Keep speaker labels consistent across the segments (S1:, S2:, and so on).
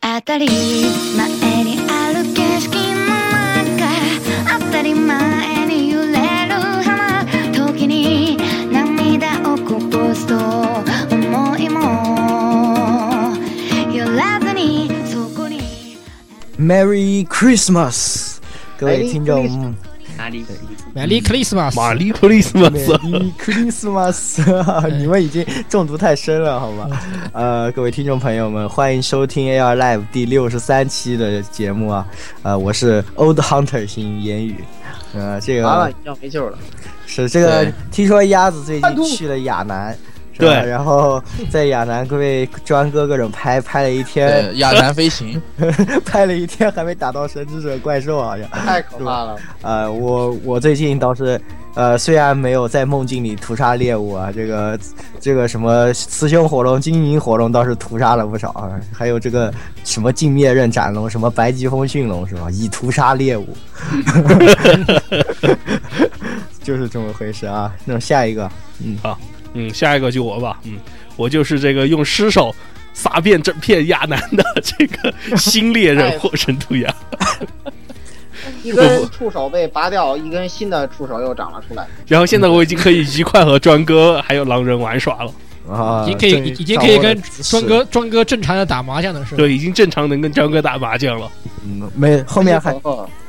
S1: 当たり前にある景色の中当たり前に揺れる花時に涙をこぼすと思いもよらずにそこに
S2: Merry Christmas，各位
S3: Merry
S2: 听众嗯
S3: Christmas
S4: 哪里？
S5: Merry Christmas，
S6: 玛丽 Christmas，
S2: ，Merry
S3: 哎
S2: Christmas，你们已经中毒太深了，好吗？
S3: 嗯
S2: 呃，各位听众朋友们，欢迎收听 AR Live 第六十三期的节目啊，呃，我是 Old Hunter 型言语，呃，这
S3: 完了，
S2: 个
S3: 你要没救了。
S2: 是这个
S6: 对，
S2: 听说鸭子最
S3: 叛徒
S2: 近去了亚南。是吧
S6: 对
S2: 然后在亚南被专哥各种拍拍了一天，
S7: 呃，亚南飞行，
S2: 拍了一天还没打到神之者怪兽，啊好像。
S3: 太可怕了！
S2: 呃，我我最近倒是，呃，虽然没有在梦境里屠杀猎物啊，这个这个什么雌雄火龙、金银火龙倒是屠杀了不少啊，还有这个什么镜灭刃斩龙、什么白疾风驯龙是吧？以屠杀猎物， 就是这么回事啊。那下一个，
S6: 嗯，下一个就我吧，嗯，我就是这个用尸首撒遍整片亚南的这个新猎
S3: 哎
S6: 人火神渡鸦。
S3: 一根触手被拔掉，一根新的触手又长了出来。
S6: 然后现在我已经可以愉快和专哥还有狼人玩耍了，
S2: 啊，
S5: 已经可以
S2: 终于
S5: 已经
S2: 掌
S5: 可以
S2: 握了
S5: 跟
S2: 姿势
S5: 庄哥庄哥正常的打麻将的是
S7: 嗯
S5: 吧？
S6: 对，已经正常能跟专哥打麻将了。
S2: 嗯没后面还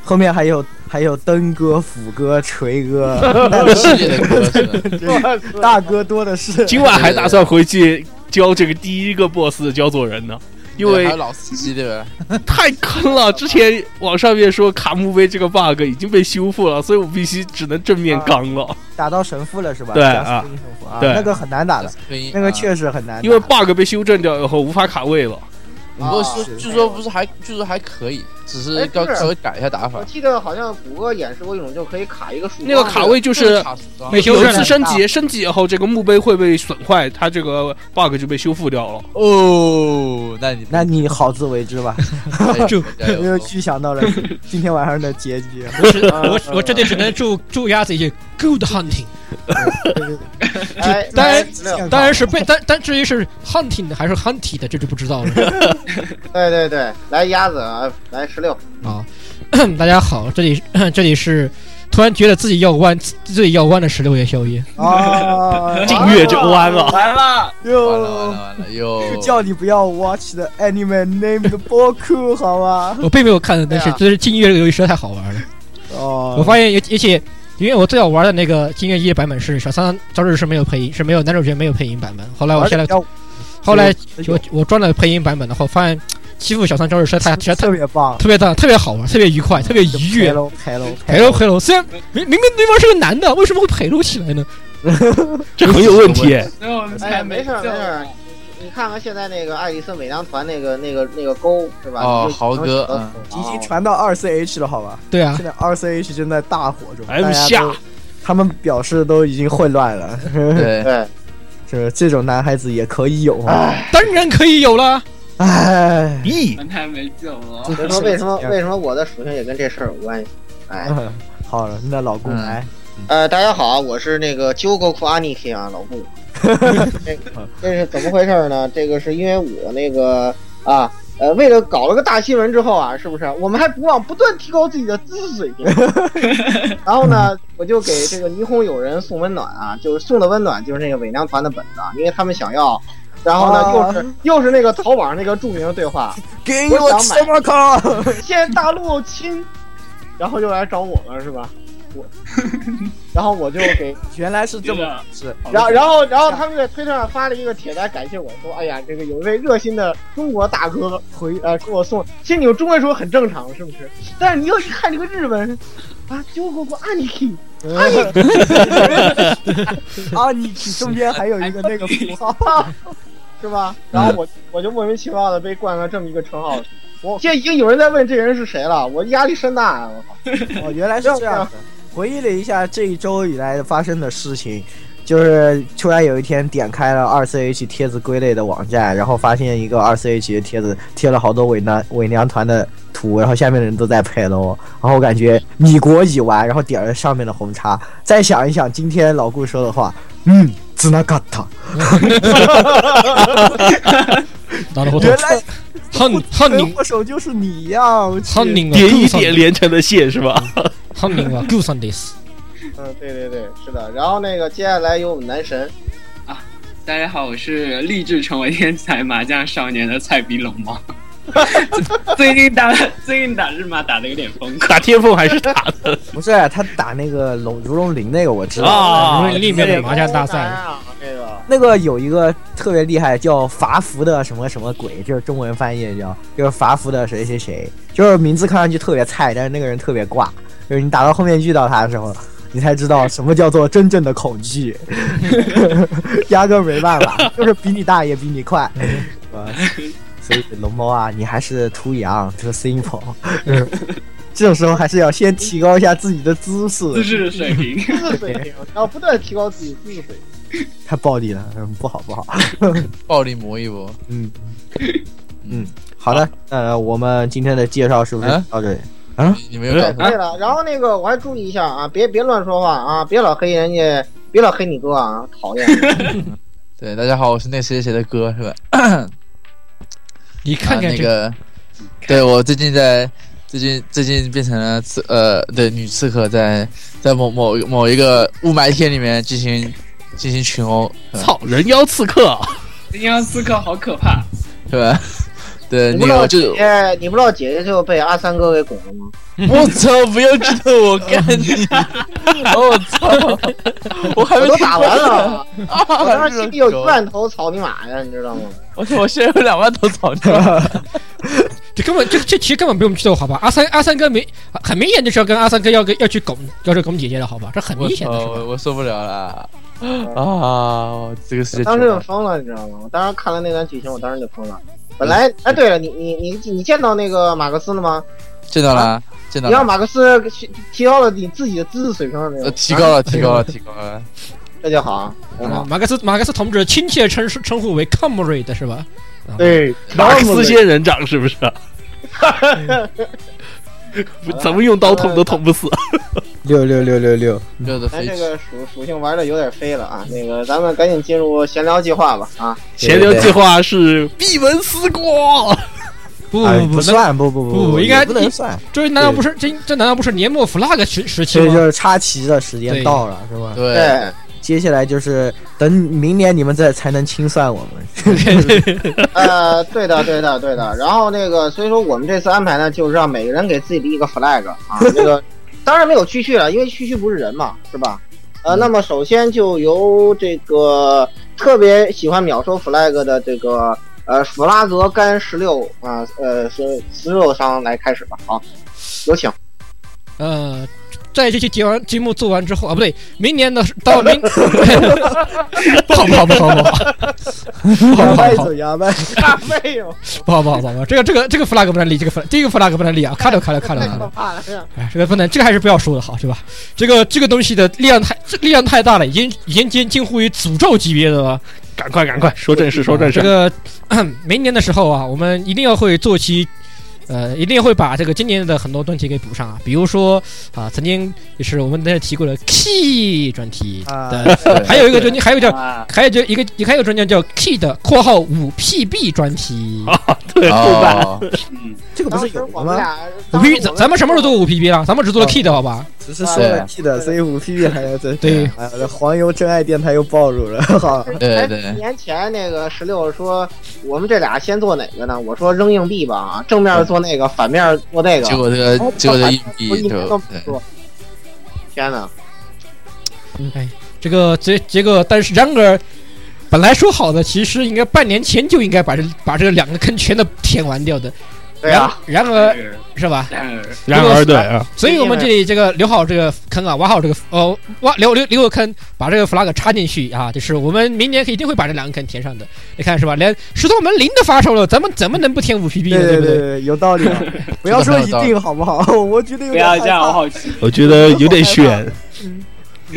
S2: 后面还有还有登哥、斧哥、锤哥，
S7: 一系列的歌是的，
S2: 大哥多的是。
S6: 今晚还打算回去教这个第一个 boss 教做人呢，因
S7: 还
S6: 为
S7: 有老司机对吧？
S6: 太坑了。之前网上面说卡墓碑这个 bug 已经被修复了，所以我必须只能正面刚了，
S2: 打到神父了是吧？
S6: 对
S2: 讲
S6: 啊
S2: 神父啊，
S6: 对
S2: 那个很难打的，
S7: 飞鹰
S2: 那个
S7: 啊
S2: 确实很难打。
S6: 因为 bug 被修正掉以后无法卡位了。
S7: 不过说
S3: 啊，
S7: 据说嗯不是还，据说还可以，只
S3: 哎
S7: 是
S3: 是
S7: 要稍微改一下打法
S3: 我。记得好像谷歌演示过一种，就可以卡一个树。
S6: 那个卡位就是
S7: 卡服装
S5: 没修
S6: 有一
S5: 正
S6: 次
S5: 了，
S6: 升级，升级以后这个墓碑会被损坏，它这个 bug 就被修复掉了。
S7: 哦，那你哎
S2: 那你好自为之吧，
S7: 就
S2: 因为预想到了今天晚上的结局。
S5: 我只我我这里只能祝祝鸭子一句 Good hunting，
S3: 哎，
S5: 当然
S3: 哎没有
S2: 嗯
S5: 当然是被但但至于是 hunting 的还是 hunty 的，这就不知道了。
S3: 对对对，来鸭子啊，来十六，
S5: 啊，大家好，这里这里是突然觉得自己要弯，自己要弯的十六夜宵夜。
S2: 啊，
S6: 订阅就弯了。
S4: 完
S7: 完
S4: 了，
S7: 了完
S2: 哟
S7: 了，完了又
S2: 是叫你不要 watch the anime named Boku 好吗？
S5: 我并没有看，但是
S3: 对啊
S5: 就是金月这个游戏实在太好玩了。
S2: 哦，
S5: 我发现尤而且，因为我最早玩的那个金月一的版本是小三朝日是没有配音，是没有男主角没有配音版本。后来我
S2: 玩
S5: 下
S2: 得
S5: 来
S2: 比，较
S5: 后来
S2: 有
S5: 我我装了配音版本的后，发现欺负小三朝日实在太实在太
S2: 特别棒，
S5: 特别大，特别好玩，特别愉快，特别愉悦。哦
S2: 喽陪喽
S5: 陪楼陪楼，虽然明明明对方是个男的，为什么会陪楼起来呢？
S6: 这很有问题。
S4: 所以我
S2: 嗯
S4: 们
S3: 哎，
S4: 才
S3: 没事儿没
S4: 救
S3: 事儿，你你看看现在那个爱丽丝美男团那个那个那个勾是吧？
S7: 哦
S3: 你就
S7: 豪哥
S3: 能
S2: 已经传到二 CH 了好吧？
S5: 对啊哎
S2: 现，在二 CH 正在大火中，
S6: M
S2: 大家都
S6: 下
S2: 他们表示都已经混乱了，
S7: 对，
S3: 对，
S2: 这这种男孩子也可以有啊！
S5: 当然可以有了。
S2: 哎，
S6: 咦，
S4: 我们才没救了。
S2: 这
S3: 所以说为什么为什么我的属性也跟这事儿有关系？哎，
S2: 嗯好了，那老顾
S7: 嗯
S2: 来，
S3: 呃，大家好，我是那个纠狗库阿尼克啊，老顾。这这是怎么回事呢？这个是因为我那个啊，呃，为了搞了个大新闻之后啊，是不是？我们还不忘不断提高自己的知识水平。然后呢，我就给这个霓虹友人送温暖啊，就是送的温暖就是那个伪娘团的本子啊，因为他们想要。然后呢，又是又是那个淘宝上那个著名的对话，
S2: 给
S3: 我想买
S2: 么卡？
S3: 现在大陆亲，然后又来找我了是吧？我， 然后我就给
S2: 原来是这
S4: 真
S2: 么
S4: 的，
S2: 是
S3: 然后，然后，然后他们在推特上发了一个帖子，还感谢我说：“哎呀，这个有一位热心的中国大哥回呃给我送。”其实你用中文说很正常，是不是？但是你要一看这个日文，啊，纠合不阿尼基，
S5: 嗯
S2: 啊！你你中间还有一个那个符号，
S3: 是吧？然后
S5: 嗯
S3: 我我就莫名其妙的被冠了这么一个称号。我现在已经有人在问这人是谁了，我压力山大啊呀！我靠，
S2: 哦，原来是这样的。回忆了一下这一周以来发生的事情，就是突然有一天点开了二 CH 帖子归类的网站，然后发现一个二 CH 的帖子贴了好多伪男伪娘团的图，然后下面的人都在配喽。然后我感觉米国已完，然后点了上面的红叉。再想一想今天老顾说的话，嗯，つながった。
S5: 拿了后头
S2: 原，来
S5: 哼哼
S2: 神
S5: 您
S2: 祸手就是你呀！我去
S5: 哼您啊
S6: 点一
S5: ，do
S6: 点
S5: something，
S6: 连成的线是吧？
S5: 哼您啊，do something，
S3: 嗯，对对对，是的。然后那个接下来有我们男神，
S4: 大家好，我是立志成为天才麻将少年的菜逼龙猫。 最近打最近打日麻打的有点疯狂，
S6: 打天赋还是打的
S2: 不是他打那个龙如龙零那个我知道，
S6: 啊？
S5: 立面的麻将大赛，
S3: 啊，这个
S2: 那个有一个特别厉害叫伐服的什么什么鬼，就是中文翻译叫就是伐服的谁谁谁，就是名字看上去特别菜，但是那个人特别挂，就是你打到后面遇到他的时候。你才知道什么叫做真正的恐惧，压根儿没办法，就是比你大也比你快，啊，所以龙猫啊，你还是 too young too simple，嗯这种时候还是要先提高一下自己的姿势，
S4: 自制水平。
S3: 姿势水平，然后不断提高自己姿势水平。
S2: 太暴力了，嗯，不好不好。
S7: 暴力磨一磨。
S2: 嗯，嗯，好的，呃，我们今天的介绍是不是
S5: 啊
S7: 嗯
S2: 到这里？
S7: 你你没有感觉？
S3: 对了，然后那个我还注意一下啊，别别乱说话啊，别老黑人家，别老黑你哥啊，讨厌。
S7: 对，大家好，我是那谁谁谁的歌，是吧？
S5: 你看
S7: 啊、
S5: 看
S7: 那
S5: 这个，
S7: 个，对我最近在最近最近变成了刺呃对女刺客在在某某某一个雾霾天里面进行进行群殴，是吧
S6: 操，人妖刺客啊！
S4: 阴阳刺客好可怕，
S7: 是吧？ 对，
S3: 你
S7: 那
S3: 不知
S7: 个
S3: 道
S7: 我
S3: 姐
S7: 啊就
S3: 姐，你不知道姐姐就被阿三哥给拱了吗？
S7: 我操，不要知道 我干你！我操，我还
S3: 我
S7: 没
S3: 都
S7: 听
S3: 打
S7: 过
S3: 完
S7: 呢
S3: 了，
S7: 啊！
S3: 我当时心里有 一
S7: 狗
S3: 万头草泥马呀，你知道吗？
S7: 我操，我现在有两万头草泥马，
S5: 这根本这这其实根本不用知道，好吧？阿三阿三哥明很明显就是要跟阿三哥要跟要去拱要去拱姐姐的好吧？这很
S7: 我
S5: 明显
S7: 操，
S5: 的是吧？
S7: 我我受不了了啊！这个世界
S3: 当时
S7: 绝
S3: 就
S7: 了
S3: 疯了，你知道吗？我当时看了那段剧情，我当时就疯了。本来，哎，对了，你你你你见到那个马克思了吗？
S7: 见到了，见到
S3: 啊你让
S7: 了，
S3: 马克思去提高了你自己的知识水平了没有
S7: 呃？提高了，提高了，提高了。
S3: 这就好啊，很
S5: 啊
S3: 好。
S5: 马克思马克思同志亲切称称呼为 comrade 是吧？
S3: 对，
S6: 马克思仙人掌 是不是？咱们用刀捅都捅不死。
S2: 六六六六六，
S7: 热的
S3: 咱
S7: 飞
S3: 这
S7: 起，
S3: 哎个属属性玩的有点飞了啊，那个咱们赶紧进入闲聊计划吧啊！
S6: 闲聊计划是闭门思过，
S5: 不
S2: 哎
S5: 不
S2: 不
S5: 不，
S2: 算，不不
S5: 不
S2: 不，
S5: 应该
S2: 也不能算，
S5: 这难道不是这这难道不是年末 flag 时时期
S2: 这就
S5: 吗？
S2: 是插旗的时间
S5: 对
S2: 到了，是吧？
S7: 对，
S3: 对，
S2: 接下来就是等明年你们再才能清算我们。
S3: 呃，对的，对的，对的。然后那个，所以说我们这次安排呢，就是让每个人给自己立一个 flag 啊。那个，当然没有区区了，因为区区不是人嘛，是吧？呃，那么首先就由这个特别喜欢秒收 flag 的这个呃弗拉格干十六啊呃是十六商来开始吧。好，有 请。
S5: 呃，在这期节完节目做完之后啊，不对，明年的到明， 不好不好不好不好不 好不好不好不好
S2: 牙麦，
S3: 没有，
S5: 不好不好不好，这个这个这个 flag 不能立，这个 flag 这个 flag 不能立啊，卡掉卡掉卡掉卡掉，
S3: 怕了呀！
S5: 哎，这个不能，这个还是不要说的好，是吧？这个这个东西的力量太这力量太大了，已经已经近近乎于诅咒级别的了。
S6: 赶快赶快说正事，说正事。
S5: 这个明年的时候啊，我们一定要会做期，呃，一定会把这个今年的很多专题给补上啊，比如说啊，曾经也是我们那提过的 Key 专题
S2: 啊
S5: 的，还有一个专题，还有叫。
S3: 啊，
S5: 还有就一个，也还有专家叫 Key 的（括号五 PB 专题
S6: 对，后半
S7: 哦，
S2: 这个不
S3: 当
S2: 是
S3: 时
S2: 有
S3: 我
S2: 的吗？
S3: 们俩，）。
S5: 五 PB，咱
S3: 啊
S5: 咱们什么时候做五 PB 了？咱们只做了
S2: 哦
S5: Key 的好吧？
S2: 只是说了 P 的，所以五 P B 还要再
S5: 对
S2: 哎呀，这黄油真爱电台又暴露 了，好，
S7: 对
S3: 哎
S7: 对
S3: 一年前那个十六说，我们这俩先做哪个呢？我说扔硬币吧，啊，正面做那个，反面做那个
S7: 结。果这个结果这硬
S3: 我
S7: 币
S3: 一年都
S7: 就
S3: 没做。天哪！
S6: 嗯
S5: 哎，这个结结果，但是然而，本来说好的，其实应该半年前就应该把这把这两个坑全都填完掉的。
S3: 对啊，
S5: 然
S4: 然
S5: 而
S4: 而
S6: 呃
S5: 是吧？
S4: 然而
S6: 然而对啊，
S5: 所以我们这里这个留好这个坑啊，挖好这个呃挖留留留个坑，把这个 flag 插进去啊，就是我们明年一定会把这两个坑填上的。你看是吧？连石头门零都发售了，咱们怎么能不填五 PB 呢？
S2: 对
S5: 不
S2: 对对，有道 理啊，不要说一定好不好， 我觉得有
S4: 不
S2: 点
S4: 要
S2: 害
S4: 这样，我
S2: 怕。
S4: 好奇。
S6: 我觉得有点悬。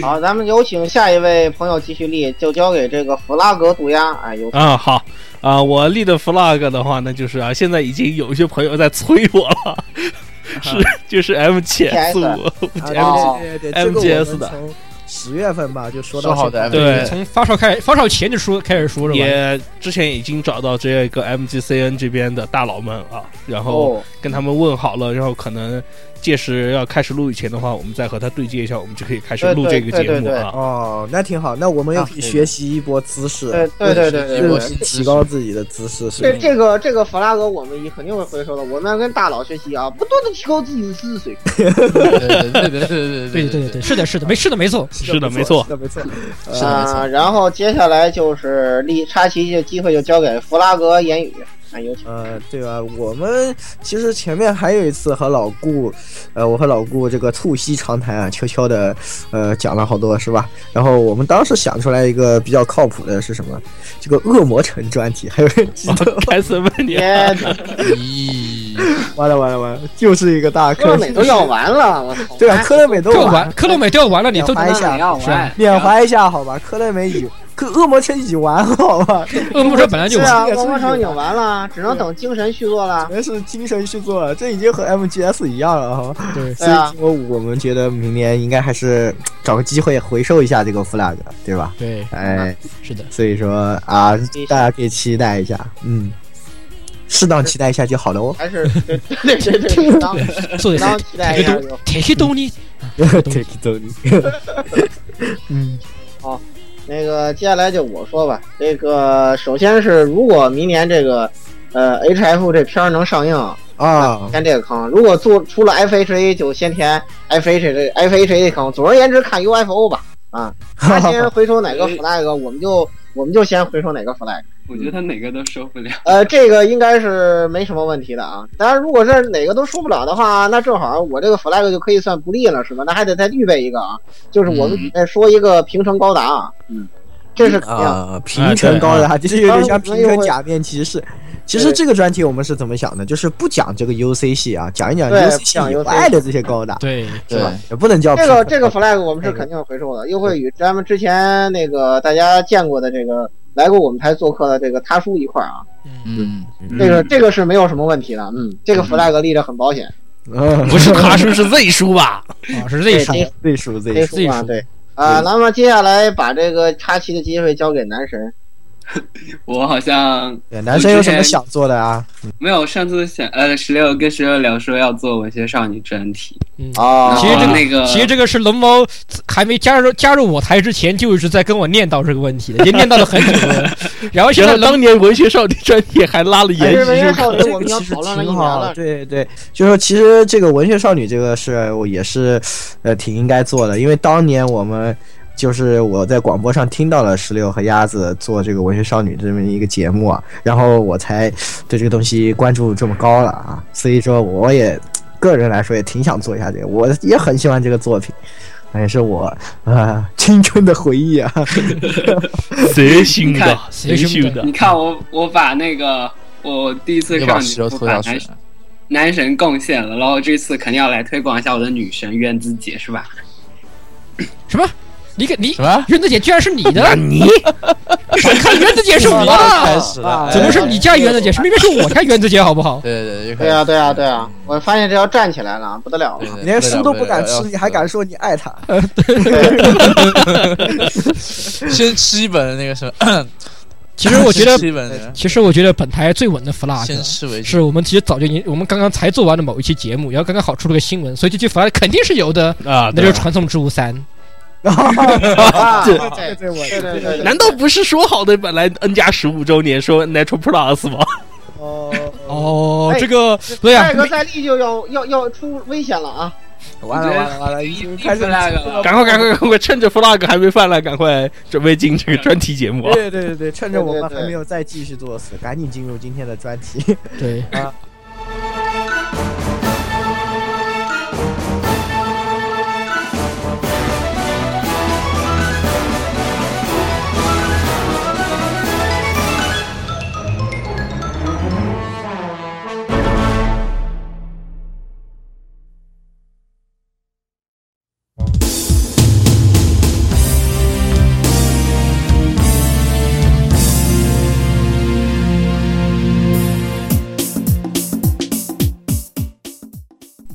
S3: 好，咱们有请下一位朋友继续立，就交给这个弗拉格杜鸦。哎呦，
S6: 啊、好啊、我立的 flag 的话呢，就是啊，现在已经有一些朋友在催我了，是就是 M 七 S 五
S3: 啊
S7: 哦
S2: 对对对，这个我
S6: MGS
S2: 们
S6: 的
S2: 从十月份吧，就说
S7: 说
S2: 到
S7: 好
S2: 现在
S7: 的
S6: 对
S5: 从发售开，发售前就说开始说是吧？
S6: 也之前已经找到这个 MGCN 这边的大佬们啊，然后
S3: 哦，
S6: 跟他们问好了，然后可能届时要开始录以前的话，我们再和他对接一下，我们就可以开始录这个
S3: 对对
S6: 节目
S3: 对对
S6: 啊。
S2: 哦，那挺好，那我们又
S7: 啊
S2: 可以
S7: 对的
S2: 学习一波姿势，
S3: 对对对对对
S2: 就
S7: 我
S2: 是
S7: 是
S2: 提高自己的姿势是
S3: 这
S2: 吧？
S3: 这个这个弗拉格，我们也肯定会回收的。我们要跟大佬学习啊，不断的提高自己的知识水平。
S7: 对对对对对
S5: 对对对对，是的，是的，没是的，没错。
S6: 是的，没
S2: 没
S6: 错
S2: 是。的，没错。
S7: 是的，没
S3: 啊、
S7: 错。
S3: 然后接下来就是利插旗的机会就交给弗拉格言语，啊，有 请。
S2: 呃，对吧？我们其实前面还有一次和老顾，呃，我和老顾这个促膝长谈啊，悄悄的，呃，讲了好多，是吧？然后我们当时想出来一个比较靠谱的是什么？这个恶魔城专题，还有 人记得？
S6: 开始问你，
S3: 天，
S7: 咦，
S2: 完了完了完了，又是一个大
S3: 科乐
S2: 坑。
S3: 美都要哎完了，我操！
S2: 对啊，科乐美都
S5: 掉
S2: 完
S5: 完，克洛美掉完了，你都
S2: 秒 还一下
S4: 要
S5: 是啊
S4: 玩，
S2: 缅怀一下好吧？科乐美已，科恶魔城已完好吧？
S5: 恶魔城本来
S3: 是
S5: 就
S3: 啊，
S2: 这个
S3: 恶魔城已
S2: 是
S3: 经完了，只能等精神续作了。
S2: 全是精神续作了，这已经和 MGS 一样了哈。
S5: 对
S2: 所以我我们觉得明年应该还是找个机会回收一下这个 flag，对吧？
S5: 对，
S2: 哎，
S5: 是的，
S2: 所以说啊，大家可以期待一下，嗯，适当期待一下就好了 哦。
S3: 还是对对对对，当
S5: 做
S3: 当
S5: 的
S3: 期待一下就
S5: 铁血动力，
S2: Take it easy 嗯，
S3: 那个接下来就我说吧，这个首先是如果明年这个呃 H F 这片儿能上映，
S2: 啊，
S3: 填这个坑；如果做出了 F H A 就先填 F H 这 F H A 坑。总而言之，看 U F O 吧。啊， 他先回收哪个 flag，我们就我们就先回收哪个 flag。
S4: 我觉得他哪个都收不了。
S3: 呃，这个应该是没什么问题的啊。当然，如果是哪个都说不了的话，那正好我这个 flag 就可以算不利了，是吧？那还得再预备一个啊，就是我们
S4: 嗯
S3: 再说一个平成高达啊，嗯，这是肯定的。
S2: 啊，平成高达其实有点像平成假面骑士。其实这个专题我们是怎么想的？就是不讲这个 UC 系啊，讲一讲
S3: 对
S2: UC 系
S3: 讲
S2: 以
S3: UC
S2: 外的这些高达，
S5: 对，
S2: 是吧
S7: 对？
S2: 也不能叫
S3: 这个
S2: 平成
S3: 这个 flag 我们是肯定回收的，又会与咱们之前那个大家见过的这个来过我们台做客的这个他叔一块儿啊，
S7: 嗯，
S3: 这个
S4: 嗯
S3: 这个是没有什么问题的，嗯，这个 flag 立着很保险，
S2: 嗯
S6: 不是卡叔是 Z 叔吧？
S5: 啊，是这一
S3: 这
S5: 说，
S3: 这
S2: 最熟最
S3: 这
S2: 熟，
S5: 己
S3: 啊，
S5: 说
S3: 对啊，那么接下来把这个插旗的机会交给男神，
S4: 我好像
S2: 对男生有什么想做的啊？
S4: 没有上次想呃十六跟十六聊说要做文学少女专题，
S5: 嗯。
S3: 啊
S5: 其实这个
S4: 然后那个
S5: 其实这个是龙猫还没加入加入我台之前，就一直在跟我念叨这个问题的，也念叨了很久了。然后现
S6: 然
S5: 在
S6: 后
S5: 龙
S6: 当年文学少女专题还拉了
S3: 还
S6: 延
S3: 是文
S6: 吉
S3: 学
S6: 入
S3: 少
S6: 坑，
S3: 女，我们已经
S2: 其实
S3: 讨论了一
S2: 挺
S3: 年
S2: 好，
S3: 了，
S2: 对对，就说其实这个文学少女这个事，我也是，呃，挺应该做的，因为当年我们就是我在广播上听到了石榴和鸭子做这个文学少女这么一个节目啊，然后我才对这个东西关注这么高了啊，所以说我也个人来说也挺想做一下这个，我也很喜欢这个作品。也是我啊、呃青春的回忆啊！
S6: 随性
S4: 你看
S6: 的，随性的
S4: 你。看我我把那个我第一次
S7: 又
S4: 上
S7: 把石
S4: 你
S7: 头
S4: 我
S7: 拖
S4: 把
S7: 下去
S4: 男
S7: 了。
S4: 男神贡献了，然后这次肯定要来推广一下我的女神渊子姐是吧？
S5: 什么？你给你
S7: 什么？
S5: 原子姐居然是你的？你我看原子姐是我
S7: 开
S5: 的，
S7: 始了，
S5: 怎么是你家原子姐？是明明是我家原子姐，好不好？
S7: 对对对，
S3: 对啊对啊对啊，我发现这要站起来了，不得了 了，
S2: 你连书都不敢吃，你还敢说你爱 他？
S7: 先吃一本那个什么？
S5: 其实我觉 得
S7: 吃，一本，
S5: 其实我觉得本台最稳的 flag
S7: 先吃为止。
S5: 是我们其实早就已经，我们刚刚才做完的某一期节目，然后刚刚好出了个新闻，所以这期 flag 肯定是有的，
S6: 啊，
S5: 那就是传送之物三。
S3: 啊，对
S2: 对对，我
S3: 对对对，
S6: 难道不是说好的本来 N 加十五周年说 Natural Plus 吗？
S2: 哦
S5: 哦，
S3: 哎
S5: 这个对啊呀
S3: 赛，格赛利就要要要出危险了啊！
S2: 完了完了完了，已经开始
S4: 那
S3: 呃
S4: 个
S6: 赶快赶快赶快，趁着 flag 还没犯来，赶快准备进这个专题节目啊！
S2: 对对对对，趁着我
S3: 对
S2: 们
S3: 对对
S2: 还没有再继续作死，赶紧进入今天的专题。
S5: 对，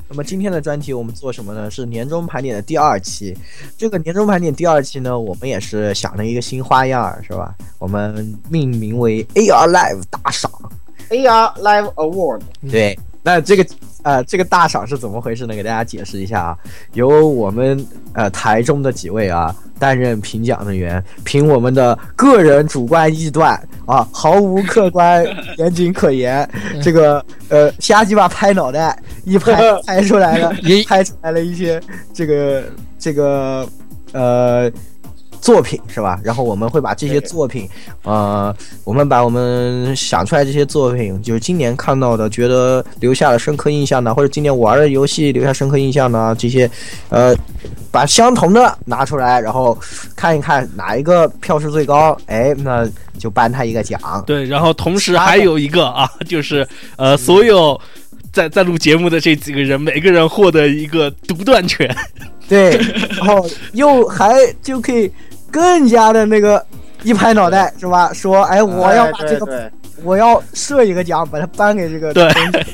S2: 那么今天的专题我们做什么呢？是年终盘点的第二期。这个年终盘点第二期呢，我们也是想了一个新花样儿，是吧？我们命名为 AR Live 大赏。
S3: AR Live Award
S2: 对，那这个呃，这个大赏是怎么回事呢？给大家解释一下啊，由我们呃台中的几位啊担任评奖的员，凭我们的个人主观臆断啊，毫无客观严谨可言，这个呃瞎鸡巴拍脑袋一拍拍出来了，
S5: 也
S2: 拍出来了一些这个这个呃。作品是吧？然后我们会把这些
S3: 对
S2: 作品，呃，我们把我们想出来这些作品，就是今年看到的，觉得留下了深刻印象的，或者今年玩的游戏留下深刻印象的这些，呃，把相同的拿出来，然后看一看哪一个票数最高，哎，那就颁他一个奖。
S6: 对，然后同时还有一个 啊，就是呃，所有在在录节目的这几个人，每个人获得一个独断权。
S2: 对，然后又还就可以更加的那个一拍脑袋是吧？说，哎，我要把这个
S3: 对
S2: 我要设一个奖，把它颁给这个
S6: 对
S2: 东西，
S3: 对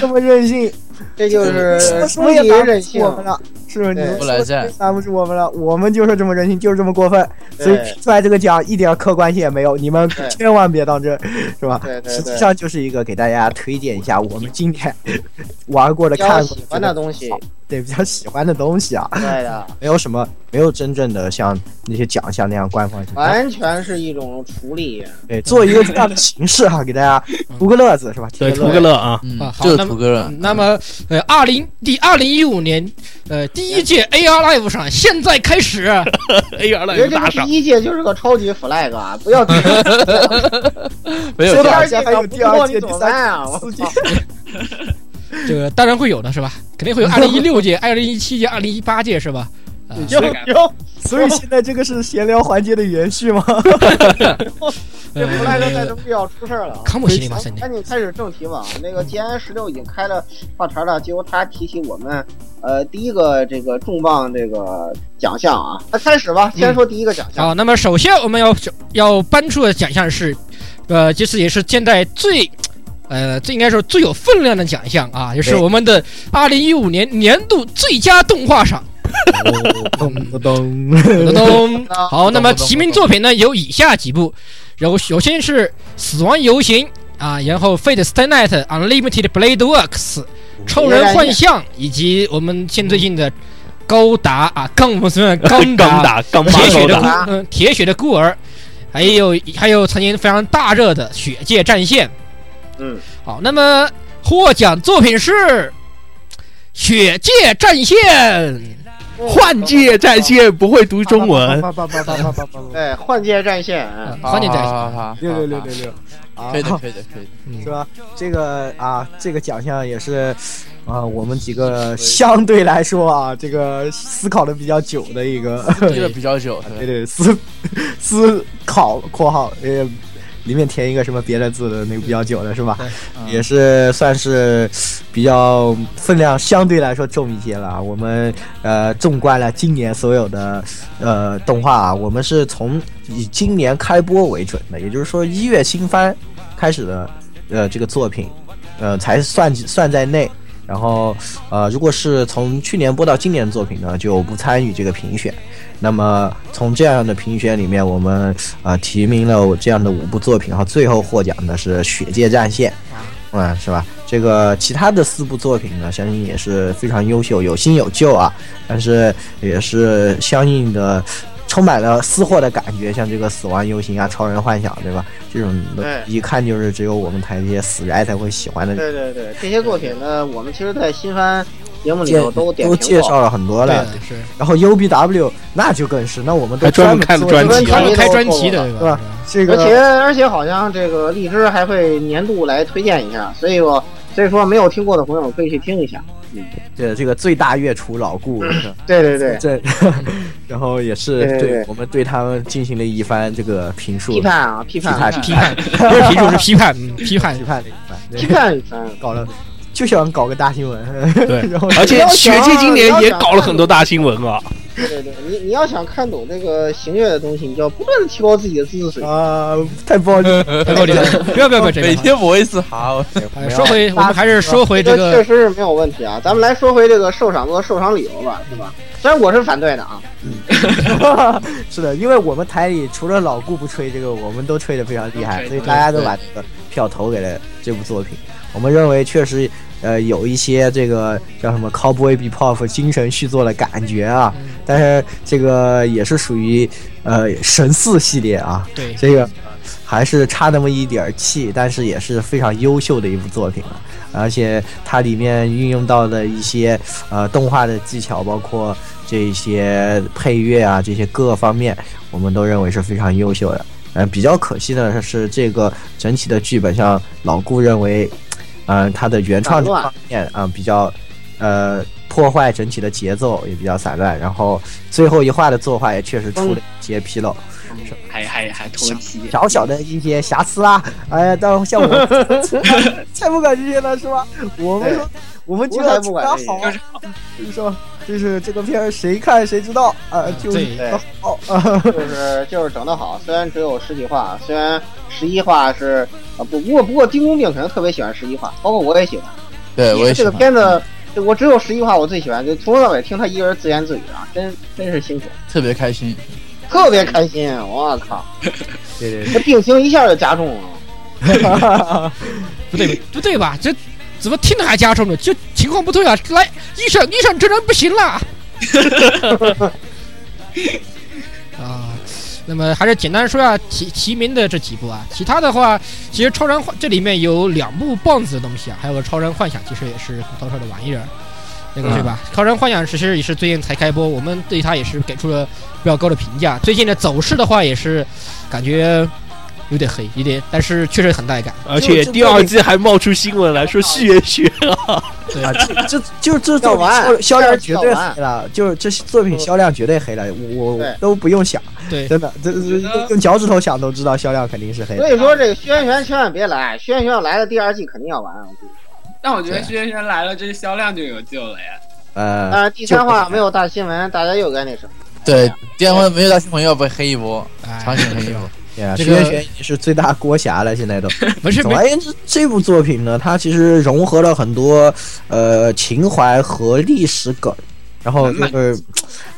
S2: 这么任性，
S3: 这就是
S2: 说
S3: 初
S2: 说也
S3: 级
S2: 拦
S3: 任
S2: 不住
S3: 性
S2: 我，们了，是不是？你
S3: 对
S2: 们
S7: 不来
S2: 说
S7: 战
S2: 也拦不住我们了，我们就是这么任性，就是这么过分，
S3: 对
S2: 所以出来这个奖一点客观性也没有，你们
S3: 对
S2: 千万别当真，是吧？
S3: 对对
S2: 实际
S3: 对，
S2: 上就是一个给大家推荐一下我们今天 玩过的、
S3: 比较
S2: 看过
S3: 喜欢的
S2: 觉得
S3: 东 西，
S2: 对比较喜欢的东西啊，
S3: 对的，
S2: 没有什么，没有真正的像那些奖项那样官方性。
S3: 完全是一种处理。
S2: 对，做一个这样的形式哈、给大家图个乐子是吧？
S6: 对，
S2: 图
S6: 图个乐啊，
S7: 嗯
S5: 啊，好
S7: 就是
S5: 那么
S7: 图个乐。
S5: 那么，呃，二零第二零一五年，呃，第一届 AR Live 上，现在开始，
S6: ，AR
S3: 我
S6: 了
S3: 觉
S6: 哎有
S3: 得这
S6: 大
S3: 个
S6: 赏
S3: 第。一届就是个超级 flag 啊！不要
S7: 没有
S2: 说
S3: 第
S2: 到
S7: 奖
S3: 二届搞不过你怎么办啊？我操！
S5: 这个当然会有的是吧？肯定会有二零一六届、二零一七届、二零一八届是吧？啊
S3: 就就
S2: 所以现在这个是闲聊环节的延续吗？
S3: 这 flag 再这
S5: 呃
S3: 么，要出事儿了啊！
S5: 康姆西里马森的
S3: 赶紧开始正题吧。那个吉安十六已经开了话茬了，结果他提起我们，呃，第一个这个重磅这个奖项啊，那开始吧，先说第一个奖项。
S5: 好，那么首先我们要要颁出的奖项是，呃，其实也是现在最。呃，这应该说最有分量的奖项啊，就是
S2: 对
S5: 我们的二零一五年年度最佳动画赏。
S2: 咚咚咚！
S5: 咚咚。
S3: 那
S5: 好，那么提名作品呢有以下几部，然后首先是《死亡游行》啊，然后《Fate Stay Night》、《Unlimited Blade Works》、《超人幻象》，以及我们现最近的《高达》啊，钢我们虽然钢
S6: 刚打
S5: 达、
S6: 刚
S5: 铁血
S6: 手
S5: 的
S6: 打
S5: 孤
S3: 钢达
S5: 嗯铁血的孤儿，还有还有曾经非常大热的《血界战线》。
S3: 嗯，
S5: 好，那么获奖作品是《血界战线》。嗯
S6: 幻界战线不会读中文，
S3: 对，换届战线，嗯
S5: 好你再说
S7: 好好好
S2: 六六六
S7: 好
S2: 六六，啊
S7: 可以的，可以的，可以的。
S2: 是吧？这个啊，这个奖项也是，啊，我们几个相对来说啊，这个思考的比较久的一个，
S7: 这个比较久，是吧
S2: 对对，思思考（括号）呃，里面填一个什么别的字的那个比较久的是吧？也是算是比较分量相对来说重一些了啊。我们呃纵观了今年所有的呃动画啊，我们是从以今年开播为准的，也就是说一月新番开始的呃这个作品，呃才算算在内。然后，呃，如果是从去年播到今年的作品呢，就不参与这个评选。那么从这样的评选里面，我们呃提名了我这样的五部作品，然后最后获奖的是《血界战线》，嗯，是吧？这个其他的四部作品呢，相信也是非常优秀，有新有旧啊，但是也是相应的。充满了私货的感觉，像这个《死亡游行》啊，《超人幻想》，对吧？这种的
S3: 对
S2: 一看就是只有我们台这些死宅才会喜欢的。
S3: 对对对，这些作品呢，我们其实，在新番节目里
S2: 介
S3: 头都点
S2: 都
S3: 评
S2: 介
S3: 过。
S2: 绍了很多
S5: 对
S2: 了，，
S5: 是
S2: 然后 UBW 那就更是，那我们都
S6: 还专门开了
S2: 做
S6: 专辑啊
S3: 专
S5: 他
S3: 辑
S5: 们
S3: 都
S5: 开专
S3: 做
S5: 辑
S3: 过
S5: 的
S3: 了
S5: 对
S2: 对吧
S5: 吧？
S2: 这
S3: 嗯而且
S2: 个
S3: 而且好像这个荔枝还会年度来推荐一下，所以我所以说没有听过的朋友可以去听一下。
S2: 这这个最大月厨老顾，是吧
S3: 对嗯对对，
S2: 这，然后也是
S3: 对对对
S2: 我们对他们进行了一番这个评述
S3: 批判啊，批判，
S2: 批
S5: 批 判，不是评述，是批判，嗯批判
S2: 批。判了一番，对
S3: 批判一番。
S2: 搞了就想搞个大新闻，
S6: 对
S2: 然后
S6: 而且
S3: 要
S6: 学
S3: 想
S6: 界今年
S3: 要
S6: 也
S3: 想
S6: 搞了很多大新闻啊，
S3: 对对对，你你要想看懂这个行乐的东西，你就要不断的提高自己的知识水平。
S2: 啊，太暴力 了！
S5: 太够力了，不要不要不要这
S7: 每
S5: 个。
S7: 天磨一次哈，我
S5: 哎说回我们还是说回这
S3: 这确
S5: 个，
S3: 实是没有问题啊。咱们来说回这个受赏和受赏理由吧，是吧？虽然我是反对的啊，
S2: 是的，因为我们台里除了老顾不吹这个，我们都吹得非常厉害，
S4: 都吹
S2: 所以大家都把这个票投给了这部作品。我们认为确实，呃，有一些这个叫什么 cowboy bebop 精神续作的感觉啊，但是这个也是属于呃神似系列啊，
S5: 对，
S2: 这个还是差那么一点儿气，但是也是非常优秀的一部作品了。而且它里面运用到的一些呃动画的技巧，包括这些配乐啊，这些各方面，我们都认为是非常优秀的。嗯、比较可惜的是这个整体的剧本上，老顾认为，嗯、它的原创
S3: 散
S2: 这
S3: 乱
S2: 方面啊、比较呃破坏整体的节奏，也比较散乱。然后最后一话的作画也确实出了
S3: 嗯
S2: 一些纰漏。
S4: 还还还脱皮，
S2: 小小的一些瑕疵啊，哎呀，但像我 们太不敢这些了，是吧？我们说，我们觉得
S3: 我才不管这些
S2: 好啊，就是说，就是这个片儿谁看谁知道啊，就是
S5: 对
S3: 嗯对
S2: 好啊，
S3: 就是就是整得好。虽然只有十几话，虽然十一话是啊不不过不过丁公病可能特别喜欢十一话，包括我也喜欢。
S7: 对呃我也喜
S3: 这个
S7: 欢。
S3: 片子，就我只有十一话我最喜欢，就从头到尾听他一个人自言自语啊，真真是辛苦，
S7: 特别开心，
S3: 特别开心。我靠，
S2: 对对
S3: 这病情一下就加重了。
S5: 不 对不对吧？这怎么听着还加重了？就情况不对啊！来，医生，医生，这人不 行了。啊，那么还是简单说一下齐齐名的这几部啊。其他的话，其实超人幻这里面有两部棒子的东西啊，还有个超人幻想，其实也是骨头上的玩意儿。那个
S2: 嗯
S5: 对吧？超人幻想其实也是最近才开播，我们对它也是给出了比较高的评价。最近的走势的话，也是感觉有点黑，有点，但是确实很带感。
S6: 而且第二季还冒出新闻来说续续
S2: 对啊，这这就这作
S3: 要
S2: 品
S3: 完
S2: 销销量绝对
S3: 要完
S2: 黑了，就是这作品销量绝对黑了，我我
S3: 对
S2: 都不用想，
S5: 对，
S2: 真的，这这
S4: 觉得
S2: 用脚趾头想都知道销量肯定是黑的
S3: 所。以说这个轩辕千万别来，轩辕千万来了第二季肯定要完。啊我估计
S4: 但我觉得轩轩来了，这销量就有救了呀。
S2: 呃，
S3: 但是第三话没有大新闻，大家又该那什么。
S7: 对，第二回没有大新朋友被黑一波，
S5: 哎
S7: 强行黑一波。
S2: 对啊，
S5: 这
S2: 薛
S5: 个
S2: 璇已经是最大锅侠了，现在都。
S5: 不是
S2: 总
S5: 没
S2: 而言之，哎这部作品呢，它其实融合了很多呃情怀和历史梗，然后就是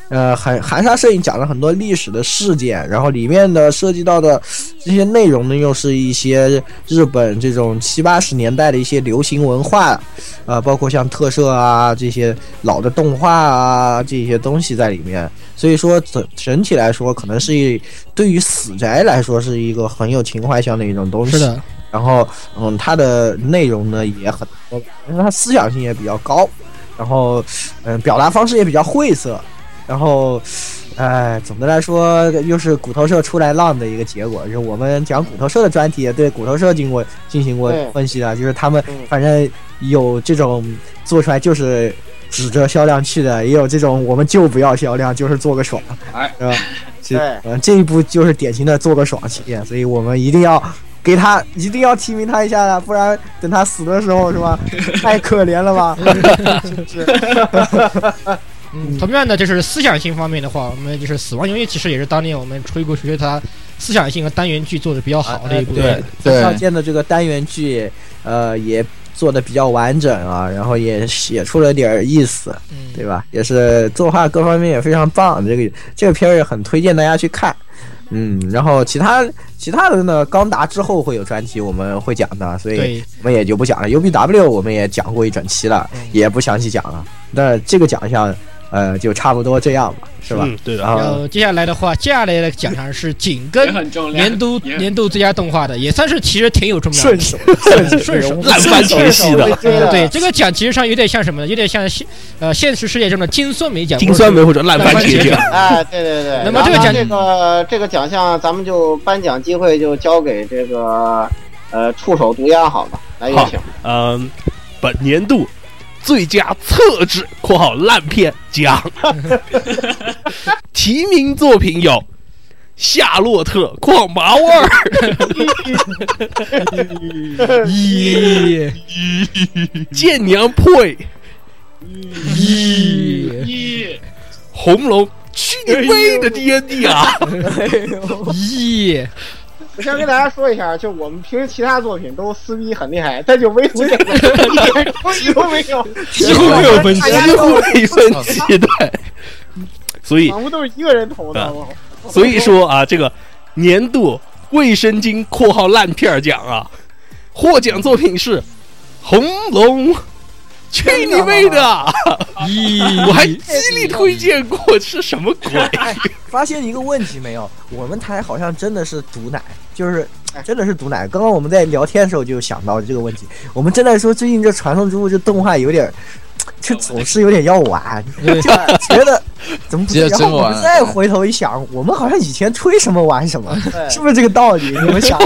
S2: 呃含含沙射影讲了很多历史的事件，然后里面的涉及到的这些内容呢，又是一些日本这种七八十年代的一些流行文化，呃，包括像特摄啊这些老的动画啊这些东西在里面，所以说整整体来说，可能是一对于死宅来说是一个很有情怀性的一种东西。
S5: 是的，
S2: 然后嗯，它的内容呢也很多，因为它思想性也比较高，然后嗯，表达方式也比较晦涩，然后。哎，总的来说，又是骨头社出来浪的一个结果。就是我们讲骨头社的专题，也对骨头社经过进行过
S3: 对
S2: 分析的，就是他们
S3: 嗯
S2: 反正有这种做出来就是指着销量去的，也有这种我们就不要销量，就是做个爽，
S4: 哎
S2: 是吧？这
S3: 对
S2: 呃这一部就是典型的做个爽系列，所以我们一定要给他一定要提名他一下啊了，不然等他死的时候是 吧？太可怜了吧？
S5: 嗯，同样的就是思想性方面的话，我们就是《死亡游戏》其实也是当年我们吹过吹吹它思想性和单元剧做的比较好的一部
S2: 啊 对
S5: 分。
S2: 少
S7: 对，
S2: 见的这个单元剧，呃，也做的比较完整啊，然后也写出了点儿意思，
S5: 嗯，
S2: 对吧？也是作画各方面也非常棒，这个这个片儿也很推荐大家去看。嗯，然后其他其他的呢，高达之后会有专题，我们会讲的，所以
S5: 对，
S2: 我们也就不讲了。UBW 我们也讲过一整期了，也不详细讲了。那这个奖项，呃，就差不多这样吧，是吧？
S6: 嗯，对的，
S2: 然
S5: 然
S2: 后
S5: 后接下来的话，接下来的奖项是紧
S4: 也
S5: 跟
S4: 很重量，
S5: 年度
S4: 也
S5: 年度最佳动画的，也算是其实挺有重量的。
S2: 顺 手
S5: 顺手
S6: 烂番茄系的
S3: 我追了
S5: 对，啊这个奖其实上有点像什么呢？有点像现呃现实世界中的金酸梅奖。
S6: 金酸梅或者哎烂番茄酱，
S3: 哎，对对对。
S5: 那么这个奖
S3: 然后这个这个奖项，咱们就颁奖机会就交给这个呃触手毒鸦好吧，来有
S6: 好
S3: 请。
S6: 嗯，本年度最佳侧制（括号烂片）奖， 提名作品有《夏洛特·矿麻味 儿》
S5: 咦
S6: 《剑娘 p
S5: 咦，哎
S4: 一
S6: 红龙去你妹的 D N D 啊！
S5: 咦，
S3: 我先跟大家说一下，就我们平时其他作品都撕逼很厉害，但就唯独这 个一点东西都没有，
S5: 几乎没有分歧
S3: 大家
S6: 几
S3: 都
S6: 乎没分歧，对。所以，
S3: 仿佛都是一个人投的。
S6: 所以说啊，这个年度卫生巾（括号烂片儿奖）啊，获奖作品是《红龙》。去你妹的！
S5: 咦，
S6: 我还极力推荐过，是什么鬼？
S2: 哎发现一个问题没有？我们台好像真的是毒奶，就是真的是毒奶。刚刚我们在聊天的时候就想到这个问题，我们正在说最近这《传送之物》这动画有点儿，这总是有点要完， 就觉得怎么不
S7: 觉 得
S2: 然后
S7: 真
S2: 我
S7: 完
S2: 们再回头一想，我们好像以前吹什么玩什么，
S3: 对
S2: 是不是这个道理？你们 想？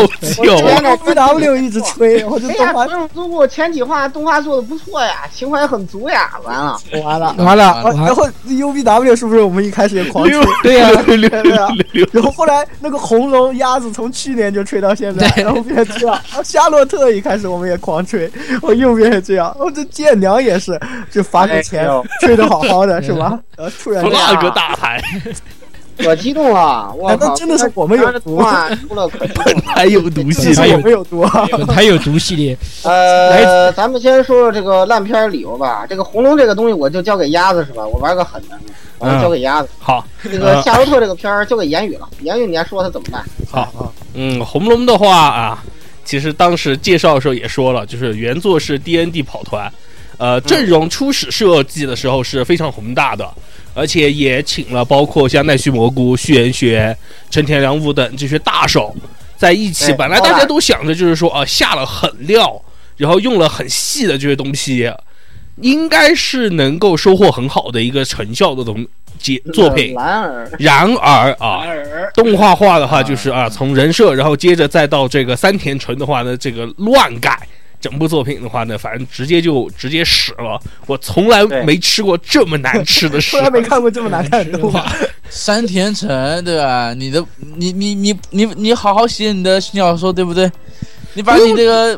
S6: 有
S3: 我
S2: 然后 VW 一直吹，然后就
S3: 哎
S2: 动
S3: 呀，
S2: 画
S3: 关注租过前几话动画做的不错呀，情怀很足呀。完了，
S2: 完了。
S5: 完了，
S2: 啊，然后 UBW 是不是我们一开始也狂吹
S6: 六？
S5: 对呀
S6: 六六六六六
S2: 然后后来那个红龙鸭子从去年就吹到现在，
S5: 对
S2: 然后变成这样。然后夏洛特一开始我们也狂吹，我右边也这样，我这剑娘也是，就发之前
S3: 哎呦
S2: 吹的好好的是吧？然后突然间，
S6: flag 大牌，
S3: 我激动了，我
S2: 难道
S3: 靠，
S2: 哎真的是我们有
S3: 这动画出了 可激动了。
S6: 还有毒
S2: 真
S6: 系
S2: 的是
S6: 列
S2: 我们有毒啊！
S5: 本台有毒系列，
S3: 呃，咱们先说说这个烂片儿理由吧。这个红龙这个东西，我就交给鸭子是吧？我玩个狠的，我
S2: 嗯
S3: 就交给鸭子。
S6: 好，
S3: 这个夏洛特这个片儿交给言语了，言语你还说他怎么办？
S6: 嗯，红龙的话啊，其实当时介绍的时候也说了，就是原作是 D N D 跑团，呃，阵容初始设计的时候是非常宏大的，而且也请了包括像奈须蘑菇、旭元学、陈田良武等这些大手在一起。
S3: 哎
S6: 本来大家都想着就是说啊，下了狠料，然后用哦了很细的这些东西，应该是哦能够收获很好的一个成效的东结作品。
S3: 蓝呃儿，
S6: 然而啊，
S4: 尔
S6: 动画化的话，就是啊，从人设，然后接着再到这个三田纯的话呢，这个乱改。整部作品的话呢，反正直接就直接屎了。我从来
S3: 对
S6: 没吃过这么难吃 的屎
S2: 从。来没看过这么难看的动画。
S7: 山田诚，对吧？你的，你你你你你好好写你的小说，对不对？你把你这个，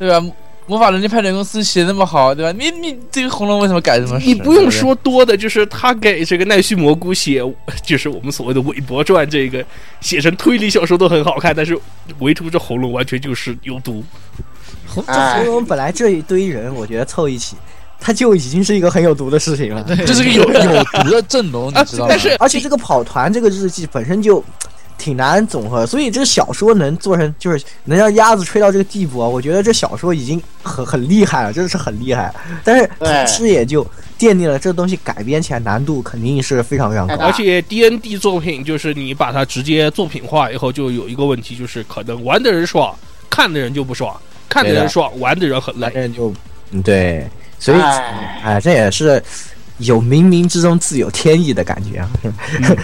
S7: 对吧？魔法人类派遣公司写得那么好，对吧？你你这个红龙为什么改这么？
S6: 你不用，说多的，就是他给这个奈须蘑菇写，就是我们所谓的韦伯传这个写成推理小说都很好看，但是唯独这喉咙完全就是有毒。
S5: 红
S2: 这
S3: 哎
S2: 红，龙本来这一堆人，我觉得凑一起，他就已经是一个很有毒的事情了。
S7: 对不对这是个有有毒的阵容，
S3: 啊
S7: 你知道吗？
S6: 但 是
S2: 而且这个跑团这个日记本身就挺难总和，所以这个小说能做成就是能让鸭子吹到这个地步啊，我觉得这小说已经很很厉害了，真的是很厉害。但是
S3: 对
S2: 同时也就奠定了这东西改编起来难度肯定是非常非常
S3: 太
S2: 高。
S3: 大
S6: 而且 D N D 作品就是你把它直接作品化以后，就有一个问题，就是可能玩的人爽，看的人就不爽；看的人爽，玩的人很累
S2: 反。正就嗯对，所以
S3: 哎
S2: 哎，这也是有冥冥之中自有天意的感觉啊。
S6: 嗯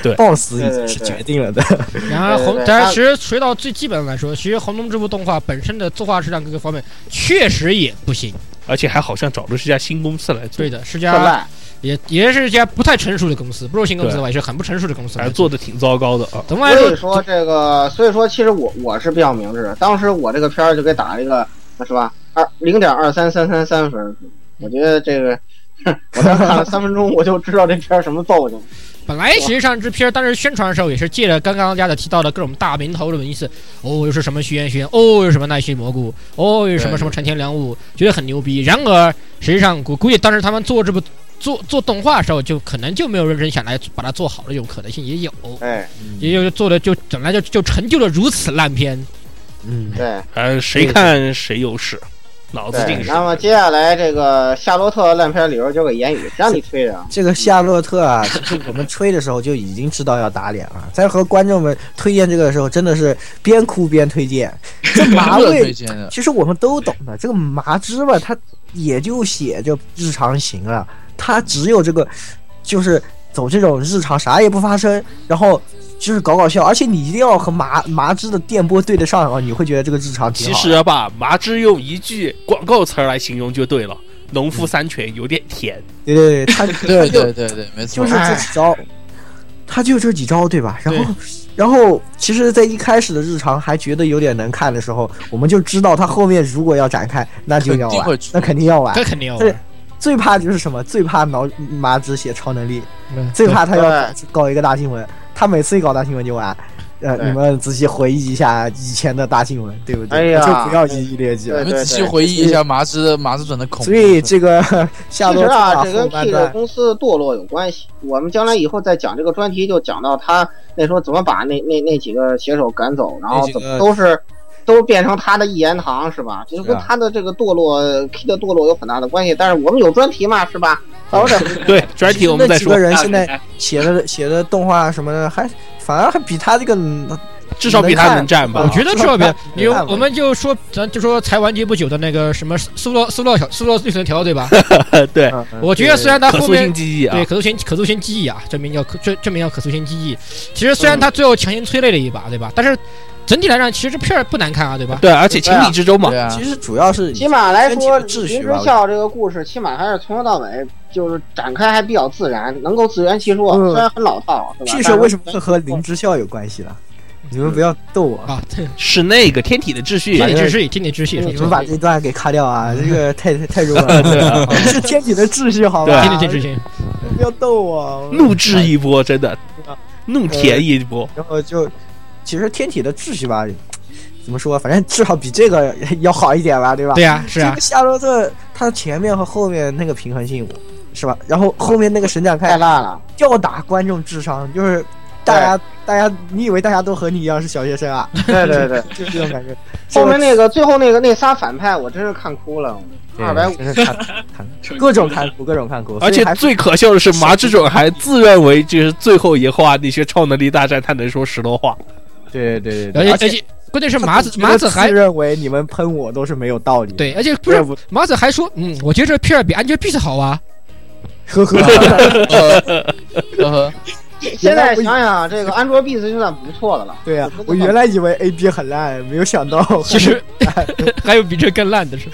S6: 对，
S2: BOSS 已经
S3: 对
S2: 是
S3: 对
S2: 决定了的，
S5: 然而
S3: 对对
S5: 红，
S3: 对
S5: 当然
S3: 它
S5: 其实回到最基本来说，其实《红龙》这部动画本身的作画质量各个方面确实也不行。
S6: 而且还好像找的是家新公司来做
S5: 对，的，是
S3: 特
S5: 家
S3: 烂，
S5: 也也是一家不太成熟的公司，不是新公司
S6: 对
S5: 吧，也是很不成熟的公司
S6: 反。正做的挺糟糕的啊。
S5: 总的来
S3: 所以
S5: 说，
S3: 说这个，所以说其实我我是比较明智的，当时我这个片儿就给打了一个，是吧？二零点二三三三三分，我觉得这个。我当时看了三分钟，我就知道这片儿什么造型。
S5: 本来实际上这片儿当时宣传的时候也是借了刚刚家的提到的各种大名头的名字，哦，又是什么徐元轩，哦，又是什么奈须蘑菇，哦，又是什么
S7: 对
S5: 什么陈天良悟，觉得很牛逼。然而实际上，我估计当时他们做这部做做动画的时候，就可能就没有认真想来把它做好的这种可能性也有，
S3: 哎，
S5: 也就做的就本来就就成就了如此烂片。
S2: 嗯，
S3: 对，
S6: 反正谁看谁有屎，脑子进
S3: 对。
S6: 屎。
S3: 那么接下来这个夏洛特烂片理由交给言语，让你推着。啊
S2: 这个夏洛特啊， 就是我们吹的时候就已经知道要打脸了，在和观众们推荐这个的时候，真的是边哭边推荐。这麻
S7: 热推
S2: 味，
S7: 荐的，
S2: 其实我们都懂的，这个麻枝吧，它也就写就日常型了，它只有这个，就是走这种日常啥也不发生，然后就是搞搞笑，而且你一定要和麻麻枝的电波对得上啊，你会觉得这个日常挺
S6: 其
S2: 好的。
S6: 实吧，麻枝用一句广告词儿来形容就对了：“农夫山泉有点甜。
S2: 对对对， 它
S7: 对对对对，没错
S2: 就，是这几招，哎他就这几招，对吧？然后，然后，其实，在一开始的日常还觉得有点难看的时候，我们就知道他后面如果要展开，那就要
S7: 肯定
S2: 玩
S3: 啊
S7: 会出，
S2: 那肯定要玩
S5: 这。肯定要
S2: 对
S5: 玩，
S2: 最怕就是什么？最怕脑麻子写超能力，
S5: 嗯
S2: 最怕他要
S3: 对
S2: 搞一个大新闻。他每次一搞大新闻就完。呃，
S3: 对
S2: 你们仔细回忆一下以前的大新闻，对不对？
S3: 哎呀
S2: 就不要一一列举
S7: 你
S2: 了
S3: 对。
S7: 们仔细回忆一下马子的马子转的恐怖
S2: 所。以这个 下
S3: 其
S2: 落
S3: 实
S2: 大
S3: 啊，这
S2: 后
S3: 跟
S2: 半
S3: P 的
S2: 段，
S3: 公司堕落有关系。我们将来以后再讲这个专题，就讲到他那时候怎么把那那那几个写手赶走，然后
S2: 那几
S3: 怎
S2: 个
S3: 么都是都变成他的一言堂，是吧？就是
S2: 是
S3: 跟
S2: 啊
S3: 他的这个堕落，P 的堕落有很大的关系。但是我们有专题嘛，是吧？到 时候再
S6: 对，专题我们再
S2: 那几
S6: 说啊
S2: 个。人现在
S3: 啊
S2: 写的写的动画什么的，还反而还比他这个
S6: 至少比他能站吧。
S5: 我觉得这边，
S2: 没
S5: 因为
S2: 办法
S5: 我们就说，咱就说才完结不久的那个什么苏洛苏洛小苏洛绿藤 条，对吧？
S6: 得对，
S5: 我觉得虽然他
S6: 可
S5: 后
S6: 塑
S5: 面
S6: 性记忆啊
S5: 对，可塑性可塑性记忆啊，证明叫可证证明叫可塑性记忆。其实虽然他最后强行催泪了一把，对吧？但是整体来讲，其实这片儿不难看啊，对吧？
S6: 对，而且情理之中嘛
S7: 对。啊，
S2: 其实主要是
S3: 起码来说，
S2: 身体的
S3: 林
S2: 秩序
S3: 之
S2: 吧。
S3: 孝这个故事，起码还是从头到尾就是展开还比较自然，能够自圆其说。
S2: 嗯
S3: 虽然很老套，是吧？
S2: P
S3: 但
S2: 社
S3: 是
S2: 为什么会和林之孝有关系呢？你们不要逗我啊！
S5: 啊，对
S6: 是那个天体的秩序
S5: 天，体之气，天体之气，
S3: 嗯
S5: 说
S2: 你
S5: 错
S2: 们
S5: 了
S2: 把这段给卡掉啊！这 个太太太弱了，
S6: 对啊
S2: 是天体的秩序好吧？
S5: 天体之气，
S2: 不要逗我！
S6: 怒斥一波，真的
S3: 嗯
S6: 怒舔一波。
S2: 然后就其实天体的秩序吧，怎么说？反正至少比这个 要好一点吧，对吧？
S5: 对啊，是
S2: 这
S5: 啊
S2: 个，夏洛特他前面和后面那个平衡性是吧？然后后面那个神展
S3: 太
S2: 开
S3: 烂 了。
S2: 吊打观众智商，就是大家大家，你以为大家都和你一样是小学生 啊？
S3: 对对对，
S2: 就是这种感觉。
S3: 后面那个最后那个那仨反派，我真是看哭了。二百五
S2: 真是看 看各种看哭，各种看哭，
S6: 而且
S2: 所以还
S6: 最可笑的是，麻志准还自认为就是最后一话那些超能力大战，他能说十多话。
S2: 对对对对，
S5: 而且
S2: 而
S5: 而且关键是麻子麻子还
S2: 自认为你们喷我都是没有道理啊的，
S5: 对，而且不
S2: 我也
S5: 是
S2: 不
S5: 麻子还说，嗯，我觉得这片儿比 Angelababy 好啊，
S2: 呵呵，
S7: 呵呵，
S3: 现在想想，啊这个安卓 B 是就算不错的了。
S2: 对啊，我原来以为 A B 很烂，没有想到
S5: 其实还有比这更烂的是，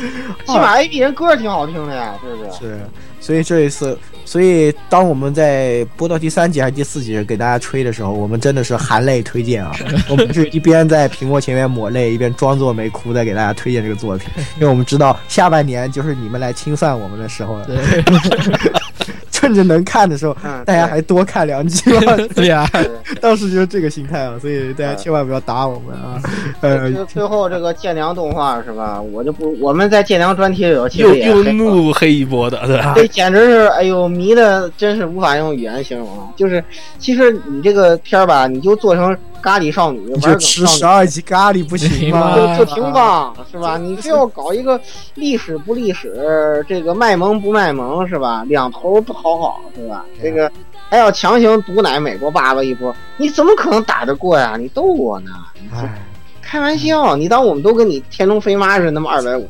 S3: 起码 A B 人歌挺好听的呀，对不对？
S2: 是，所以这一次，所以当我们在播到第三集还是第四集给大家吹的时候，我们真的是含泪推荐啊！我们是一边在屏幕前面抹泪，一边装作没哭，在给大家推荐这个作品，因为我们知道下半年就是你们来清算我们的时候了。 趁着能看的时候，
S3: 嗯，
S2: 大家还多看两集吧。
S5: 对啊呀，
S2: 当时就是这个心态啊，所以大家千万不要打我们啊！呃
S3: 对。，就最后这个建良动画是吧？我就不，我们在建良专题里头其
S6: 又
S3: 实也
S6: 又
S3: 黑了，
S6: 怒黑一波的，对吧？
S3: 这简直是哎呦迷的，真是无法用语言形容啊。就是其实你这个片儿吧，你就做成咖喱少女，
S2: 你
S3: 玩
S2: 就
S3: 梗
S2: 吃十
S3: 少女。
S2: 二集咖喱不行吗？
S6: 啊
S5: 行吗
S3: 就就挺棒，是吧？你非要搞一个历史不历史，这个卖萌不卖萌，是吧？两头不讨好，是吧？这
S6: 啊
S3: 个还要强行毒奶美国爸爸一波，你怎么可能打得过呀？你逗我呢？
S2: 唉
S6: 哎
S3: 开玩笑，你当我们都跟你天龙飞妈似的那么二 百五，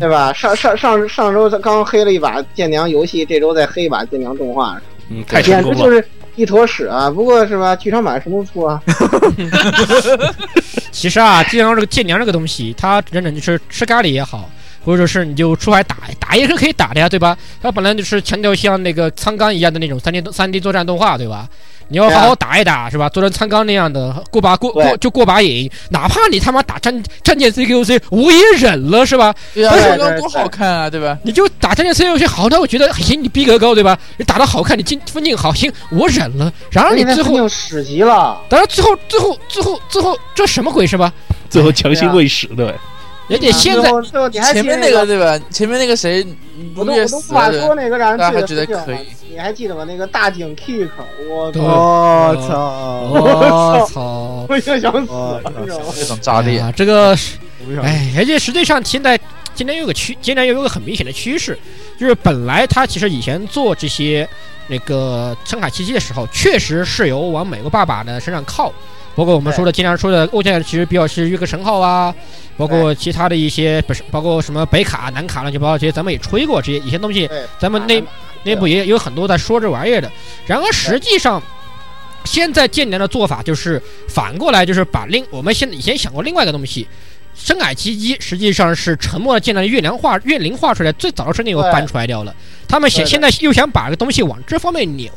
S3: 对吧？上上上上周他刚黑了一把剑娘游戏，这周再黑一把剑娘动画，
S6: 嗯，太成
S3: 简直
S6: 功
S3: 就
S6: 了。
S3: 是一坨屎啊！不过是吧，剧场版什么时候出啊？
S5: 其实啊，建良这个建良这个东西，它整整就是吃咖喱也好，或者是你就出海打打也是可以打的呀，对吧？它本来就是强调像那个仓冈一样的那种三 D 三 D 作战动画，对吧？你要好好打一打，是吧？做成苍冈那样的过把过过
S3: 对
S5: 就过把瘾，哪怕你他妈打战战舰 CQC，我也忍了，是吧？
S7: 对啊，
S5: 对
S7: 这
S3: 对
S7: 个多
S3: 对
S7: 好看啊，对吧？
S5: 你就打战舰 CQC 好，那我觉得行，你逼格高，对吧？你打得好看，你进分镜好，行，我忍了。然而你
S3: 那
S5: 最
S3: 肯
S5: 后，
S3: 定屎级了。
S5: 当然最后最后最后最后这什么鬼是吧？
S6: 最后强行喂食，对。
S5: 而且现在
S3: 啊最后最后你还
S7: 前面
S3: 记得
S7: 那个对吧？前面那个谁，
S3: 我
S7: 不
S3: 都
S7: 也
S3: 我
S7: 死
S3: 都不敢说
S7: 了？
S3: 那个让
S7: 大
S3: 人
S7: 家还
S3: 醉的
S7: 觉得
S3: 事情了
S7: 可以。
S3: 你还记得吗？那个大井 kick，我
S5: 对
S3: 靠，
S2: 我哦操！哦
S5: 我操！
S3: 我就想死
S2: 我
S3: 你知道吗
S7: 这种炸裂，
S5: 啊，这个是，
S2: 我想
S5: 哎，而且实际上现在今天有个趋，今天有一个很明显的趋势，就是本来他其实以前做这些那个深海奇迹的时候，确实是有往美国爸爸的身上靠。包括我们说的经常说的欧建其实比较是约克神号啊，包括其他的一些不是，包括什么北卡、南卡乱七八糟这些，咱们也吹过这些以前东西，
S3: 对，
S5: 咱们那内
S3: 啊
S5: 部也有很多在说这玩意儿的。然而实际上，现在建联的做法就是反过来，就是把另我们现在以前想过另外一个东西。深海奇迹实际上是沉没了建联的月亮画月灵画出来，最早的时候那个
S3: 对
S5: 搬出来掉了。他们
S3: 对
S5: 现
S3: 对
S5: 现在又想把这个东西往这方面扭，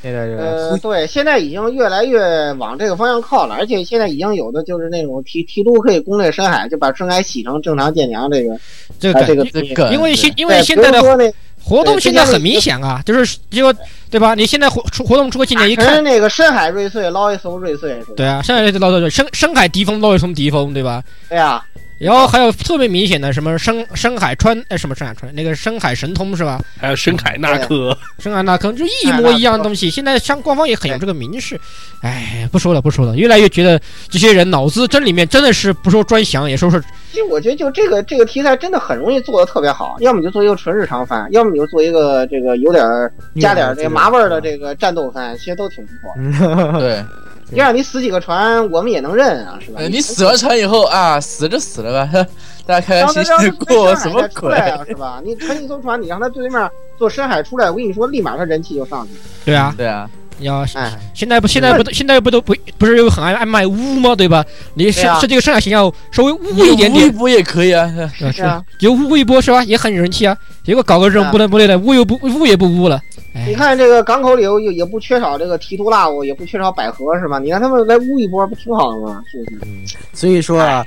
S2: 那个这个
S3: 呃，对，现在已经越来越往这个方向靠了，而且现在已经有的就是那种提提督可以攻略深海，就把深海洗成正常舰娘这个
S5: 这
S3: 啊这
S5: 个
S3: 个
S5: 因
S3: 东西
S7: 梗
S5: 因为现因为
S3: 对
S5: 现
S3: 不
S5: 在
S3: 用
S5: 的
S3: 说那
S5: 活动现在很明显啊，就是就对吧？你现在活出活动出个今年一
S3: 哎可是
S5: 看，
S3: 那个深海瑞穗捞一艘瑞穗是吧？
S5: 对啊，上来就捞到这深深海敌风捞一从敌风，对吧？
S3: 对哎呀、
S5: 然后还有特别明显的什么深深海川，哎，什么深海川，那个深海神通是吧？
S6: 还有深海纳科，
S5: 深海那坑就一模一样的东西。现在像官方也很有这个明示，哎，不说了不说了，越来越觉得这些人脑子真里面真的是不说专详，也说是
S3: 其实我觉得就这个这个题材真的很容易做的特别好，要么你就做一个纯日常番，要么你就做一个这个有点儿加点儿这个麻味儿
S5: 啊
S3: 的这个战斗番，其实都挺不错。
S5: 嗯
S7: 对，
S3: 你让你死几个船，我们也能认啊，是吧
S7: 呃？你死完船以后啊，死就死了吧， 大家开开
S3: 让他
S7: 心
S3: 让
S7: 心地
S3: 他
S7: 过，什么
S3: 出
S7: 鬼？
S3: 来啊，是吧？你乘一艘船，你让他对面坐深海出来，我跟你说，立马他人气就上去了。
S5: 对啊，
S7: 对啊，
S5: 你要
S3: 哎，
S5: 现在不现在不都现在不都不不是又很爱爱卖污吗？对吧？你是
S3: 对啊
S5: 是这个深海形象稍微污
S7: 你
S5: 一点点
S7: 无，不也可以啊？ 是
S5: 啊
S3: 是啊，
S5: 有污一波是吧？也很有人气啊。结果搞个这种
S3: 啊
S5: 不伦不类的，污又不污也不污了。
S3: 你
S5: 哎，
S3: 看这个港口里头也也不缺少这个提督辣我，也不缺少百合，是吧？你让他们来污一波，不挺好的吗？是不是？
S2: 所以说啊，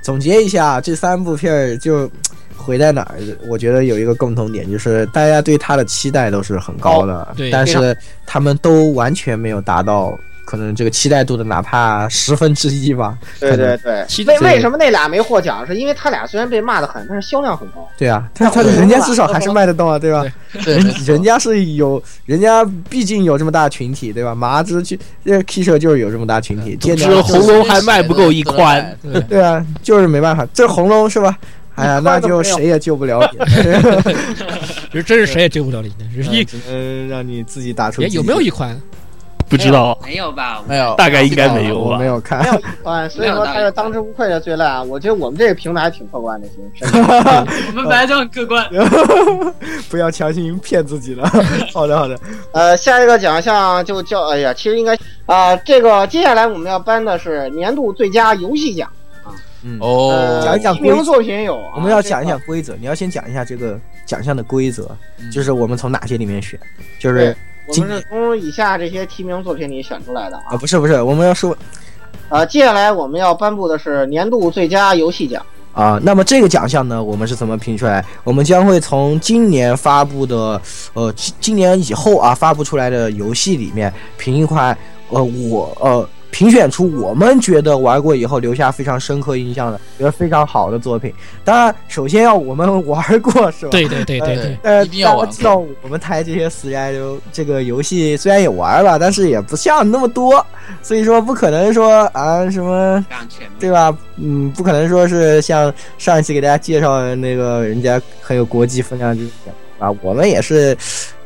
S2: 总结一下这三部片儿就回在哪儿？我觉得有一个共同点，就是大家对它的期待都是很高的，
S5: 对
S2: 但
S3: 非
S2: 是他们都完全没有达到可能这个期待度的哪怕十分之一吧。
S3: 对对对。
S5: 其
S3: 为
S2: 对
S3: 为什么那俩没获奖？是因为他俩虽然被骂的很，但是销量很高。
S2: 对啊，但是他
S3: 那我
S2: 人家至少还是卖得动啊，对吧？
S7: 对，没错
S2: 人家是有，人家毕竟有这么大群体，对吧？麻子去，这 K 社就是有这么大群体，
S6: 总
S2: 天
S6: 之
S2: 天
S6: 红楼还卖不够一宽，
S7: 对，
S2: 对啊，就是没办法，这红楼是吧？哎呀，
S3: 一
S2: 那
S3: 块都没
S2: 就
S3: 有
S2: 谁也救不了你。
S5: 实真是谁也救不了你的，只是一
S2: 呃，让你自己打出
S5: 也有没有一款？
S6: 不知道，
S4: 没有吧？
S7: 没有，
S6: 大概应该没有
S2: 我
S6: 吧
S2: 没。有看
S3: 没，有啊，所以说他是当之无愧的最烂啊！我觉得我们这个平台挺客观的，其实。
S4: 我们本来就很客观。
S2: 不要强行骗自己了。 好的，好的，
S5: 啊
S3: 呃，下一个奖项就叫，哎呀，其实应该啊、这个接下来我们要颁的是年度最佳游戏奖，
S2: 嗯，
S7: 哦，
S3: 呃，
S2: 讲一讲
S3: 提名作品有啊，
S2: 我们要讲一讲规则，你要先讲一下这个奖项的规则，
S7: 嗯
S2: 就是我们从哪些里面选，就
S3: 这
S2: 是
S3: 个，对我们是从以下这些提名作品里选出来的啊
S2: 啊，。不是不是，我们要说
S3: 啊，接下来我们要颁布的是年度最佳游戏奖。
S2: 啊，那么这个奖项呢，我们是怎么评出来？我们将会从今年发布的，呃，今今年以后啊发布出来的游戏里面评一款，呃，我呃评选出我们觉得玩过以后留下非常深刻印象的，觉得非常好的作品。当然，首先要我们玩过，是吧？。
S5: 对对对对
S7: 对
S5: 对，
S2: 呃，
S7: 一定要
S2: 大
S7: 玩
S2: 家知道我们台这些死宅流这个游戏虽然也玩吧，但是也不像那么多，所以说不可能说啊什么
S4: 让全部
S2: 对吧？嗯，不可能说是像上一期给大家介绍的那个人家很有国际分量这种啊，我们也是，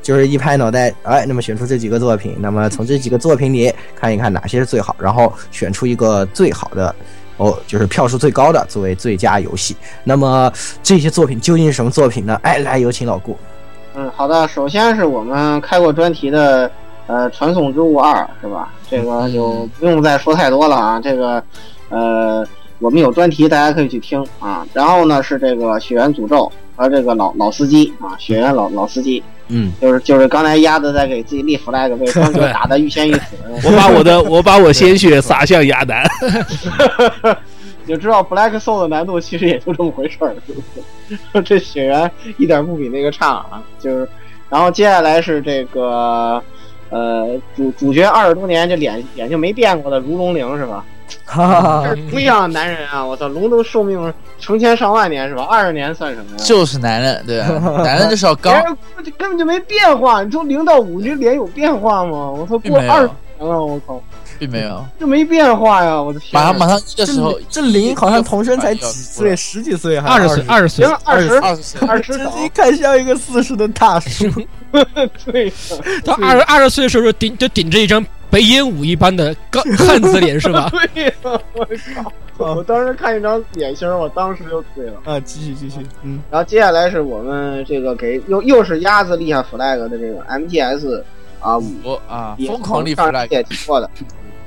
S2: 就是一拍脑袋，哎，那么选出这几个作品，那么从这几个作品里看一看哪些是最好，然后选出一个最好的。哦，就是票数最高的作为最佳游戏。那么这些作品究竟是什么作品呢？哎，来有请老顾。
S3: 嗯，好的，首先是我们开过专题的，呃，《传送之物二》是吧？这个就不用再说太多了啊。这个，呃，我们有专题，大家可以去听啊。然后呢是这个《血缘诅咒》和这个老老司机啊，《血缘老老司机
S2: 嗯》，
S3: 就是就是刚才鸭子在给自己立 flag，被双哥打的欲仙欲死，
S6: 我把我的我把我鲜血洒向亚楠，
S3: 就知道 Black Soul 的难度其实也就这么回事儿，是不是？这显然一点不比那个差啊。就是，然后接下来是这个，呃，主主角二十多年这脸脸就没变过的如龙灵是吧？
S2: 哈哈哈
S3: 这是不一样的男人啊！我操，龙都寿命成千上万年是吧？二十年算什么呀？
S7: 就是男人， 对吧？啊男人就是要
S3: 别
S7: 刚，
S3: 人根本就没变化，你从零到五这脸有变化吗？我操，
S7: 并
S3: 过
S7: 没
S3: 二十
S7: 有，
S3: 年了，我靠，
S7: 并没有。
S3: 就没变化呀！我的天
S7: 马
S3: 啊，
S7: 上马上一的时候，
S2: 这零好像童声才
S7: 哎
S2: 几岁，
S7: 要
S2: 十几岁还
S5: 哎二十岁，二十岁
S3: 行，二十
S7: 二十岁，
S3: 二十
S2: 真
S3: 早，
S2: 心看像一个四十的大叔。
S3: 对。
S5: 到二十二十岁的时候顶就顶着一张白烟武一般的高汉子脸是 吧？
S3: 对呀、哎我靠！我当时看一张眼型，我当时就醉了。
S2: 啊，继续继续，嗯。
S3: 然后接下来是我们这个给又又是鸭子立下 flag 的这个 MTS 啊五，
S7: 我啊，
S3: 也
S7: 疯狂立
S3: 上
S7: flag，
S3: 也提过的，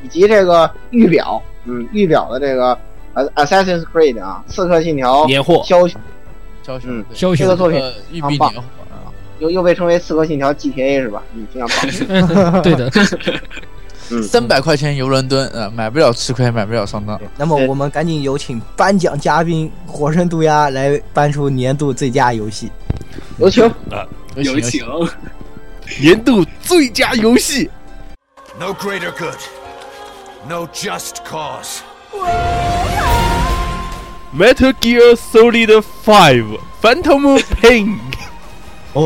S3: 以及这个预表，嗯，预表的这个呃 Assassin's Creed 啊，刺客信条、
S6: 年货
S3: 枭雄
S7: 枭雄
S3: 嗯，
S7: 对
S5: 枭
S3: 这个
S5: 雄，
S3: 作品
S7: 呃玉
S3: 非
S7: 璧
S3: 常棒
S7: 年华啊，
S3: 又又被称为《刺客信条》GTA 是吧？嗯， 非常棒。
S5: 嗯，对 的，
S7: 三百块钱游伦敦啊，买不了吃亏，买不了上当。
S2: 那么我们赶紧有请颁奖嘉宾火神渡鸦啊来颁出年度最佳游戏。
S3: 有请
S4: 有请
S6: 年度最佳游戏
S8: No greater good. No just cause.
S6: Metal Gear Solid Five Phantom Pain。
S2: 哦，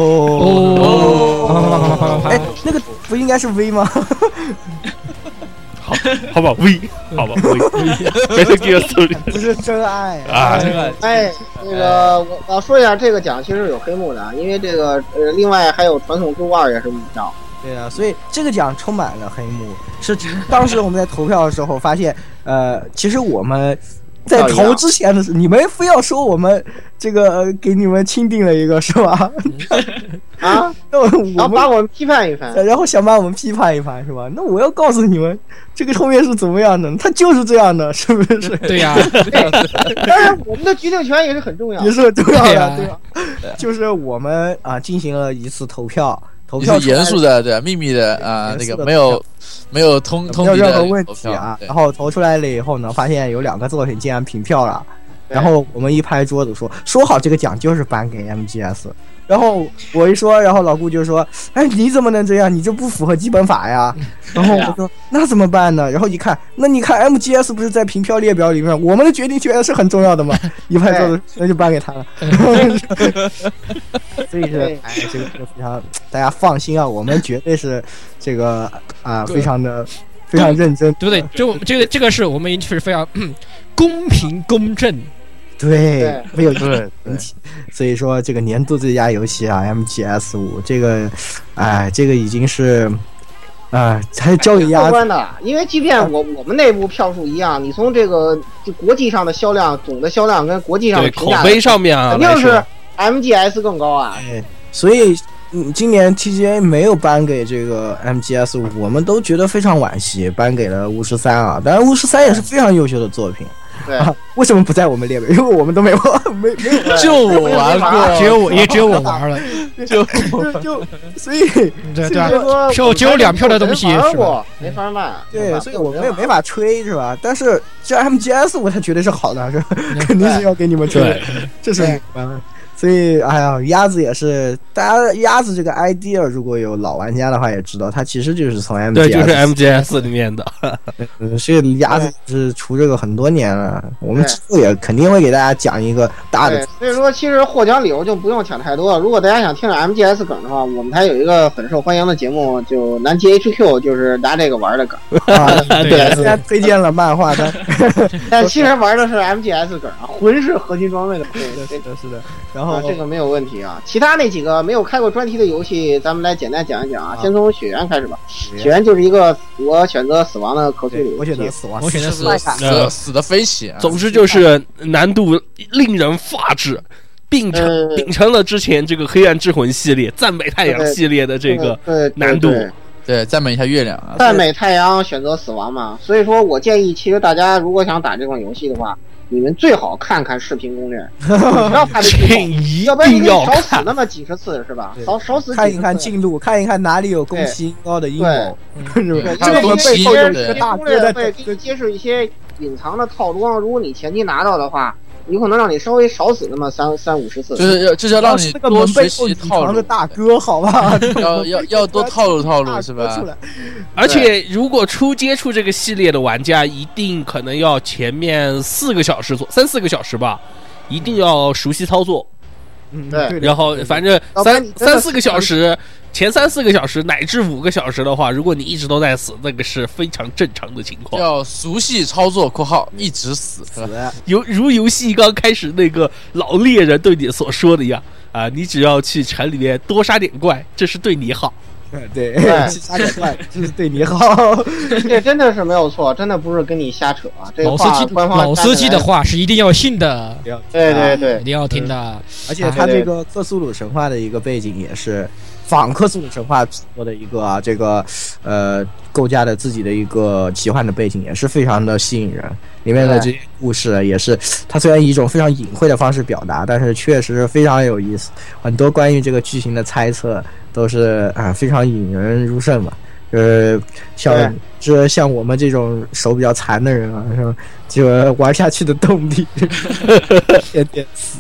S5: 哦，
S2: 哎，那个不应该是 V 吗？
S6: 好，好吧，V，好吧，V，Metal Gear Solid
S2: 不是真爱啊！
S6: 啊，
S3: 哎，那个我我要说一下，这个奖其实有黑幕的啊，因为这个呃，另外还有传统之物二也是五张。
S2: 对啊，所以这个奖充满了黑幕。是当时我们在投票的时候发现，呃，其实我们在投之前的时候，你们非要说我们这个呃给你们钦定了一个是吧？
S3: 啊，
S2: 那我
S3: 然后
S2: 们
S3: 把我们批判一番。
S2: 然后想把我们批判一番是吧？那我要告诉你们，这个后面是怎么样的，它就是这样的， 是不是？
S5: 对呀，
S3: 当然，我们的决定权也是很重要
S2: 也。是很重要的，
S5: 对呀
S2: 对吧？就是我们啊进行了一次投票，投
S7: 你
S2: 票
S7: 是严肃的，对，秘密的啊，
S2: 严
S7: 那
S2: 肃的
S7: 个没有没有通
S2: 出
S7: 通
S2: 来了没
S7: 敌
S2: 有任
S7: 的
S2: 何问
S7: 投
S2: 题
S7: 票
S2: 啊。
S7: 对
S2: 然后投出来了以后呢，发现有两个作品竟然平票了，
S3: 对
S2: 然后我们一拍桌子说，说好这个奖就是颁给 MGS。然后我一说，然后老顾就说：“哎，你怎么能这样？你这不符合基本法呀！”然后我说：“那怎么办呢？”然后一看，那你看 MGS 不是在评票列表里面，我们的决定权是很重要的嘛？一拍桌子，那就颁给他了。所以是
S3: 对，
S2: 哎，这个这个非常，大家放心啊，我们绝对是这个啊、非常的非常认真，
S5: 对不对？就这个这个是我们一定是非常嗯公平公正，
S2: 对
S3: 对，
S2: 没有
S7: 对
S2: 问题。所以说，这个年度最佳游戏啊，MGS 五，这个，哎，这个已经是，啊、还交给
S3: 客
S2: 丫
S3: 观的，因为即便
S2: 啊
S3: 我我们内部票数一样，你从这个就国际上的销量、总的销量跟国际上的
S6: 对，
S3: 评
S6: 口
S3: 价，
S6: 碑上面啊，
S3: 肯定是 MGS 更高啊。
S2: 哎，所以嗯，今年 TGA 没有颁给这个 MGS 五，我们都觉得非常惋惜，颁给了巫师三啊。当然，巫师三也是非常优秀的作品。
S3: 对
S2: 啊，为什么不在我们列表？因为我们都没有 没没有
S7: 就我玩
S5: 只
S7: 过，
S5: 有我也只有我玩了，
S2: 就就所以
S5: 对对啊
S3: 所以
S5: 吧？
S3: 说
S5: 票只有两票的东西
S3: 没法
S5: 是
S3: 过
S5: 吧，
S3: 没法卖。没
S2: 对，
S3: 法
S2: 所以我们也没法吹是吧？但是这 MGS 五它绝对是好的，是吧？ 肯定是要给你们吹的。
S6: 对，
S2: 这是没办法。所以，哎呀，鸭子也是，大家鸭子这个 idea 如果有老玩家的话也知道，它其实就是从 MGS
S6: 对，就是 MGS 里面的，
S3: 啊
S2: 嗯，所以鸭子是出这个很多年了，我们之后也肯定会给大家讲一个大
S3: 对
S2: 的，
S3: 所以说其实获奖理由就不用讲太多了。如果大家想听点 MGS 梗的话，我们还有一个很受欢迎的节目，就南极 HQ，就是拿这个玩的梗。
S2: 啊，
S5: 对
S2: 虽然推荐了漫画，但
S3: 但其实玩的是 MGS 梗啊，魂是核心装备的。对对对
S2: 是的，是的。然后
S3: 啊，这个没有问题啊。其他那几个没有开过专题的游戏，咱们来简单讲一讲啊。
S2: 啊
S3: 先从血缘开始吧。
S2: 缘
S3: 血缘就是一个我选择死亡的可退
S2: 对
S3: 游
S2: 我
S3: 戏呃
S2: 选。择死亡，
S5: 我选择
S7: 就
S5: 死
S7: 是死死的飞起啊，
S6: 总之就是难度令人发指，秉承
S3: 呃
S6: 秉承了之前这个黑暗之魂系列、赞美太阳系列的这个
S3: 对对
S6: 难度
S3: 对
S7: 对赞美一下月亮啊，
S3: 赞美太阳选择死亡嘛。所以说我建议，其实大家如果想打这款游戏的话，你们最好看看视频攻略，不要看这剧
S6: 请
S3: 透，
S6: 一
S3: 要不然你
S6: 定
S3: 得
S6: 要
S3: 少死
S6: 看。
S3: 那么几十次是吧
S2: 对？
S3: 少少死几十次
S2: 看一看进度，看一看哪里有攻心高的阴谋，是
S7: 对
S2: 吧？这
S7: 看看
S2: 个我们
S7: 攻
S2: 背
S7: 击
S2: 后有一
S7: 对
S2: 个大
S3: 攻
S2: 哥
S3: 略
S2: 在
S3: 会
S2: 等
S3: 给你揭示一些隐藏的套装，如果你前期拿到的话，有可能让你稍微少死那么三三五十次。
S7: 就是要就是要让你
S2: 这个
S7: 多
S2: 门
S7: 学
S2: 背后
S7: 习
S2: 隐
S7: 套
S2: 藏
S7: 路
S2: 的，大哥，好 吧？
S7: 要要要多套路套路是
S2: 大
S7: 吧
S2: 哥出？来
S6: 而且如果初接触这个系列的玩家，一定可能要前面四个小时左三四个小时吧，一定要熟悉操作。
S2: 嗯，
S3: 对
S2: 对的
S6: 然后反正
S3: 要不然
S6: 三
S3: 你真的
S6: 三四个小时，前三四个小时乃至五个小时的话，如果你一直都在死，那个是非常正常的情况。
S7: 要熟悉操作（括号一直死）是吧？
S2: 嗯死，
S6: 游如游戏刚开始那个老猎人对你所说的一样啊，你只要去城里面多杀点怪，这是对你好。
S2: 对，
S3: 对
S2: 去杀点怪，这是对你好。
S3: 这真的是没有错，真的不是跟你瞎扯啊！这个
S5: 老司
S3: 话
S5: 机
S3: 官方
S5: 老司机的
S3: 话，
S5: 话是一定要信的，
S3: 对对
S5: 一
S3: 对
S5: 定要听的。
S3: 啊
S2: 而且它这个克苏鲁神话的一个背景也是，仿克苏鲁神话做的一个、啊、这个呃构架的自己的一个奇幻的背景，也是非常的吸引人。里面的这些故事也是，它虽然以一种非常隐晦的方式表达，但是确实非常有意思。很多关于这个剧情的猜测都是啊非常引人入胜嘛。就是
S3: 对
S2: 像这像我们这种手比较残的人啊，是吧就玩下去的动 力有点死。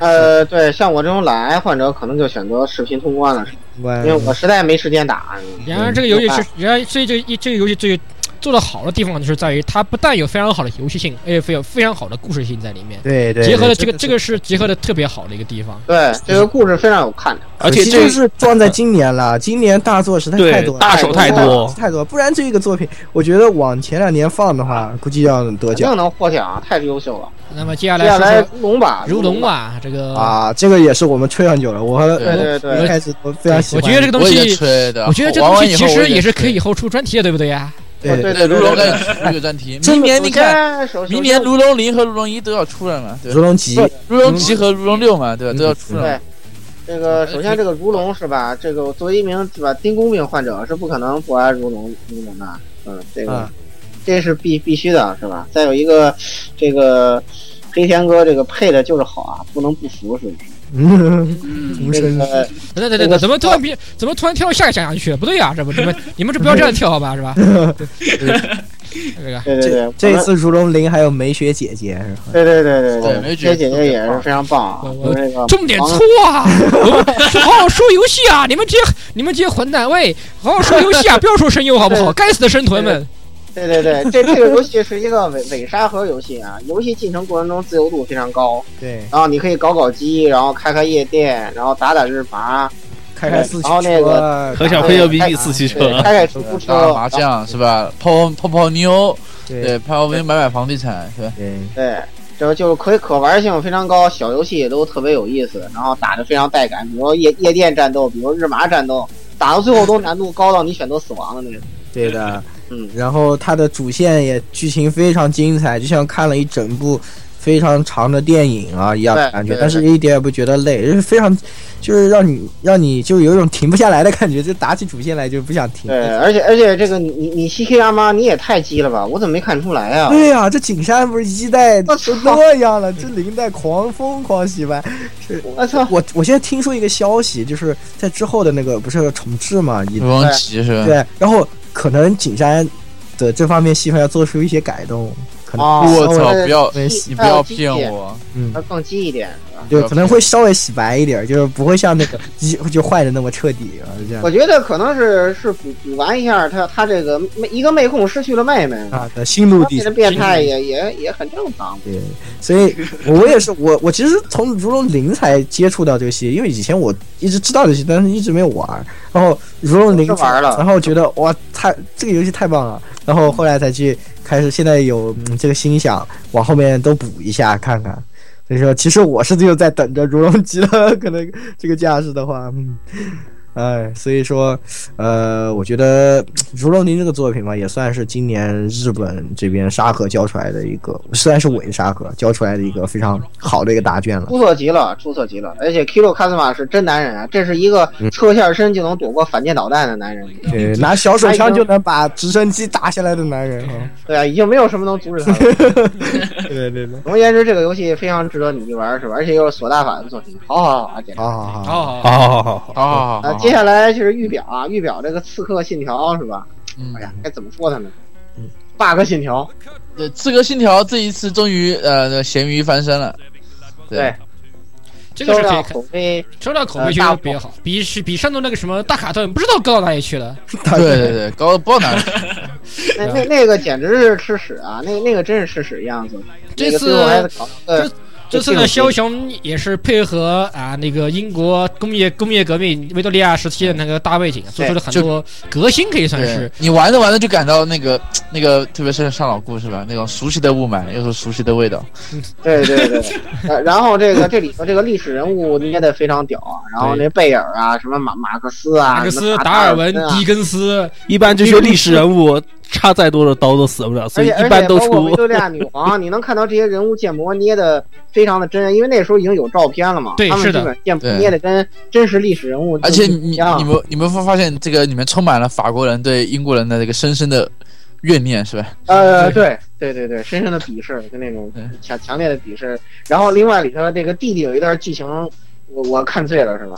S3: 呃，对，像我这种懒癌患者，可能就选择视频通关了，
S2: 嗯
S3: 因为我实在没时间打。嗯
S5: 然而这个游戏是，然而所以这一这个游戏最做的好的地方就是在于它不但有非常好的游戏性，而且非有非常好的故事性在里面，
S2: 对对，
S5: 结合了
S2: 对
S5: 这
S2: 真
S5: 个
S2: 的
S5: 这个是结合的特别好的一个地方。
S3: 对，这个故事非常有看头。
S6: 而
S2: 可
S6: 且
S2: 惜
S6: 这
S2: 就是撞在今年了，今年大作实在太
S6: 对
S2: 多了，
S6: 大手太多，
S2: 太多了，不然这个作品，我觉觉得往前两年放的话，估计要得
S3: 肯
S2: 奖
S3: 定能获奖，啊太优秀了。
S5: 那么接下
S3: 接下来
S5: 来说
S3: 如龙吧，
S5: 如龙，吧，这个
S2: 啊！这个也是我们吹很久了，我
S3: 对对
S2: 我一
S3: 对，
S2: 开始都非常喜
S5: 我
S2: 欢。
S5: 觉得这个东
S7: 我也
S5: 西，
S7: 吹的，
S5: 我觉得这
S7: 玩
S5: 东
S7: 啊完
S5: 西
S7: 以
S5: 其
S7: 后我
S5: 实
S7: 也
S5: 也是
S7: 吹
S5: 可以。以后出专题的，对不对呀？
S2: 对
S3: 对
S7: 对，
S3: 对
S7: 如龙
S3: 对。
S7: 跟有专题，
S2: 这
S7: 明年你看，
S3: 看，首
S7: 明年
S3: 首先
S7: 如龙零和如龙一都要出来嘛，对吧
S2: 如？龙集，
S7: 如龙集和如龙六嘛，
S2: 嗯
S7: 对吧？都要出来
S3: 对
S7: 嘛。
S3: 这个首先这个如龙是吧？这个作为一名是吧丁公病患者是不可能不爱如龙如龙的，嗯，这个
S2: 啊
S3: 这是必必须的是吧？再有一个这个黑田哥这个配的就是好啊，不能不服是不是？
S2: 嗯，
S4: 嗯，
S2: 无
S3: 这
S2: 声
S3: 个
S5: 等等等等，怎么突然变？怎么突然跳到下一项下去了？不对呀、啊这不你们你们这不要这样跳好吧，是吧？这个
S3: 对对
S2: 这
S3: 对，
S2: 这一
S3: 我们
S2: 次如龙零还有梅雪姐姐，是吧
S3: 对对对对
S7: 对梅
S3: 这
S7: 姐
S3: 姐姐也是非常棒啊，
S5: 我
S3: 就是那个
S5: 重点
S3: 王
S5: 错啊！我们好好说游戏啊！你们这些你们这些混蛋，喂，好好说游戏啊！不要说声优好不好？该死的生豚们！
S3: 对对对，这这个游戏是一个伪伪沙盒游戏啊，游戏进程过程中自由度非常高，
S2: 对，
S3: 然后你可以搞搞基，然后开开夜店，然后打打日麻，
S2: 开开四驱
S3: 然后那
S2: 车，啊
S6: 很想
S3: 对
S6: 黑牛
S3: 开
S6: 逼
S3: 开
S6: 第四驱
S3: 对
S6: 车，啊
S3: 开开出租
S2: 嗯
S7: 打
S3: 车，
S7: 麻将是吧？泡泡泡妞，对，
S2: 对
S7: 泡泡妞买买房地产，对吧？
S2: 对，
S3: 对，这就可以可玩性非常高，小游戏也都特别有意思，然后打的非常带感，比如夜夜店战斗，比如日麻战斗，打到最后都难度高到你选择死亡的那种。
S2: 对的，
S3: 嗯，
S2: 然后它的主线也剧情非常精彩，就像看了一整部非常长的电影啊一样的
S3: 对
S2: 感
S3: 对
S2: 觉，
S3: 对
S2: 但是一点也不觉得累，就是非常，就是让你让你就是有一种停不下来的感觉，就打起主线来就不想停。
S3: 对，而且而且这个你你你 C K 阿妈你也太鸡了吧，我怎么没看出来啊呀、
S2: 对呀、啊这景山不是一代
S3: 我
S2: 都
S3: 操
S2: 那样了，这零代狂疯狂洗白。
S3: 我操！
S2: 我我现在听说一个消息，就是在之后的那个不是重置嘛，一
S3: 嗯
S7: 如龙集是吧？
S2: 对，然后可能景山的这方面戏份要做出一些改动，可能
S3: 哦
S7: 我操！
S3: 对
S7: 不要，
S2: 对
S7: 你不要骗我！
S2: 嗯
S3: 那，更鸡一点是吧？
S2: 对，可能会稍微洗白一点，就是不会像那个一就坏的那么彻底啊，这样
S3: 我觉得可能是是补补完一下他他这个妹一个妹控失去了妹妹，
S2: 啊的心路
S3: 他
S2: 历
S3: 变
S2: 程
S3: 得。变态也也也很正常。
S2: 对，所以我也是我我其实从如龙零才接触到这个戏，因为以前我一直知道这戏，但是一直没有玩儿。然后如龙零
S3: 我是玩了
S2: 然后觉得哇，太这个游戏太棒了。然后后来才去开始，现在有、嗯这个心想往后面都补一下看看。所以说，其实我是就在等着如龙集了， 可能这个架势的话，嗯。哎，所以说，呃，我觉得《如龙零》这个作品嘛，也算是今年日本这边沙盒教出来的一个，虽然是伪沙盒教出来的一个非常好的一个答 卷了。
S3: 出色极了，出色极了！而且 Kilo Kazuma 是真男人啊，这是一个
S5: 嗯
S3: 侧下身就能躲过反舰导弹的男人。
S2: 对，呃拿小手枪就能把直升机打下来的男人哈。
S3: 对啊，已经没有什么能阻止他了。
S2: 对对 对，
S3: 总而言之，这个游戏非常值得你去玩，是吧？而且又是索大法的作品，好好好啊，简直。
S2: 好好好，
S5: 好
S6: 好好好
S5: 好，
S6: 好好，
S7: 好好好
S3: 啊，
S7: 好，
S3: 接下来就是预表啊，预表这个《刺客信条》是吧？
S7: 嗯
S3: 哎呀，该怎么说它呢？bug
S5: 嗯
S3: 信条，
S7: 对，《刺客信条》这一次终于呃，咸鱼翻身了。
S3: 对，
S5: 这个
S3: 销
S5: 是可以
S3: 量
S5: 看
S3: 口， 碑嗯
S5: 收到口碑确实特别好，比是比上周那个什么大卡顿不知道高到哪里去了。
S7: 对对对，高的爆哪去？
S3: 那那那个简直是吃屎啊！那那个真是吃屎一样子。
S5: 这
S3: 那个
S5: 次
S3: 最后还搞呃，
S5: 这次呢，枭雄也是配合啊那个英国工业工业革命维多利亚时期的那个大背景，做出了很多革新，可以算
S7: 对
S5: 是。
S7: 你玩着玩着就感到那个那个，特别是上老顾是吧？那种熟悉的雾霾，又是熟悉的味道。
S3: 对对对，呃然后这个这里头这个历史人物应该得非常屌啊，然后那贝尔啊，什么马马克思啊，
S5: 马克
S3: 什
S5: 思、
S3: 么
S5: 达
S3: 尔
S5: 尔文、
S3: 啊
S5: 狄更斯，
S6: 一般这些历史人物插再多的刀都死不了，所
S3: 而
S6: 以
S3: 且
S6: 一
S3: 而
S6: 般
S3: 且
S6: 都
S3: 包括维
S6: 出
S3: 多利亚女皇，你能看到这些人物建模捏的非常的真人，因为那时候已经有照片了嘛，
S5: 对
S3: 他们
S5: 是
S3: 基
S5: 的
S3: 本建模
S7: 对
S3: 捏的跟真实历史人物就
S7: 而且
S3: 不一
S7: 你
S3: 样
S7: 你们你们会发现，这个里面充满了法国人对英国人的这个深深的怨念，是吧？
S3: 呃，对对对对，深深的鄙视，就那种
S7: 对
S3: 强强烈的鄙视。然后另外里头这个弟弟有一段剧情，我我看醉了是吧？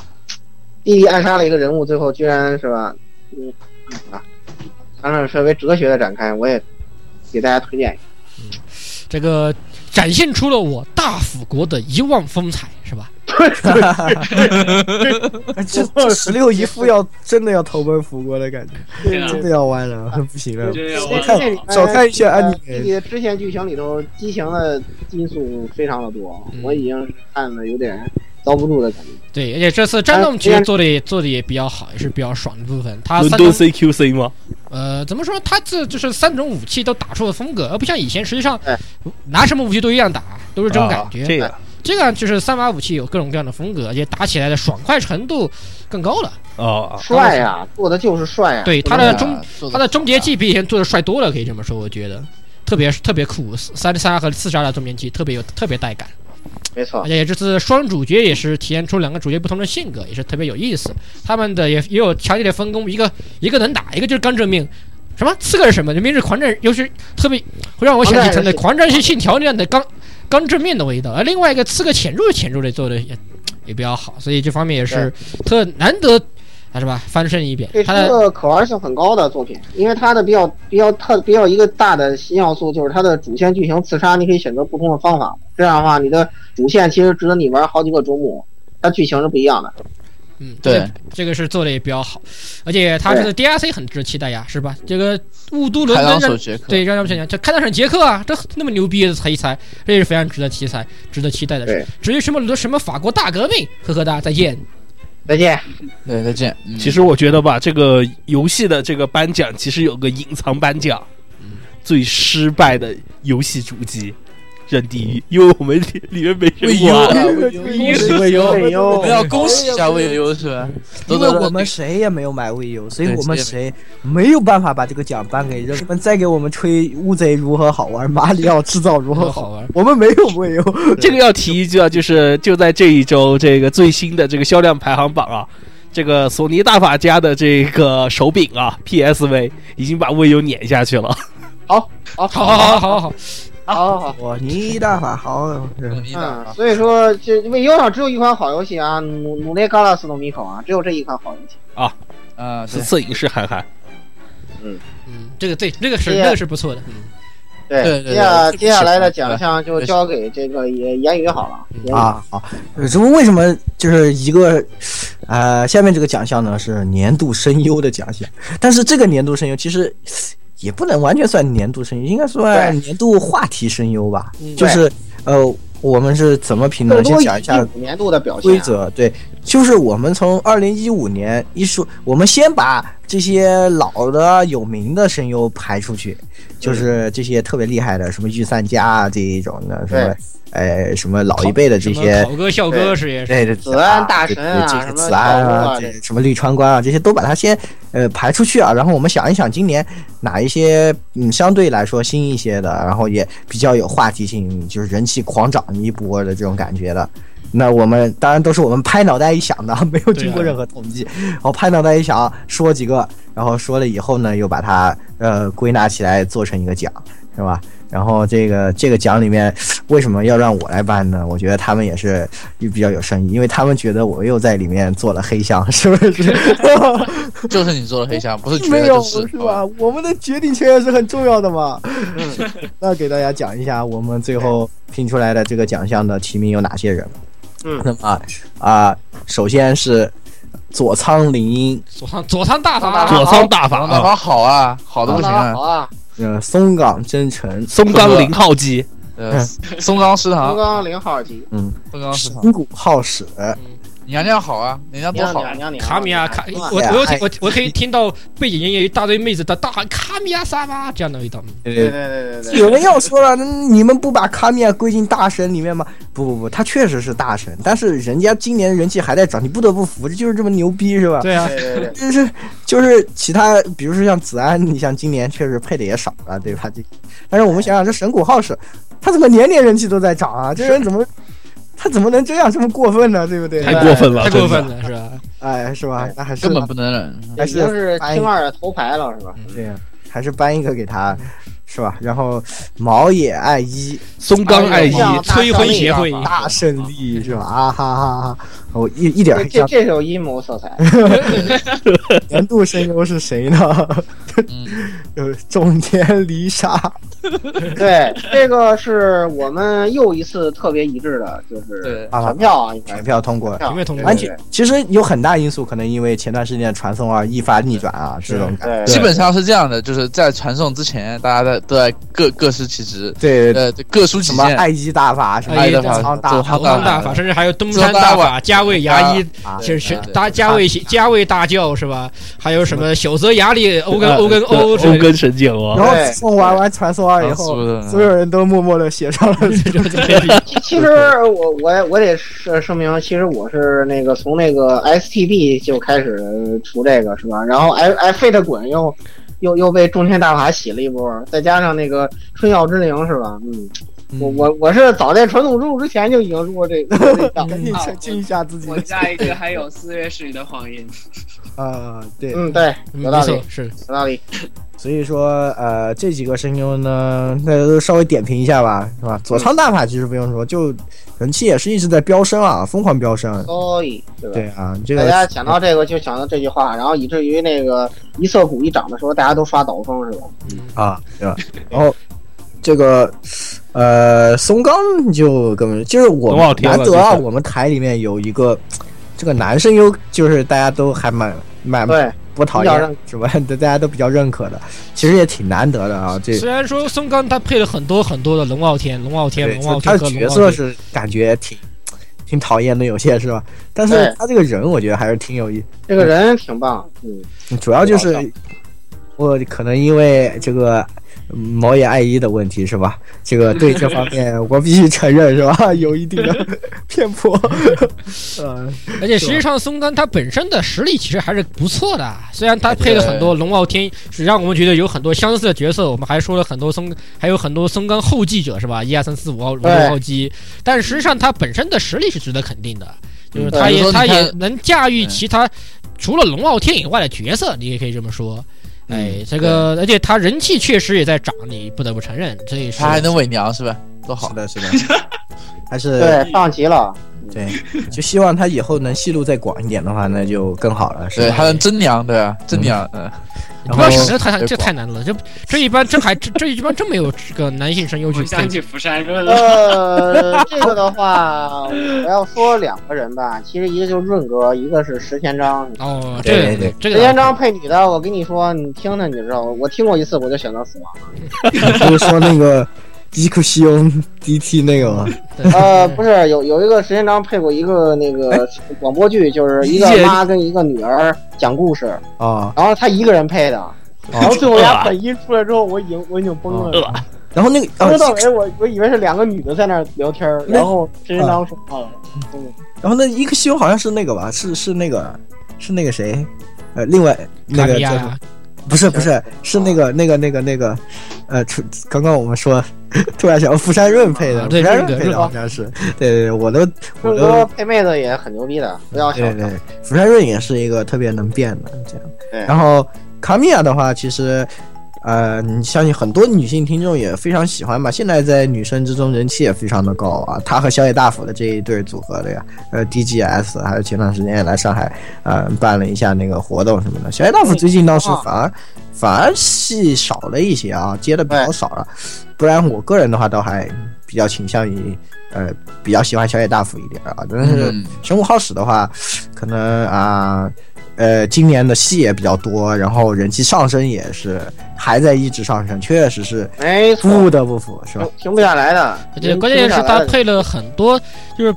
S3: 弟弟暗杀了一个人物，最后居然是吧？嗯啊，按照稍微哲学的展开，我也给大家推荐一下。
S5: 这个展现出了我大辅国的一望风采，是吧？
S2: 这哎这十六姨夫要真的要投奔福国的感觉，
S4: 对啊
S2: 真的要弯了， 不行了。
S4: 这
S3: 那
S4: 我
S2: 看
S3: 那里面
S2: 少看一些安妮
S3: 呃弟弟的支线剧情里头，激情的因素非常的多，
S5: 嗯
S3: 我已经是看的有点遭不住的感觉。
S5: 对，而且这次战
S3: 哎
S5: 斗其实做的也做的也比较好，也是比较爽的部分。他
S6: 伦
S5: 三
S6: 敦
S5: 种
S6: CQC 吗？
S5: 呃，怎么说？他这就是三种武器都打出了风格，而不像以前，实际上
S3: 哎
S5: 拿什么武器都一样打，都是这种感
S6: 啊
S5: 觉。
S6: 这个
S5: 这个就是三把武器有各种各样的风格，而且打起来的爽快程度更高了。
S6: 哦，
S3: 帅啊，做的就是帅啊！
S5: 对他
S3: 不
S5: 的
S7: 对
S3: 能
S7: 啊
S5: 终
S7: 做得
S5: 他的终结
S7: 好啊
S5: 技比以前做的帅多了，可以这么说，我觉得特别特别酷。三三杀和四杀的终结技特别有特别带感，
S3: 没错
S5: 而，且这次双主角也是体现出两个主角不同的性格，也是特别有意思。他们的也也有强烈的分工，一个一个能打，一个就是刚正面。什么刺客是什么？明日狂战，尤其是特别会让我想起他的《狂战士信条》那样的刚刚正面的味道，而另外一个刺客潜入潜入的做的也也比较好，所以这方面也是特难得，啊是吧？翻身一遍
S3: 这，
S5: 他的
S3: 是个可玩性很高的作品，因为它的比较比较特比较一个大的新要素就是它的主线剧情刺杀，你可以选择不同的方法，这样的话你的主线其实值得你玩好几个周末，它剧情是不一样的。
S5: 嗯，
S7: 对
S5: 这个，这个是做的也比较好，而且它这个 DLC 很值得期待呀，是吧？这个雾都伦
S7: 开
S5: 敦
S7: 膛
S5: 让
S7: 手杰克，
S5: 对，让他们想想，这开膛省杰克啊，这那么牛逼的题材，这也是非常值得期待、值得期待的
S3: 对
S5: 事。至于什么伦什么法国大革命，呵呵哒，再见。
S3: 再见，
S7: 对，再见。嗯
S6: 其实我觉得吧，这个游戏的这个颁奖其实有个隐藏颁奖，最失败的游戏主机。认第一，因为我们里里面没人玩。
S5: 哎
S7: 呃
S2: 恭喜魏优，
S3: 哎
S7: 我
S3: 呦
S7: 们要恭喜一下魏优是吧？
S2: 因
S7: 都
S2: 为
S7: 得
S2: 我们谁也没有买 V U，所以
S7: 对
S2: 我们
S7: 谁
S2: 谁没有办法把这个奖颁给人们，再给我们吹乌贼如何好玩，马里奥制造如何好
S5: 如何好 玩
S2: 我们没有 V U，
S6: 这个要提一句啊，就是就在这一周，这个最新的这个销量排行榜啊，这个索尼大法家的这个手柄啊，PSV 已经把 Wii U 碾下去了。
S3: 好，
S5: 好好好好好好，
S3: 好，好，好。
S2: 哇，你大法好，
S7: 努力
S3: 嗯
S7: 的，，
S3: 所以说这 VU 上只有一款好游戏啊，努努内嘎拉斯诺米口啊，只有这一款好游戏。
S7: 啊，
S6: 是
S7: 对
S6: 摄影师韩寒，
S5: 嗯，这个对，这个是
S3: 对呀
S5: 这个是不错的，嗯，
S7: 对对
S3: 接下
S7: 对
S3: 接下来的奖项就交给这个言言语好了。言语，
S2: 啊，好，这为什么就是一个，呃，下面这个奖项呢是年度声优的奖项，但是这个年度声优其实也不能完全算年度声优，应该算年度话题声优吧，就是呃，我们是怎么评
S3: 更
S2: 的？先
S3: 多
S2: 讲一下
S3: 五年度的表现啊
S2: 规。则，对，就是我们从二零一五年一说，我们先把这些老的有名的声优排出去，就是这些特别厉害的，什么御三家啊这一种的，什么
S3: 对
S2: 呃什么老一辈的这
S5: 什么
S2: 些
S5: 考哥、校哥是也是，
S2: 对对，
S3: 子安大神啊
S2: 对对
S3: 什
S2: 这
S3: 么
S2: 个子安
S3: 小
S2: 啊，
S3: 鹿啊
S2: 这什么绿川官啊，这些都把它先呃排出去啊。然后我们想一想，今年哪一些嗯相对来说新一些的，然后也比较有话题性，就是人气狂涨一波的这种感觉的。那我们当然都是我们拍脑袋一想的，没有经过任何统计，然后拍脑袋一想说几个，然后说了以后呢，又把它呃归纳起来做成一个奖，是吧？然后这个这个奖里面为什么要让我来办呢？我觉得他们也是比较有深意，因为他们觉得我又在里面做了黑箱，是 不是？
S7: 就是你做的黑箱，不是觉哦
S2: 没
S7: 得
S2: 有
S7: 就
S2: 吧？我们的决定权也是很重要的嘛。
S7: 嗯
S2: 那给大家讲一下我们最后拼出来的这个奖项的提名有哪些人。
S3: 嗯
S2: 那么啊啊，首先是佐仓绫音，
S5: 左仓左仓大
S3: 啊
S5: 法，
S6: 左仓大法
S7: 王大
S6: 啊，
S7: 法好啊，好的
S3: 好
S7: 不行
S3: 啊，
S7: 啊
S3: 好。啊，
S2: 呃，松冈真诚，
S6: 松冈零号机，
S7: 呃，松冈食
S3: 刚
S7: 堂，
S3: 刚零号机，
S7: 哦松冈食堂，
S2: 神谷浩史，
S7: 娘娘好啊，娘娘多
S3: 娘
S7: 好啊
S3: 娘，娘娘，
S5: 卡米亚
S3: 娘
S5: 卡，
S3: 娘
S5: 我我有听我我可以听到背景音乐一大堆妹子的大喊卡米亚萨拉这样的味道。
S2: 对
S3: 对对对对对，
S2: 有人要说了，那你们不把卡米亚归进大神里面吗？不不不，他确实是大神，但是人家今年人气还在涨，你不得不服，就是这么牛逼，是吧？
S5: 对啊，
S3: 对对对，
S2: 就是就是其他，比如说像子安，你像今年确实配的也少了，对吧？这但是我们想想，这神谷浩是，他怎么年年人气都在涨啊？这人怎么他怎么能这样这么过分呢？对不对？
S6: 太过分了，
S5: 太过分
S6: 了。
S5: 了是吧？
S2: 哎，是吧？那还是
S7: 根本不能忍。
S2: 还
S3: 已经是
S2: 是嗯搬一
S3: 清二的头牌了是吧？
S2: 对呀，还是搬一个给他，是吧？然后毛也爱一
S6: 松冈爱一
S3: 哎呀
S5: 催婚协会，
S2: 大胜利是吧？啊哈哈哈！我一一点
S3: 这
S2: 印
S3: 这
S2: 象
S3: 这是有阴谋色彩，
S2: 年度声优是谁呢？
S7: 嗯，
S2: 呃，种田梨沙。
S3: 对，这个是我们又一次特别一致的，就是
S7: 对
S3: 传票啊，应该
S2: 全
S3: 是
S2: 票通过，
S3: 传
S5: 有没
S3: 票
S5: 有通过
S2: 完？全其实有很大因素可能因为前段时间的传送二一发逆转啊，这种感
S3: 对，
S7: 基本上是这样的，就是在传送之前，大家在都在各各司其职，
S2: 对对
S7: 呃，各抒
S2: 什
S7: 己
S2: 么
S7: 见。
S2: 爱一大法什么
S5: 爱一大法
S2: 仓
S7: 走
S2: 大
S7: 好
S5: 武康大法，甚至还有东山大法、加卫牙医，
S2: 法，
S5: 就是是
S7: 对对
S5: 大加卫加卫大教是吧？还有什么朽泽雅里、欧跟欧跟欧
S6: 呃欧
S5: 之类的，
S6: 跟神剑
S2: 然
S6: 王，
S2: 后自从玩完传送二以后，所有人都默默的写上了这种
S3: 其其实我我我得声声明，其实我是那个从那个 STB 就开始呃出这个是吧？然后 I I Fate 滚又又又被中天大法洗了一波，再加上那个春药之灵是吧？嗯，我我我是早在传统之路之前就已经入过这个这一档
S2: 赶紧澄清一下自己
S4: 我下一个还有四月十里的谎言，
S2: 啊，对，
S3: 嗯，对，有
S5: 没
S3: 道理，
S5: 错
S3: 有，
S5: 是
S3: 道理。
S2: 所以说呃这几个声优呢，那就稍微点评一下吧，是吧？左仓大法其实不用说，就人气也是一直在飙升啊，疯狂飙升。
S3: 所以对吧？哎
S2: 对啊，这
S3: 大
S2: 个
S3: 家想到这个就想到这句话，然后以至于那个一色谷一涨的时候，大家都刷倒风是吧？
S2: 啊，对 吧？然后这个呃，松冈就根本就是我
S6: 很好
S2: 们
S6: 听了
S2: 难得啊，
S6: 就是
S2: 我们台里面有一个这个男声优，就是大家都还蛮蛮
S3: 对，
S2: 不讨
S3: 比较
S2: 厌
S3: 认
S2: 是吧？ 大家都比较认可的，其实也挺难得的啊。这
S5: 虽然说松冈他配了很多很多的龙傲天、龙傲天、
S2: 对
S5: 龙傲
S2: 他
S5: 天和
S2: 的角
S5: 龙
S2: 色
S5: 傲天，
S2: 是感觉挺挺讨厌的，有些是吧？但是
S3: 对
S2: 他这个人我觉得还是挺有意
S3: 这个人挺棒，嗯，
S2: 主要就
S3: 搞
S2: 是我可能因为这个嗯毛野爱一的问题是吧？这个对这方面我必须承认是 吧？有一定的偏颇，呃，
S5: 而且实际上松冈他本身的实力其实还是不错的，虽然他配了很多龙傲天，是让我们觉得有很多相似的角色，我们还说了很多松，还有很多松冈后继者是吧？一二三四五五六
S3: 对
S5: 奥基，但实际上他本身的实力是值得肯定的，就是
S7: 对
S5: 他
S7: 嗯比
S5: 也
S7: 如说
S5: 他
S7: 你
S5: 也
S7: 看
S5: 能驾驭
S7: 嗯
S5: 其他除了龙傲天以外的角色，你也可以这么说。
S7: 嗯
S5: 哎，这个，而且他人气确实也在涨，你不得不承认，这也是
S7: 他还能伪娘是吧？多
S2: 是
S7: 好！
S2: 的，是的， 还是
S3: 对，棒极了。
S2: 对，就希望他以后能戏路再广一点的话，那就更好了，是
S7: 对，
S2: 吧？
S7: 还能真娘对吧？真娘，嗯，
S5: 你不要想这
S7: 然
S5: 太
S7: 后
S5: 这太难了，这这一般真还这这一般真没有这个男性声优
S4: 我
S5: 去
S4: 想
S5: 配。
S4: 起釜山润了。
S3: 呃，这个的话，我要说两个人吧，其实一个就是润哥，一个是石田章。
S5: 哦，这
S2: 对
S5: 个
S2: 对
S5: 这
S3: 石田章
S5: 个
S3: 配女的，我跟你说，你听听你就知道，我听过一次我就选择死亡。
S2: 对，不是说那个 伊库西翁 DT 那个吗？
S5: 对
S3: 呃，不是，有有一个石田章配过一个那个广播剧，就是一个
S6: 理解
S3: 妈跟一个女儿讲故事，
S2: 啊，
S3: 然后他一个人配
S2: 哦
S3: 的，然后最后丫本音出来之后，我已经我已经崩了。
S2: 哦然后那个
S3: 从头
S2: 哦，
S3: 到尾，哎我我以为是两个女的在那儿聊天儿，
S2: 那哦
S3: 然后石田章说话了。嗯
S2: 然后那伊克西翁好像是那个吧，是是那个是那个谁，呃，另外那
S5: 卡
S2: 个
S5: 比
S2: 叫什
S5: 亚
S2: 么不是不
S5: 啊
S2: 是是那
S5: 哦
S2: 个那个那个那个，呃，出刚刚我们说， 突然想到釜山润配的，
S5: 啊
S2: 釜
S5: 对
S2: 山
S5: 润
S2: 润
S5: 哥
S2: 配的
S5: 润
S2: 好像是，对对对，我都我
S3: 润
S2: 都
S3: 哥配妹子也很牛逼的，不要小
S2: 对
S3: 看。
S2: 对，釜山润也是一个特别能变的这样。
S3: 对
S2: 然后卡米亚的话，其实。呃，你相信很多女性听众也非常喜欢吧？现在在女生之中人气也非常的高啊。她和小野大辅的这一对组合的呀，呃，DGS，还有前段时间也来上海，呃，办了一下那个活动什么的。小野大辅最近倒
S3: 哦
S2: 是反而反而戏少了一些啊，接的比较少了。不然我个人的话，倒还比较倾向于呃，比较喜欢小野大辅一点啊。但是
S7: 嗯
S2: 神武浩史的话，可能啊、呃，今年的戏也比较多，然后人气上升也是还在一直上升，确实是
S3: 没错，
S2: 不得不服，是吧
S3: 停？停不下来的。
S5: 对，关键是他
S3: 停不下来的
S5: 配了很多，就是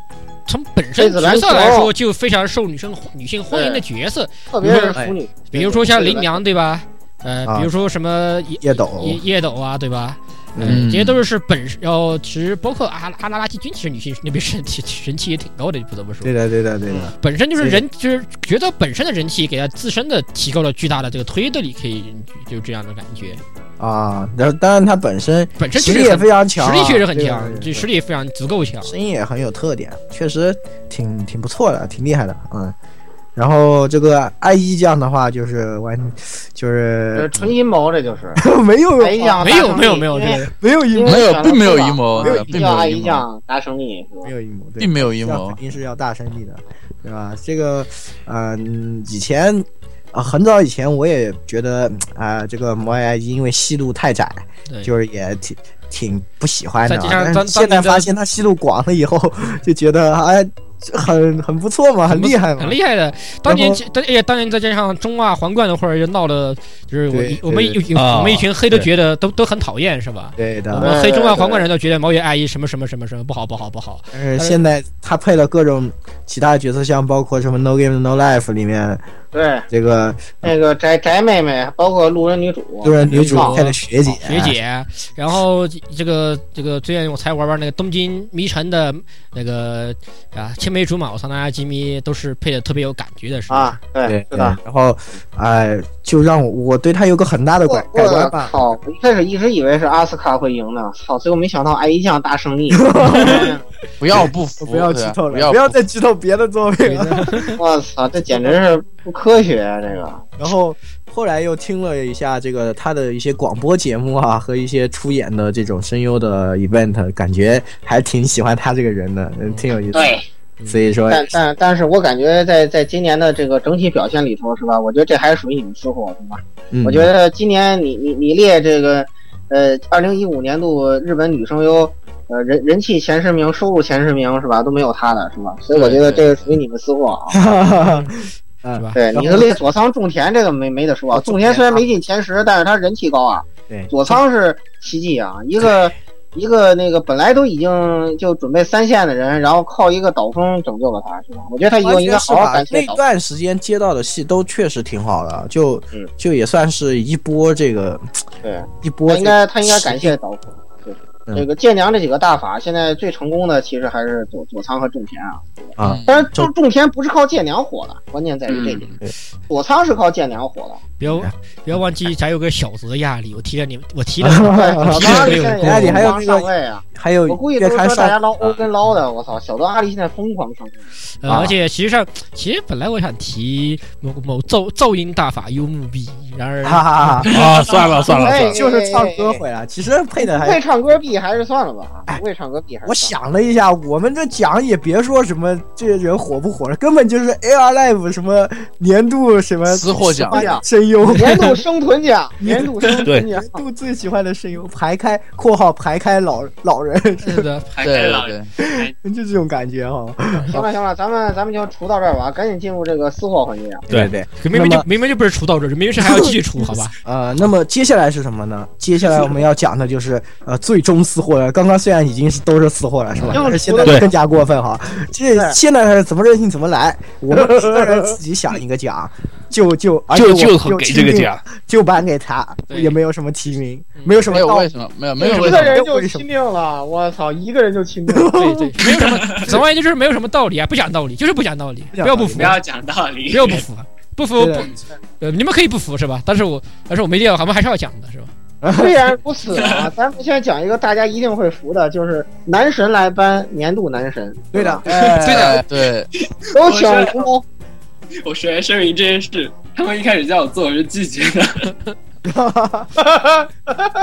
S5: 从本身角色来
S3: 哦
S5: 说就非常受女生女性欢迎的角色，
S3: 特别是腐女，
S5: 比如说像林娘对吧？呃，
S2: 啊
S5: 比如说什么夜
S2: 夜斗
S5: 夜夜斗啊，对吧？嗯，
S7: 嗯
S5: 这些都是本身，哦，其实包括阿拉阿拉拉季军，其实女性那边神气人气也挺高的，不得不说
S2: 对，的，对的，对的，
S5: 本身就是
S2: 对
S5: 人就是角色本身的人气给他自身的提高了巨大的这个推动力，可以就这样的感觉，
S2: 啊，然后当然他本身
S5: 本身
S2: 实
S5: 确
S2: 力
S5: 实
S2: 也
S5: 很
S2: 非常强啊，
S5: 实力确实很
S2: 对的
S5: 强，
S2: 对啊
S5: 这
S2: 的
S5: 实力也非常足够强。
S2: 声音也很有特点，确嗯实挺挺不错的，挺厉害的，嗯。然后这个 I 一酱的话，就是完，就
S3: 就是
S2: 是
S3: 纯阴谋，这就是。
S2: 没有
S3: 哎呀，
S5: 没有没有没有，这个
S2: 没有阴
S3: 因
S2: 谋
S3: 为，
S7: 没有
S3: 选了
S7: 并没有
S3: 四吧
S7: 阴谋
S3: 没有
S7: 对
S3: 啊
S7: 并没有
S3: 阿姨
S7: 阴谋
S3: 酱达成力是吧
S2: 没有阴 谋，对
S7: 并没有阴谋
S2: 肯。定是要大胜利的，对吧？这个，嗯，以前啊、很早以前我也觉得啊、这个摩爱因为戏路太窄，
S5: 对
S2: 就是也挺挺不喜欢的
S5: 再
S2: 啊。
S5: 加上
S2: 但
S5: 当
S2: 是现在发现他戏路广了以后，就觉得哎，这很很不错嘛，很厉害嘛
S5: 很。厉害的。当年
S2: 然
S5: 当也当年再加上中啊皇冠那会儿，就闹的，就是我
S2: 对
S5: 我们
S2: 对
S5: 有
S6: 啊
S5: 我们一群黑都
S6: 对
S5: 觉得都都很讨厌是吧？
S2: 对
S5: 我
S2: 的，
S5: 们黑中啊
S3: 对对
S5: 皇冠人都觉得毛爷阿姨什么什么什么什么不好不好不好，
S2: 但是现在他配了各种其他角色，像包括什么《No Game No Life》里面
S3: 对，
S2: 这个
S3: 那个宅宅妹妹，包括路人女主，
S2: 就是女主
S3: 棒
S2: 配的学姐，
S5: 哦学姐，然后这个这个最近我才玩玩那个东京迷城的那个啊青梅竹马，我桑那吉米都是配的特别有感觉的，是吧？
S3: 啊，对
S2: 对，，
S3: 是的。
S2: 然后，哎、就让我我对他有个很大的
S3: 我
S2: 改改观
S3: 我
S2: 吧。
S3: 靠！我一开始一直以为是阿斯卡会赢呢，操！最后没想到阿姨酱大 胜利，我
S7: 不要不服，
S2: 我不要剧
S7: 对吧
S2: 透了，
S7: 不要
S2: 不要
S7: 不
S2: 再剧透别的作品了。
S3: 操！这简直是不科学啊！这个
S2: 然后后来又听了一下这个他的一些广播节目啊，和一些出演的这种声优的 event，感觉还挺喜欢他这个人的，嗯挺有意思。，
S3: 对，
S2: 所以说，
S3: 但但但是我感觉在在今年的这个整体表现里头，是吧？我觉得这还是属于你们吃货，对吧？
S2: 嗯
S3: 我觉 得今年你你你列这个，呃，二零一五年度日本女声优，呃，人人气前十名、收入前十名是吧，都没有她的是吧？所以我觉得这个属于你们私货啊。
S2: 嗯
S5: 是 吧？
S3: 对，
S2: 然后
S3: 你的列佐仓、种田这个没没得说
S2: 哦
S3: 啊，种田虽然没进前十，但是他人气高啊。
S2: 对
S3: 佐仓是奇迹啊，一个一个那个本来都已经就准备三线的人，然后靠一个岛风拯救了他，是吧？我觉得他以后
S2: 完
S3: 应该
S2: 全是
S3: 好好
S2: 吧
S3: 感？谢
S2: 那
S3: 岛风。
S2: 段时间接到的戏都确实挺好的，就
S3: 嗯
S2: 就也算是一波这个
S3: 对，
S2: 一波
S3: 他
S2: 这
S3: 应
S2: 个
S3: 该他应该感谢岛风。对
S2: 嗯
S3: 这个剑娘这几个大法，现在最成功的其实还是佐佐仓和种田啊。
S2: 啊
S7: 嗯。
S3: 当然，种种田不是靠剑娘火的，关键在于这一点
S4: 嗯。
S3: 佐仓是靠剑娘火 的，
S5: 不要不要忘记还有个小泽的压力，我提了你，我提了
S3: 对，佐仓
S5: 没
S3: 现
S5: 有
S3: 在
S5: 过
S3: 也
S2: 哎你还有
S3: 刚
S2: 那个
S3: 上位啊。
S2: 还有
S3: 我估计
S2: 月
S3: 都是
S2: 刊
S3: 说大家
S2: 上
S3: 捞欧跟捞的，我操，小德阿力现在疯狂上升。
S5: 呃，
S3: 啊
S5: 而且其实上，其实本来我想提某某噪噪音大法幽木碧，然而
S2: 哈哈哈。
S6: 啊，算了算了算 了，
S2: 就是唱歌回来，其实配的
S3: 不
S2: 还
S3: 会。唱歌币还是算了吧，不会唱歌币还是
S2: 我
S3: 算了。
S2: 想了一下，我们这奖也别说什么这人火不火了，根本就是 AR Live 什么年度什么
S7: 私货奖
S2: 喜欢的声优
S3: 年度生存奖，年度生存奖，
S2: 年度最喜欢的声优排开 （括号排开老老人
S5: 是的，
S4: 还
S7: 对
S4: 开老
S7: 对对，），
S2: 就这种感觉哈、
S3: 行了行了，咱们咱们就除到这儿吧，赶紧进入这个私货环节啊。
S6: 对
S2: 对，
S5: 明明
S2: 那
S5: 就
S2: 么
S5: 明明就不是除到这，明明是还要继续除，好吧？
S2: 呃，那么接下来是什么呢？接下来我们要讲的就是呃最终私货了。刚刚虽然已经是都是私货了，是吧？
S3: 又
S2: 但是
S3: 是
S2: 现
S3: 私货
S2: 在更加过分哈！这
S3: 对
S2: 现在是怎么任性怎么来，我们每个人自己想一个奖，就就而且
S6: 就
S2: 我
S6: 就
S2: 有
S6: 给这个
S2: 提名
S6: 奖，
S2: 就颁给他，
S5: 对
S2: 也没有什么提名
S5: 嗯，
S2: 没有什
S7: 没
S2: 么
S7: 有
S2: 道
S7: 为
S2: 理。
S7: 什么，没有没有为什
S3: 一
S7: 么，
S3: 个人就亲定了，我操，一个人就亲定了。
S5: 对对，没有什么，总而言之就是没有什么道理啊，不讲道理，就是不讲道理，
S2: 不
S5: 不
S2: 讲
S5: 要不服，
S4: 不要讲道理，
S5: 不要不服，不服
S2: 对
S5: 不，呃，你们可以不服是吧？但是我但是我们一定要，我们还是要讲的是吧？
S3: 虽然如此啊，咱们现在讲一个大家一定会服的，就是男神来颁年度男神，
S2: 对的，
S7: 对
S4: 哎
S7: 啊
S5: 对的
S7: 对，
S3: 有请红楼。
S4: 我首先声明这件事，他们一开始叫我做，我是拒绝的。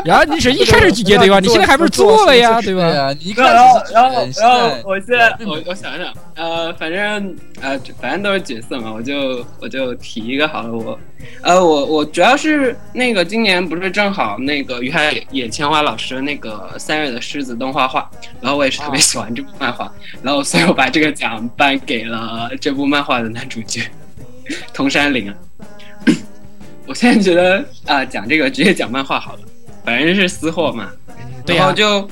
S5: 然后你只是一开始拒绝对吧？你现在还不是做了呀，对
S7: 对啊
S5: 吧？
S7: 呀，你一看
S4: 然后，
S7: 就是
S4: 然后
S7: 人，
S4: 然后
S7: 现，在
S4: 我现在我我想想，呃，反正呃，反正都是角色嘛，我就我就提一个好了，我，呃，我我主要是那个今年不是正好那个于海野千花老师那个三月的狮子动画画，然后我也是特
S7: 啊
S4: 别喜欢这部漫画，然后所以我把这个奖颁给了这部漫画的男主角桐山绫啊。 我现在觉呃得啊、讲这个直接讲漫画好了，反正是私货嘛，
S5: 对
S4: 然
S5: 呀
S4: 后，就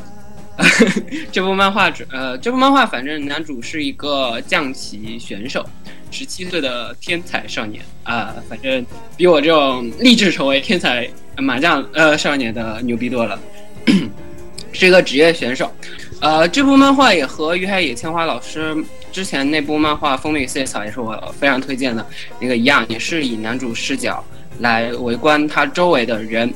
S4: 这部漫画主呃，这部漫画反正男主是一个降旗选手，十七岁的天才少年啊、反正比我这种立志成为天才麻将呃少年的牛逼多了，是一个职业选手。呃，这部漫画也和于海野千花老师之前那部漫画《蜂蜜与四叶草》也是我非常推荐的那个一样，也是以男主视角来围观他周围的人。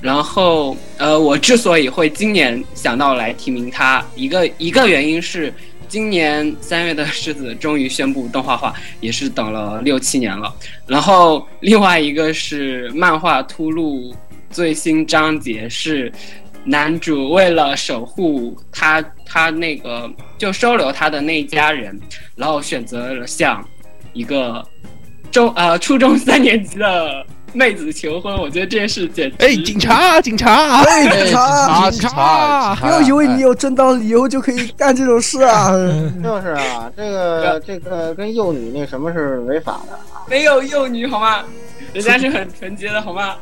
S4: 然后，呃，我之所以会今年想到来提名它，一个一个原因是，今年三月的狮子终于宣布动画化，也是等了六七年了。然后，另外一个是漫画突露最新章节是，男主为了守护他他那个就收留他的那一家人，然后选择了向一个中呃初中三年级的妹子求婚，我觉得这件事简直
S6: 哎，警察，警察，
S2: 哎，
S7: 哎
S2: 警察，
S7: 警察，
S2: 不要以为你有正当理由就可以干这种事啊！
S3: 就是啊，这个这个跟幼女那什么是违法的。
S4: 没有幼女好吗？人家是很纯洁的好吗？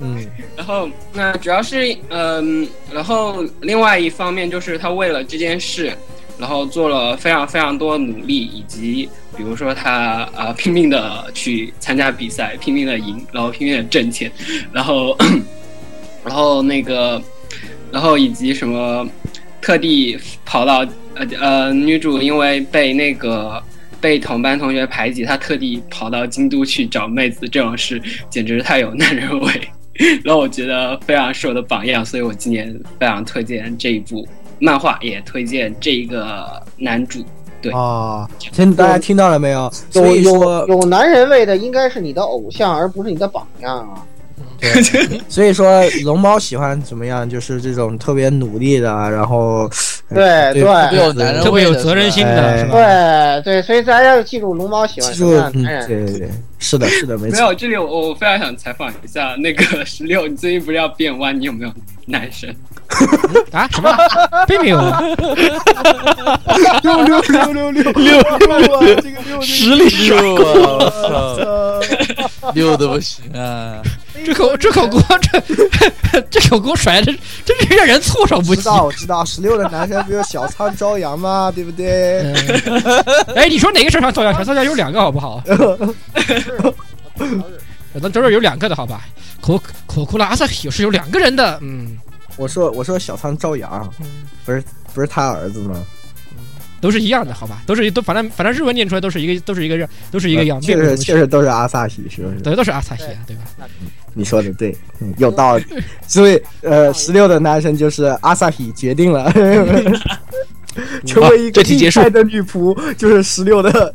S5: 嗯，
S4: 然后那主要是嗯、然后另外一方面就是他为了这件事，然后做了非常非常多的努力，以及比如说他呃拼命的去参加比赛，拼命的赢，然后拼命的挣钱，然后 然后那个然后以及什么特地跑到呃呃女主因为被那个。被同班同学排挤，他特地跑到京都去找妹子，这种事简直太有男人味。然后我觉得非常是我的榜样，所以我今年非常推荐这一部漫画，也推荐这一个男主。对
S2: 啊，真大家听到了没有？所
S3: 有
S2: 以
S3: 有
S2: 说，
S3: 有男人味的应该是你的偶像，而不是你的榜样啊。
S2: 所以说龙猫喜欢怎么样？就是这种特别努力的，啊然后
S3: 对
S2: 对
S3: 对
S7: 哎有男人
S5: 特别有责任心的
S2: 哎
S5: 是吧？
S3: 对对，所以大家要记住龙猫喜欢
S2: 记
S3: 什
S2: 住，
S3: 么样的
S2: 嗯
S3: 男，人。
S2: 对对对，是的，是的，没
S4: 没
S2: 错。
S4: 有，这里我我非常想采访一下那个 十六，你最近不是要变弯，你有没有男神？
S5: 啊什么？并没有，啊
S2: 六六六六六六，这个六
S6: 实力
S7: 六啊，我
S2: 个，
S7: 操，六的不行啊！
S5: 这口这口锅这 这口锅甩的真是让人措手不
S2: 我
S5: 及
S2: 知。道我知道，十六的男生不就小仓朝阳吗？ 对不对？
S5: 嗯 哎，你说哪个是传造谣？传造谣有两个好 不好？咱这儿有两个的好吧？可可库拉阿萨有是有两个人的，嗯，
S2: 我说我说小仓朝阳，不是不是他儿子吗？
S5: 都是一样的好吧？都是都反正反正日文念出来都是一个都是一个都是一个样，
S2: 呃确
S5: 并不
S2: 实
S5: 是
S2: 确实都是阿萨奇，是不是？
S5: 对都是阿萨西亚对吧？
S2: 你说的对，嗯，有道理。所以呃，十六的男神就是阿萨希决定了 成为一
S6: 这
S2: 个
S6: 题
S2: 厉
S6: 结束
S2: 害的女仆，就是十六的。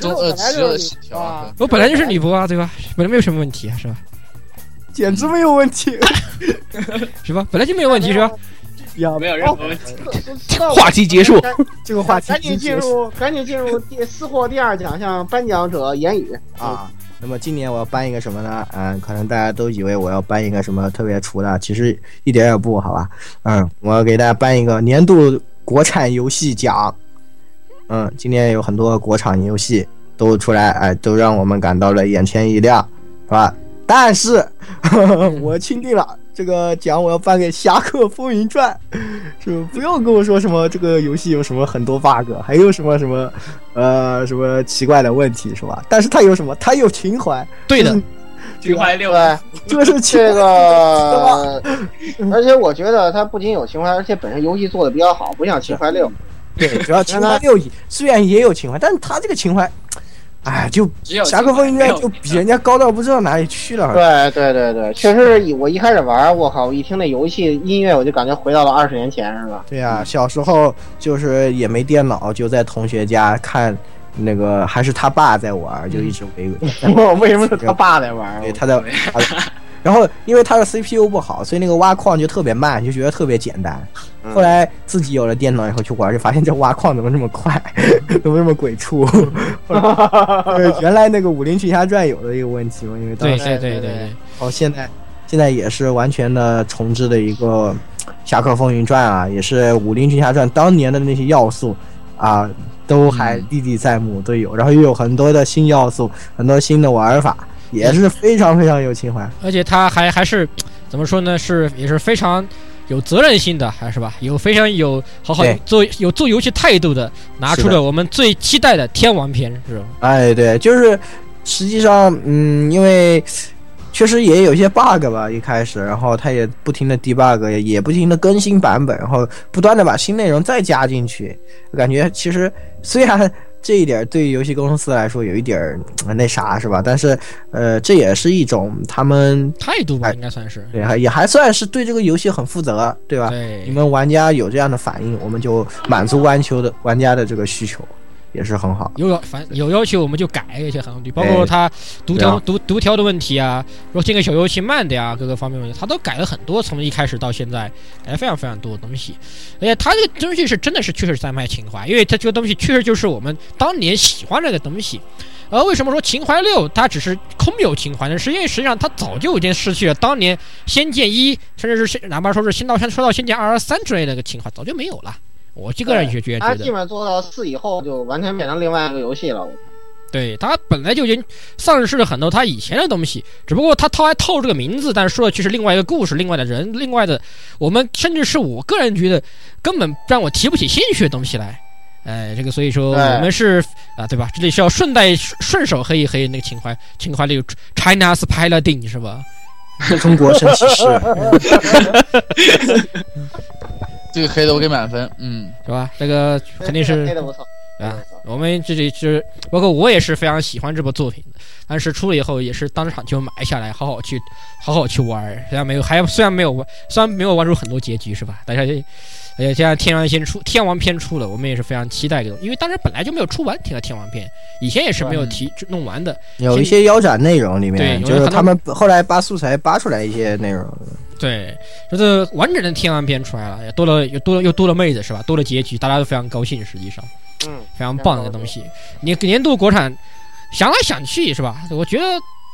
S7: 中
S3: 本
S7: 呃
S3: 来
S7: 十六
S3: 就
S7: 的
S3: 是
S7: 起条啊，
S5: 我本来就是女仆啊，对吧？本来没有什么问题啊，是吧？
S2: 简直没有问题，
S5: 是吧？本来就没有问题，是吧？
S2: 呀！
S4: 没有任何
S2: 哦
S4: 问题。
S6: 话题结束，
S2: 这个话题
S3: 赶紧
S2: 已经
S3: 进
S2: 结束
S3: 入，赶紧进入第私货第二奖项颁奖者言语啊！
S2: 那么今年我要颁一个什么呢？嗯，可能大家都以为我要颁一个什么特别除的，其实一点也不好吧。嗯，我要给大家颁一个年度国产游戏奖。嗯，今年有很多国产游戏都出来，哎，都让我们感到了眼前一亮，是吧？但是， 呵呵我钦定了这个奖，我要颁给《侠客风云传》，是不用跟我说什么这个游戏有什么很多 bug，还有什么什么呃什么奇怪的问题是吧？但是它有什么？它有情怀，嗯
S5: 对的，
S4: 菊怀六，
S3: 对
S2: 这是情怀
S3: 这个，而且我觉得它不仅有情怀，而且本身游戏做的比较好，不像情怀六。
S2: 对，主要情怀六虽然也有情怀，但是他这个情怀，哎，就
S4: 只有
S2: 侠客风云
S4: 没
S2: 传
S4: 有
S2: 就比人家高到不知道哪里去了。
S3: 对对对对，确实是我一开始玩，我靠，我一听那游戏音乐，我就感觉回到了二十年前，是吧？
S2: 对呀、小时候就是也没电脑，就在同学家看那个，还是他爸在玩，就一直 围围。
S3: 我为什么是他爸在玩？
S2: 对，他在玩。然后因为他的 CPU 不好，所以那个挖矿就特别慢，就觉得特别简单。后来自己有了电脑以后去玩，就发现这挖矿怎么这么快， 怎么这么鬼畜？后来就是原来那个《武林群侠传》有的一个问题嘛，因为当
S5: 对
S2: 时
S5: 对对对
S3: 对
S5: 对，
S2: 哦，现在现在也是完全的重置的一个《侠客风云传》啊，也是《武林群侠传》当年的那些要素啊，都还历历在目，都有。然后又有很多的新要素，很多新的玩法，也是非常非常有情怀。
S5: 而且他还还是怎么说呢？是也是非常有责任心的，还是吧，有非常有好好
S2: 对
S5: 做有做游戏态度的，拿
S2: 是
S5: 出
S2: 的
S5: 了我们最期待的天王篇，是吧？
S2: 哎，对，就是实际上，嗯，因为确实也有一些 bug 吧，一开始，然后它也不停的 debug，也也不停的更新版本，然后不断的把新内容再加进去，感觉其实虽然。这一点对于游戏公司来说有一点儿呃那啥是吧？但是，呃，这也是一种他们
S5: 态度吧，
S2: 哎
S5: 应该算是。
S2: 对还也还算是对这个游戏很负责，对吧？你
S5: 对，
S2: 们玩家有这样的反应，我们就满足玩球的玩家的这个需求，也是很好。
S5: 有要反有要求我们就改一些行规，包括他读条
S2: 对啊
S5: 读读条的问题啊，说这个小游戏慢的呀，各个方面问题，他都改了很多，从一开始到现在改了非常非常多的东西。而且他这个东西是真的是确实在卖情怀，因为他这个东西确实就是我们当年喜欢这个东西。而为什么说情怀六它只是空有情怀呢？是因为实际上它早就已经失去了当年《仙剑一》，甚至是仙哪怕说是《仙道》说到《仙剑二》《三》之类的那个情怀，早就没有了。我这个人也觉得
S3: 他基本上做到四以后就完全变成另外一个游戏了。
S5: 对他本来就已经丧失了很多他以前的东西，只不过他套还套这个名字，但是说的却是另外一个故事、另外的人、另外的我们，甚至是我个人觉得根本让我提不起兴趣的东西来。哎，这个所以说
S3: 对
S5: 我们是啊，对吧？这里是要顺带顺手黑一黑那个情怀，情怀里有 China's Paladin 是吧？
S2: 中国神骑士，
S7: 这个黑的我给满分，嗯，
S5: 是吧？这个肯定是
S3: 黑哎的不错
S5: 啊，我们这里是包括我也是非常喜欢这部作品的，但是出了以后也是当场就买下来，好好去好好去玩儿。虽然没有，还虽然没有玩，虽然没有玩出很多结局是吧？大家也而且现在天王先出天王篇出了，我们也是非常期待这种，因为当时本来就没有出完天天王篇，以前也是没有提弄完的。
S2: 有一些腰斩内容里
S5: 对有
S2: 面，
S5: 人
S2: 就是
S5: 看到
S2: 他们后来扒素材扒出来一些内容。
S5: 对，就是完整的天王篇出来了，也多了又多了又多了妹子是吧？多了结局，大家都非常高兴，实际上。
S3: 嗯，
S5: 非常棒的一个东西。年年度国产，想来想去是吧？我觉得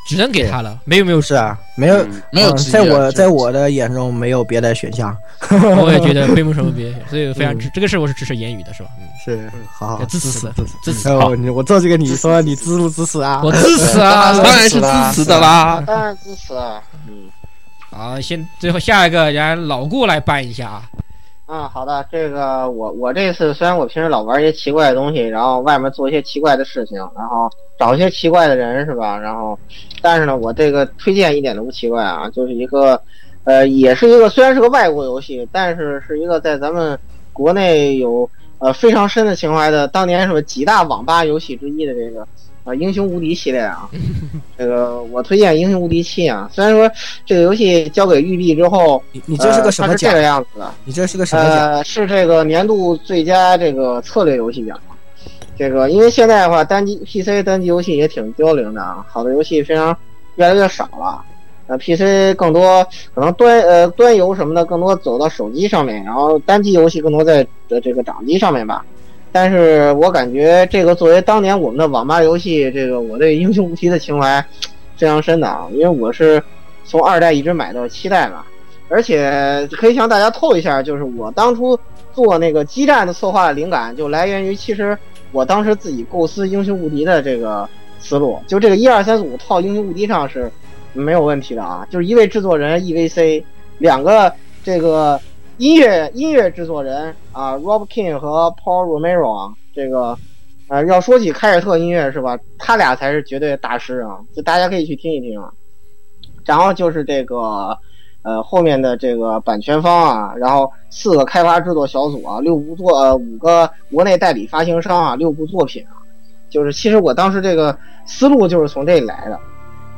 S5: 只能给他了，没有没有
S2: 不，是啊，没有，
S4: 嗯
S7: 没有
S2: 嗯
S7: 之一
S2: 在
S7: 了、
S2: 我
S7: 是
S2: 在我的嗯眼中没有别的选项。
S5: 我也觉得没有什么别的，所以非常
S2: 嗯
S5: 支这个事我是支持言语的是吧？嗯，
S2: 是，好好
S5: 支持
S2: 支
S5: 支持
S2: 持。哦，你我做这个，你说你支不支持啊？
S5: 我支持啊！
S6: 当然是支持的啦。
S3: 当然支持啊。嗯，
S5: 好，先最后下一个，让老顾来办一下啊。
S3: 啊，好的，这个我我这次虽然我平时老玩一些奇怪的东西，然后外面做一些奇怪的事情，然后找一些奇怪的人是吧？然后，但是呢，我这个推荐一点都不奇怪啊，就是一个，呃，也是一个虽然是个外国游戏，但是是一个在咱们国内有呃非常深的情怀的，当年是几大网吧游戏之一的这个呃英雄无敌系 列啊。这个我推荐《英雄无敌七》啊，虽然说这个游戏交给育碧之后，
S2: 你你啊这是
S3: 呃
S2: 个什
S3: 它
S2: 么
S3: 是这
S2: 奖
S3: 个？样子的。
S2: 你这是个什么奖？
S3: 呃，是这个年度最佳这个策略游戏奖。这个因为现在的话，单机 PC 单机游戏也挺凋零的啊，好的游戏非常越来越少了。呃，PC 更多可能端呃端游什么的更多走到手机上面，然后单机游戏更多在呃这个掌机上面吧。但是我感觉这个作为当年我们的网吧游戏，这个我对《英雄无敌》的情怀非常深的啊，因为我是从二代一直买到七代嘛。而且可以向大家透一下，就是我当初做那个激战的策划灵感，就来源于其实我当时自己构思《英雄无敌》的这个思路，就这个一二三四五套《英雄无敌》上是没有问题的啊，就是一位制作人 EVC，两个这个音乐音乐制作人啊，Rob King 和 Paul Romero 啊，这个。呃，要说起凯尔特音乐是吧？他俩才是绝对的大师啊，就大家可以去听一听啊。然后就是这个，呃后面的这个版权方啊，然后四个开发制作小组啊，六部作呃五个国内代理发行商啊，六部作品啊，就是其实我当时这个思路就是从这里来的。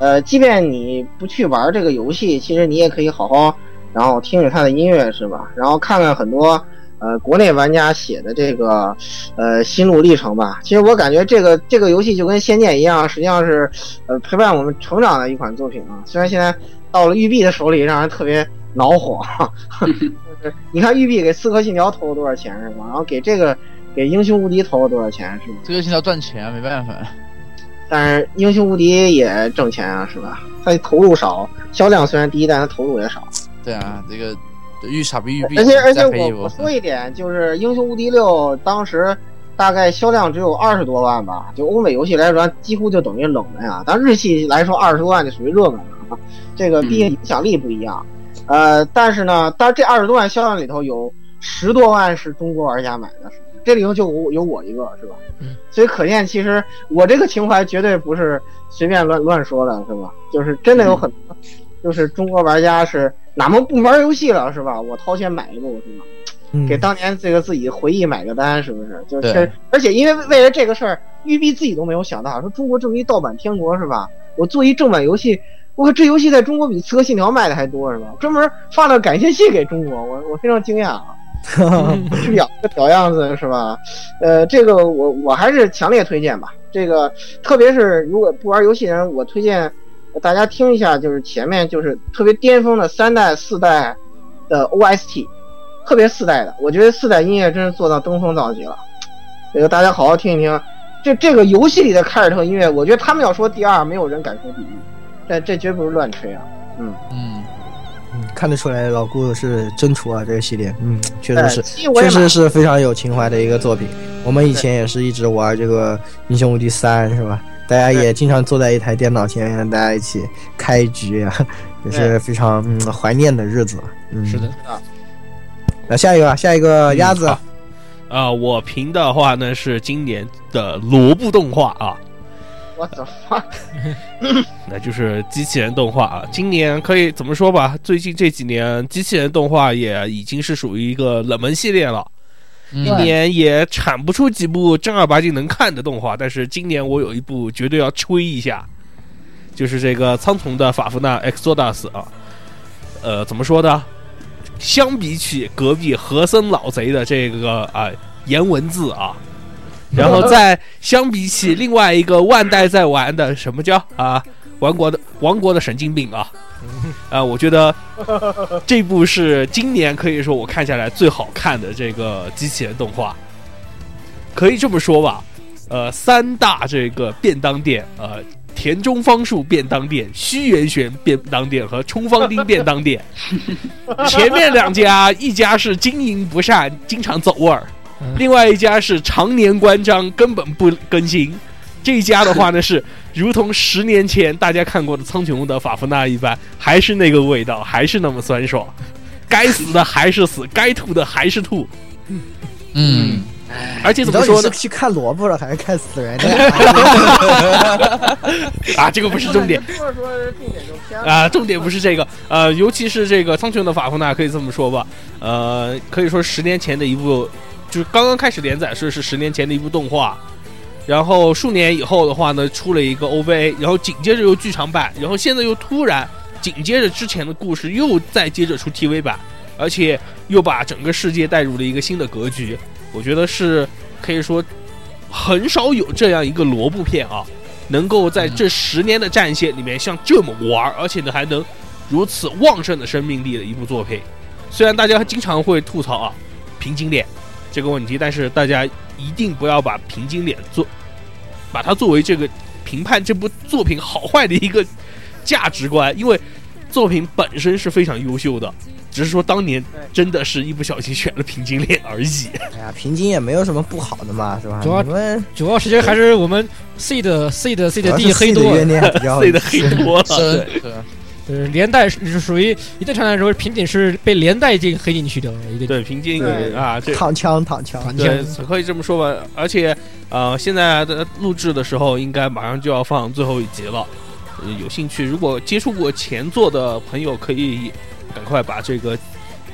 S3: 呃，即便你不去玩这个游戏，其实你也可以好好，然后听听他的音乐是吧？然后看看很多呃国内玩家写的这个呃心路历程吧。其实我感觉这个这个游戏就跟《仙剑》一样，实际上是呃陪伴我们成长的一款作品啊。虽然现在到了育碧的手里，让人特别恼火。就是你看育碧给《刺客信条》投了多少钱是吧？然后给这个给《英雄无敌》投了多少钱是吧？
S7: 这个现在赚钱啊，没办法。
S3: 但是《英雄无敌》也挣钱啊，是吧？它投入少，销量虽然低，但它投入也少。
S7: 对啊，这个遇傻逼遇币，
S3: 而且而且
S7: 再赔一
S3: 我
S7: 波
S3: 我说一点，就是《英雄无敌六》当时大概销量只有二十多万吧，就欧美游戏来说，几乎就等
S7: 嗯
S3: 于冷门啊。但日系来说，二十多万就属于热门了啊。这个毕竟影响力不一样。呃，但是呢，但是这二十多万销量里头有十多万是中国玩家买的，这里头就我有我一个是吧？
S5: 嗯，
S3: 所以可见其实我这个情怀绝对不是随便乱乱说的，是吧？就是真
S7: 嗯
S3: 的有很多，就是中国玩家是哪怕不玩游戏了是吧？我掏钱买一部是吧？
S2: 嗯
S3: 给当年这个自己回忆买个单，是不是？就
S7: 对
S3: 是，而且因为为了这个事儿，育碧自己都没有想到，说中国这么一盗版天国是吧？我做一正版游戏，我靠，这游戏在中国比《刺客信条》卖的还多是吧？专门发了感谢信给中国，我我非常惊讶啊！这屌这屌样子是吧？呃，这个我我还是强烈推荐吧。这个特别是如果不玩游戏的人，我推荐大家听一下，就是前面就是特别巅峰的三代、四代的 OST，特别四代的，我觉得四代音乐真是做到登峰造极了。这个大家好好听一听，这这个游戏里的凯尔特音乐，我觉得他们要说第二，没有人敢说第一，这这绝不是乱吹啊。
S7: 嗯，
S2: 嗯看得出来老顾是真厨啊，这个系列，嗯，确实
S3: 哎
S2: 是，
S3: 其实我也
S2: 确
S3: 买
S2: 实是非常有情怀的一个作品。我们以前也是一直玩这个《英雄无敌三》，是吧？大家也经常坐在一台电脑前面，大家一起开局啊，也是非常嗯怀念的日子。嗯，
S5: 是的。，
S2: 那下一个吧，下一个
S6: 嗯
S2: 鸭子
S6: 好，啊、我评的话呢是今年的萝卜动画啊，
S3: 我的妈！
S6: 那就是机器人动画啊。今年可以怎么说吧？最近这几年，机器人动画也已经是属于一个冷门系列了。
S7: 嗯
S6: 一年也产不出几部正儿八经能看的动画，但是今年我有一部绝对要吹一下，就是这个苍穹的法夫纳 Exodus 啊，呃，怎么说呢？相比起隔壁和森老贼的这个啊、颜文字啊，然后再相比起另外一个万代在玩的什么叫啊王国的王国的神经病啊，啊、我觉得这部是今年可以说我看下来最好看的这个机器人动画，可以这么说吧。呃，三大这个便当店，呃，田中芳树便当店、须原玄便当店和冲方町便当店，前面两家，一家是经营不善，经常走味儿
S5: 嗯；
S6: 另外一家是常年关张，根本不更新。这一家的话呢，是如同十年前大家看过的苍穹的法夫纳一般，还是那个味道，还是那么酸爽。该死的还是死，该吐的还是吐。
S7: 嗯，
S6: 而且
S2: 你
S6: 怎
S2: 到
S6: 么
S2: 底
S6: 说
S2: 是
S6: 呢？
S2: 去看萝卜了还是看死人的？
S6: 啊，这个不是 重点。
S3: 就是说重点就偏了。
S6: 啊、重点不是这个，呃，尤其是这个苍穹的法夫纳，可以这么说吧，呃，可以说十年前的一部，就是刚刚开始连载时是十年前的一部动画，然后数年以后的话呢，出了一个 OVA，然后紧接着又剧场版，然后现在又突然紧接着之前的故事又再接着出 TV 版，而且又把整个世界带入了一个新的格局，我觉得是可以说很少有这样一个萝卜片啊，能够在这十年的战线里面像这么玩儿，而且呢还能如此旺盛的生命力的一部作品。虽然大家经常会吐槽啊平井脸这个问题，但是大家一定不要把平井脸做，把它作为这个评判这部作品好坏的一个价值观，因为作品本身是非常优秀的，只是说当年
S3: 对
S6: 真的是一不小心选了平井脸而已。
S2: 哎呀，平均也没有什么不好的嘛，是吧？
S5: 主要
S2: 你们
S5: 主要时间还是我们 C 的 C 的 C
S2: 主
S5: 的
S2: 要
S5: D
S2: 是
S5: 黑
S2: C 的
S5: 多
S2: 怨，念比较
S6: 碎的黑多了，对
S7: 深刻，
S5: 就是连带是属于一定程度来说，瓶颈是被连带进黑进去的一个
S6: 对平井
S3: 对
S6: 啊，这
S2: 躺枪躺枪。
S5: 团
S6: 对
S5: 体。，
S6: 可以这么说吧。而且，呃，现在的录制的时候，应该马上就要放最后一集了。呃有兴趣，如果接触过前作的朋友，可以赶快把这个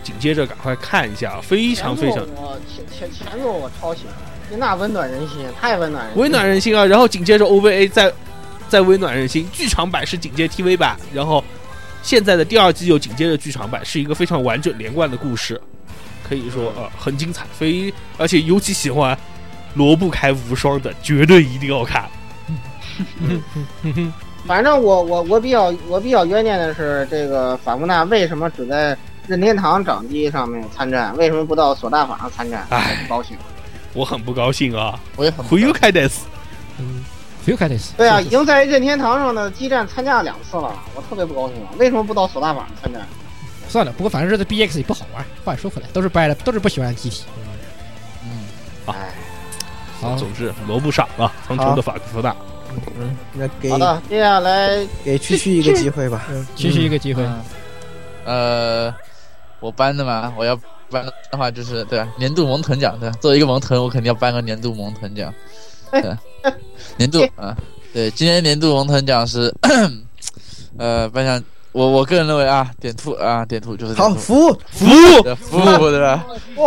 S6: 紧接着赶快看一下，非常非常
S3: 前作我前前前作我超喜欢，那温暖人心，太温暖人心。
S6: 温暖人心啊。然后紧接着 OVA 再再温暖人心，剧场版是紧接 TV 版，然后现在的第二季又紧接着剧场版，是一个非常完整连贯的故事，可以说呃很精彩，非而且尤其喜欢罗布开无双的，绝对一定要看。
S3: 反正我我我比较我比较冤念的是，这个法布纳为什么只在任天堂掌机上面参战，为什么不到索大法上参战？
S6: 唉
S3: 我不高兴。
S6: 我很不高兴啊！
S7: 我也很
S6: 回游开的 死，
S5: 嗯 f e l 斯。
S3: 对啊，已经在任天堂上的基站参加了两次了，我特别不高兴啊了。为什么不到索大法上参战？
S5: 算了，不过反正这 BX 也不好玩。话说回来，都是掰了，都是不喜欢集体。
S7: 嗯，
S3: 唉，
S5: 好，
S6: 总之萝卜傻了，苍穹啊的法夫纳。
S2: 嗯，那给
S3: 好的，接下来
S2: 给区区一个机会吧。
S5: 区区一个机会。
S7: 嗯呃，我颁的嘛，我要颁的话就是对吧？年度萌豚奖对吧？作为一个萌豚，我肯定要颁个年度萌豚奖。对吧，年度啊，对，今年年度萌豚奖是， 呃，颁奖我我个人认为啊，点兔啊，点兔就是点
S2: 好，
S7: 兔
S2: 服务
S6: 服务
S7: 对服务对吧？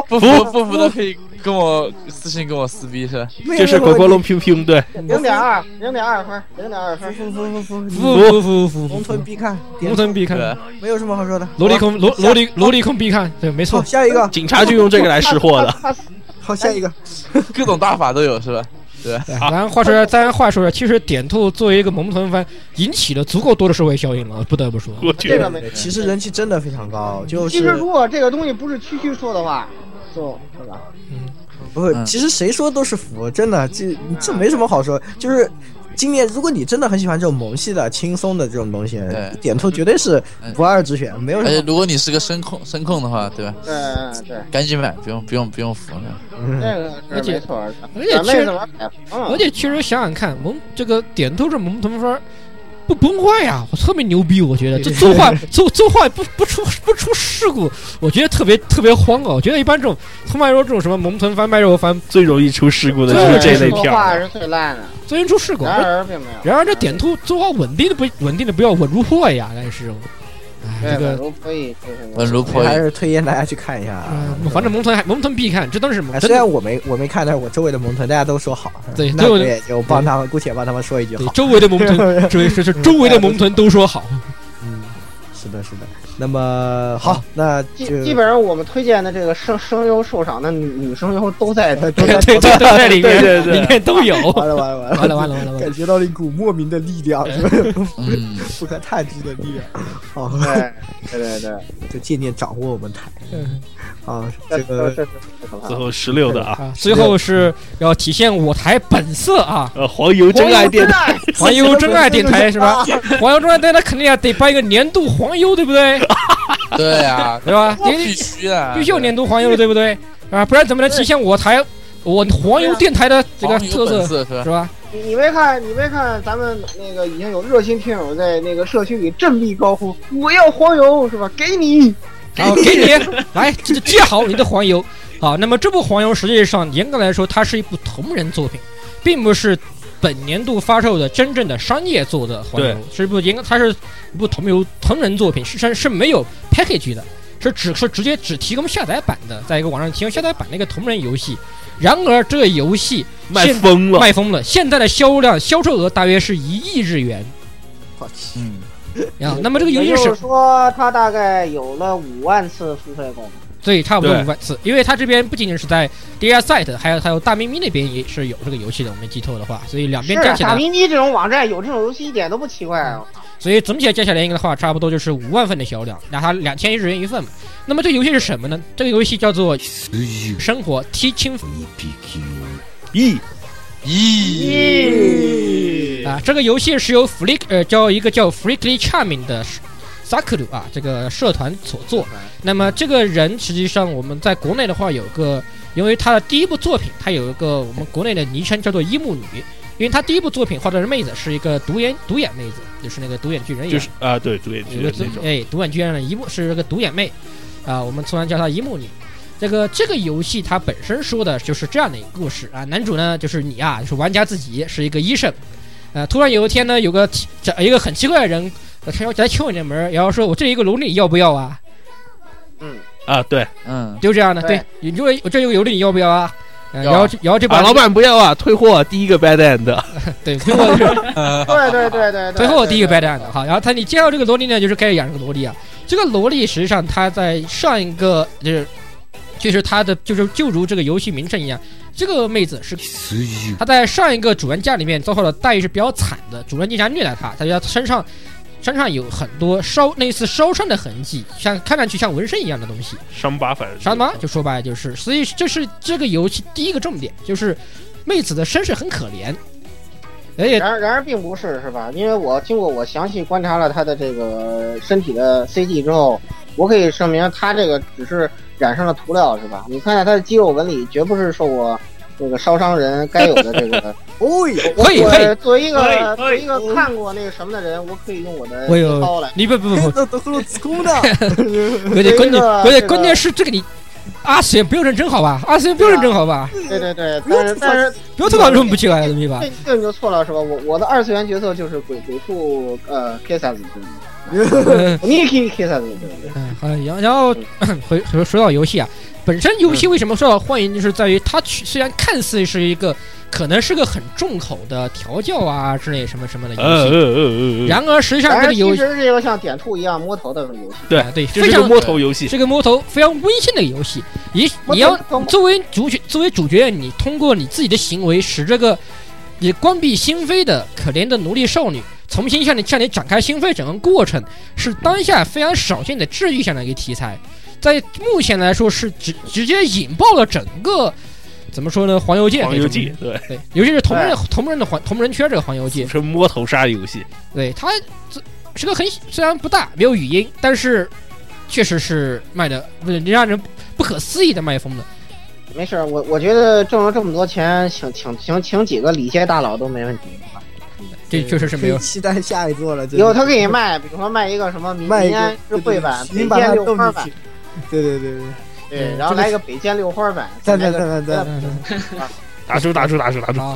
S7: 不服不服的可以跟我私信跟我撕逼是吧？
S6: 就是狗狗龙平平，对，
S3: 零点二，零点二分，零点二分。
S2: 服服服服服，
S5: 服服服服
S2: 龙
S5: 服
S2: 豚，必看，
S5: 龙豚必看
S7: 对，吧？
S2: 没有什么好说的。
S5: 萝莉控萝萝莉萝莉控必看，对，没
S2: 好，
S5: 错，
S2: 下一个，
S6: 警察就用这个来识货 的。
S3: 他
S2: 好，下一个，
S7: 各种大法都有是吧？对吧？
S5: 对，咱话说，咱话说，其实点兔作为一个萌豚番，引起了足够多的社会效应了，不得不说。
S6: 我
S3: 这
S6: 觉
S3: 个
S6: 得
S3: 没。
S2: 其实人气真的非常高，就
S3: 其实
S2: 是
S3: 如果这个东西不是区区说的话，就是吧？
S5: 嗯，
S2: 不是，
S7: 嗯
S2: 其实谁说都是福，真的，这这没什么好说，就是。今年，如果你真的很喜欢这种萌系的、轻松的这种东西
S7: 对，
S2: 点兔绝对是
S7: 嗯哎
S2: 不二之选，没有
S7: 而
S2: 什
S7: 且
S2: 么。
S7: 如果你是个声控声控的话，对吧？
S3: 对对，
S7: 赶紧买，不用不用不用服了。
S3: 这
S2: 嗯
S3: 个是没错儿的。
S5: 而且
S3: 咱
S5: 确
S3: 们
S5: 实
S3: 怎么买？
S5: 而
S3: 嗯，
S5: 且其实想想看，萌这个点兔这萌豚番不崩坏呀、我特别牛逼，我觉得这作画作作画不不出不出事故，我觉得特别特别慌啊！我觉得一般这种通卖肉这种什么萌豚番、卖肉番，
S6: 最容易出事故的就是这类片
S3: 说话
S6: 儿。
S3: 是最烂的，
S5: 最容易出事故。
S3: 然而并没有。
S5: 然而这点兔作画稳定的不稳定的不要稳如破呀，但是，哎，
S3: 对
S5: 这
S3: 稳
S5: 个。
S3: 如破译，这是
S7: 稳如破
S2: 还
S7: 译，
S2: 是推荐大家去看一下啊。
S5: 嗯，反正萌豚还萌豚必看，这都是
S2: 哎，
S5: 萌
S2: 虽
S5: 真
S2: 然
S5: 的。
S2: 我没我没看，但是我周围的萌豚大家都说好，啊
S5: 对
S2: 那
S5: 对
S2: 我
S5: 我
S2: 也就帮他们，姑且帮他们说一句
S5: 对
S2: 好。
S5: 周围的萌豚，周围是是周围的萌豚都说好，
S2: 嗯，是的，是的。那么好，
S5: 啊
S2: 那
S3: 基
S2: 就
S3: 基本上我们推荐的这个声声优受赏的女女声优都在它都
S5: 对
S3: 在
S5: 对对，都在里
S6: 对
S5: 面，
S6: 对对
S5: 里面都有。
S2: 完了完了完了
S5: 完了完了完了完了
S2: 感觉到了一股莫名的力量，是吧
S7: 嗯，
S2: 不可探知的力量。好，
S3: 对哎对对对，
S2: 就渐渐掌握我们台
S5: 嗯
S2: 啊，
S3: 这
S2: 这
S3: 这
S2: 个
S3: 这这可怕
S6: 最。后十六的啊，
S5: 啊，最后是要体现我台本色啊，
S6: 呃，黄油真爱电台，
S5: 黄油真爱电台是 吧？黄油真爱电台肯定要得办一个年度黄油，对不对？
S7: 对啊，
S5: 对 吧？
S7: 必
S5: 必
S7: 须啊，
S5: 必须有年度黄油，对不对？啊，不然怎么能体现我台我黄油电台的这个特
S7: 色色
S5: 色
S7: 是吧？
S5: 是吧？
S3: 你你没看，你没看，咱们那个已经有热心听友在那个社区里振臂高呼：“我要黄油，是吧？给你
S5: 然后给你来这接好你的黄油。好，那么这部黄油实际上严格来说，它是一部同人作品，并不是本年度发售的真正的商业做的黄油
S6: 对，
S5: 是一部严格它是一部同游同人作品，是是是没有 package 的，是只是直接只提供下载版的，在一个网上提供下载版的一个同人游戏。然而这个游戏
S6: 卖疯了，
S5: 卖疯了，现在的销量销售额大约是一亿日元。
S2: 我去，
S7: 嗯，
S5: 啊，那么这个游
S3: 也
S5: 戏
S3: 就是是说，他大概有了五万次付费购买。
S5: 对，差不多
S6: 对
S5: 五万次，因为它这边不仅仅是在 DR Site，还有还有大咪咪那边也是有这个游戏的，我没记错的话，所以两边加
S3: 是啊
S5: 起
S3: 打
S5: 来，
S3: 咪咪这种网站有这种游戏一点都不奇怪啊！
S5: 所以总体加起来应该的话，差不多就是五万份的销量，那它两千日元一份嘛。那么这个游戏是什么呢？这个游戏叫做《生活 Teaching
S6: 咦，
S3: 咦，
S5: 啊，这个游戏是由 Freak 呃叫一个叫 Freakly Charming 的 Sakura 啊这个社团所做。那么这个人实际上我们在国内的话有个，因为他的第一部作品，他有一个我们国内的昵称叫做一木女，因为他第一部作品画的妹子是一个独眼独眼妹子，就是那个独眼巨人一样
S6: 就是啊，对，主演剧的
S5: 有个
S6: 那种，
S5: 哎，独眼巨人的一幕是个独眼妹，啊、我们通常叫她一幕女。这个这个游戏它本身说的就是这样的一个故事啊，男主呢就是你啊，就是玩家自己是一个医生，呃，突然有一天呢，有个奇这一个很奇怪的人呃他要来敲你的门，然后说我这一个萝莉你要不要啊？
S6: 啊，对，
S7: 嗯，
S5: 就这样的，
S3: 对
S5: 对，你就我这有个萝莉你要不要啊？呃
S7: 要
S5: 然后这然后这把
S6: 啊，老板不要啊，退货，第一个 bad end，
S5: 对退货
S3: 对对对对对，
S5: 嗯最后第一个
S3: 对
S5: bad end 哈，然后他你介绍这个萝莉呢，就是开始养这个萝莉啊。这个萝莉实际上她在上一个就是就是她的就是就如这个游戏名称一样，这个妹子是她在上一个主人家里面遭受的待遇是比较惨的，主人经常虐待她，她就在身上身上有很多烧类似烧伤的痕迹，像看上去像纹身一样的东西。
S6: 伤疤反正
S5: 啥嘛，就说白了就是，所以这是这个游戏第一个重点，就是妹子的身世很可怜，而且
S3: 然而然而并不是是吧？因为我经过我详细观察了他的这个身体的 CG 之后，我可以证明他这个只是染上了涂料是吧？你看看他的肌肉纹理，绝不是受过这个烧伤人该有的这个。
S2: 哦哟，
S3: 我
S5: 可以可以
S3: 我作为一个
S4: 可以
S3: 作为一
S4: 可
S3: 个
S4: 以
S3: 看过那个什么的人，我可以用我的
S5: 我有
S3: 刀来。
S5: 你不不不不，
S2: 这都是粗的。
S5: 关键
S3: 这
S5: 关键
S3: 个
S5: 关
S3: 这
S5: 键
S3: 个
S5: 关键是这个你二次元不要认真好吧？二次元不要认真好吧？
S3: 对啊对对，但 是但是
S5: 不要吐槽这种不奇怪的东西吧
S3: 这？这你就错了是吧？我我的二次元角色就是鬼鬼畜呃 Kissas
S5: 嗯
S3: Niki Kissas 对对
S5: 嗯，好，然后然后回回说到游戏啊，本身游
S3: 嗯
S5: 戏为什么受到欢迎，就是在于它去虽然看似是一个可能是个很重口的调教啊之类什么什么的游戏，
S6: 嗯嗯
S5: 然而实际上
S3: 然而
S5: 这个游
S3: 其
S5: 戏
S3: 实是一个像点兔一样摸头的游戏。
S6: 对
S5: 啊对
S6: 这
S5: 非
S6: 是个
S5: 常
S6: 摸头游戏，
S5: 这个摸头非常温馨的一个游戏，你
S3: 摸头
S5: 你要
S3: 摸头
S5: 作为主角，作为主角，你通过你自己的行为，使这个你关闭心扉的可怜的奴隶少女重新向你向你展开心扉，整个过程是当下非常少见的治愈向的一个题材，在目前来说是直直接引爆了整个怎么说呢？黄油界，
S6: 黄油记，对，
S5: 对，尤其是同人同人的黄同人圈这个黄油界
S6: 俗，称摸头杀游戏。
S5: 对它这是个很虽然不大，没有语音，但是确实是卖的，不是让人不可思议的卖疯的。
S3: 没事儿，我我觉得挣了这么多钱，请请请请几个礼界大佬都没问题。
S5: 这确实是没有
S2: 可以期待下一座了。
S3: 以后他给你卖，比如说卖一个什么民
S2: 卖一
S3: 民
S2: 个
S3: 安智慧版、
S2: 你
S3: 北
S2: 把它
S3: 建六
S2: 逗
S3: 花
S2: 进
S3: 版
S2: 去，。对对对对，
S3: 对，
S5: 嗯
S3: 然后
S5: 这个
S3: 来一个北建六花版，
S2: 赞
S3: 再来
S2: 赞
S3: 个
S2: 赞赞 赞！
S6: 打住打住打住打住！
S5: 啊，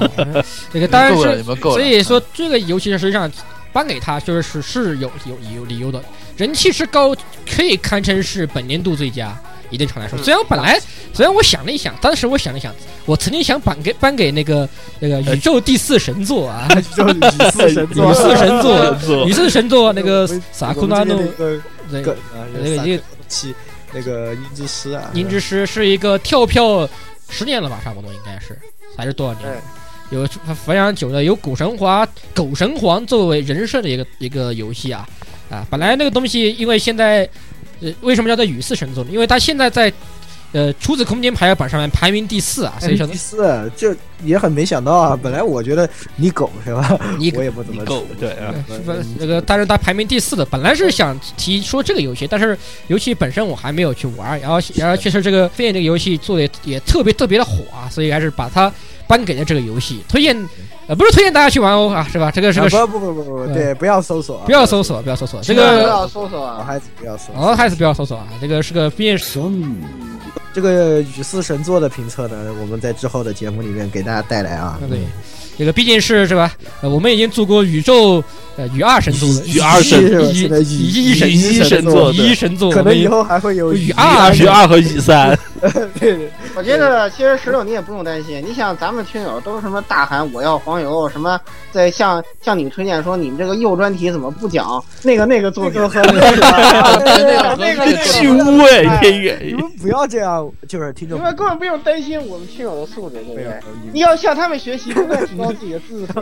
S5: 这个当然
S7: 够了，
S5: 是
S7: 你，们够了。
S5: 所以说这个游戏实际上颁给他就是是是有有有理由的，人气是高，可以堪称是本年度最佳。一定程度来说，虽然本来，虽然我想了一想，当时我想了一想，我曾经想颁给颁给那个那个宇宙第四神作啊，
S2: 就是以四神作，
S5: 宇 宙神作，
S6: 做
S5: 宇宙神作那个
S2: 我们
S5: 萨库纳诺
S2: 我们这边
S5: 那
S2: 那个
S5: 个
S2: 梗啊，
S5: 那个
S2: 萨
S5: 一个
S2: 克气那个音之师啊，
S5: 银之师是一个跳票十年了吧，差不多应该是还是多少年
S3: 对？
S5: 有非常久的，有古神华、狗神皇作为人设的一个一个游戏啊啊！本来那个东西，因为现在呃，为什么叫做雨四神作呢？因为它现在在呃初子空间排行榜上面排名第四啊，所以说
S2: 第四，这也很没想到啊！本来我觉得你狗是吧？
S5: 你嗯
S2: 我也不怎么
S6: 够对啊，
S5: 是不
S2: 嗯
S5: 那个，但是它排名第四的，本来是想提说这个游戏，但是游戏本身我还没有去玩，然后然后确实这个飞燕这个游戏做的也特别特别的火啊，所以还是把它颁给了这个游戏，推荐呃不是推荐大家去玩哦啊，是吧？这个是
S2: 啊
S5: 个、
S2: 不不不不不，对，不要搜索啊，
S5: 不要搜索，不要搜索，这
S3: 不
S5: 个
S3: 要搜索
S2: 啊，
S3: 啊，
S2: 还是不要搜索。
S5: 哦还是不要搜索啊，这个是个飞燕
S2: 这个与四神作的评测呢，我们在之后的节目里面给大家带来啊。
S5: 嗯对，这个毕竟是是吧？呃，我们已经做过宇宙呃宇二神作了，
S6: 与二神
S2: 是吧
S5: 以
S2: 现在
S5: 以一神
S6: 以一神作
S2: 作，
S5: 一神作，
S2: 可
S5: 我
S2: 能
S5: 们
S2: 以后还会有
S5: 与啊
S6: 二
S5: 二
S6: 与二和乙三，
S3: 我觉得其实石榴你也不用担心，你想咱们群友都是什么大喊我要黄油，什么在向向你推荐说你们这个右专题怎么不讲那个那个作品， 那个那个
S6: 去污哎，天
S2: 你
S6: 宇！
S2: 们不要这样，就是听
S3: 你
S2: 众
S3: 们根本不用担心我们群友的素质，对不
S2: 没有
S3: 对？你要向他们学习，不断提高自己的自制。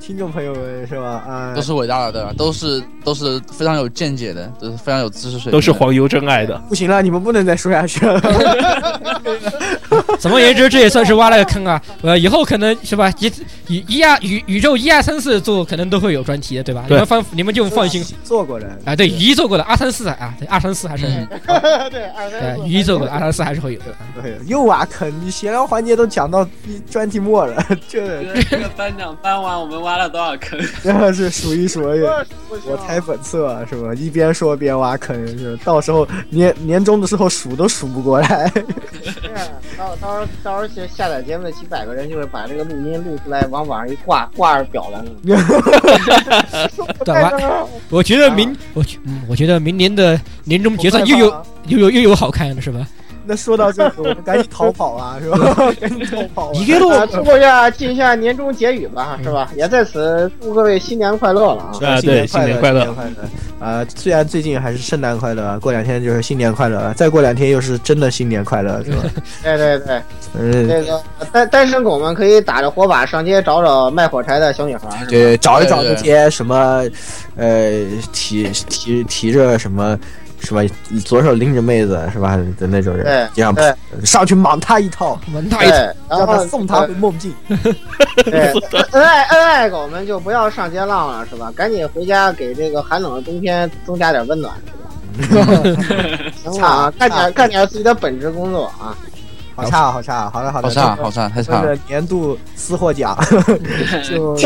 S2: 听众朋友们是吧？啊
S7: 都，是伟大的，对吧？都是都是非常有见解的，都是非常有知识水平的，
S6: 都是黄油真爱的，
S2: 不行了，你们不能再说下去了。
S5: 总而言之，这也算是挖了个坑啊！呃，以后可能是吧，一宇一二宇宇宙一二三四做可能都会有专题的，对吧？
S6: 对
S5: 你们放你们就 放心
S2: 做过的
S5: 啊！对，雨一做过的二三四啊，对二三四还是
S3: 对，二三
S5: 呃
S3: 四
S5: 雨一做过的二三四还是会有的。
S2: 对，又挖坑！你闲聊环节都讲到一专题末了， 这
S4: 觉得这个颁奖颁完，我们挖了多少坑？
S2: 真 是数一数二。
S3: 我
S2: 我猜本色是吧？一边说边挖坑，是吧到时候年年终的时候数都数不过来。
S3: 是，啊到到时候到时候下载节目的几百个人，就是把这个录音录出来，往网上一挂，挂着表了。
S5: 对吧？ 我觉得明我觉嗯我觉得明年的年终决赛又有
S3: 啊
S5: 又有又有好看的是吧？
S2: 那说到这个，我们赶紧逃跑啊，是吧？赶紧逃跑、啊！
S5: 一个路
S3: 啊，通过一下进一下年终结语吧，是吧？也在此祝各位新年快乐了啊！
S6: 啊对
S2: 哎新
S6: 新年
S2: 年
S6: 快乐
S2: 乐，新年快乐！啊，虽然最近还是圣诞快乐，啊过两天就是新年快乐了，再过两天又是真的新年快乐，是吧？
S3: 对对对，
S2: 嗯，
S3: 那个单单身狗们可以打着火把上街找找卖火柴的小女孩，是吧
S7: 对，对
S2: 找一找
S7: 对
S2: 那
S7: 对
S2: 些什么，呃，提提提着什么。什么左手拎着妹子是吧的那种人
S3: 对，
S2: 这样呃
S3: 对
S2: 上去莽他一套，
S5: 文大一
S3: 对，然
S2: 让他
S3: 后
S2: 送他回梦境。
S3: 对，恩爱恩爱狗们就不要上街浪了，是吧？赶紧回家给这个寒冷的冬天增加点 温暖，是吧？行了啊，干点干点自己的本职工作啊！
S2: 好差啊，好差啊！好了好了，
S7: 好差
S2: 这个
S7: 好差，太
S2: 这
S7: 差了
S2: 个。年度私货奖 就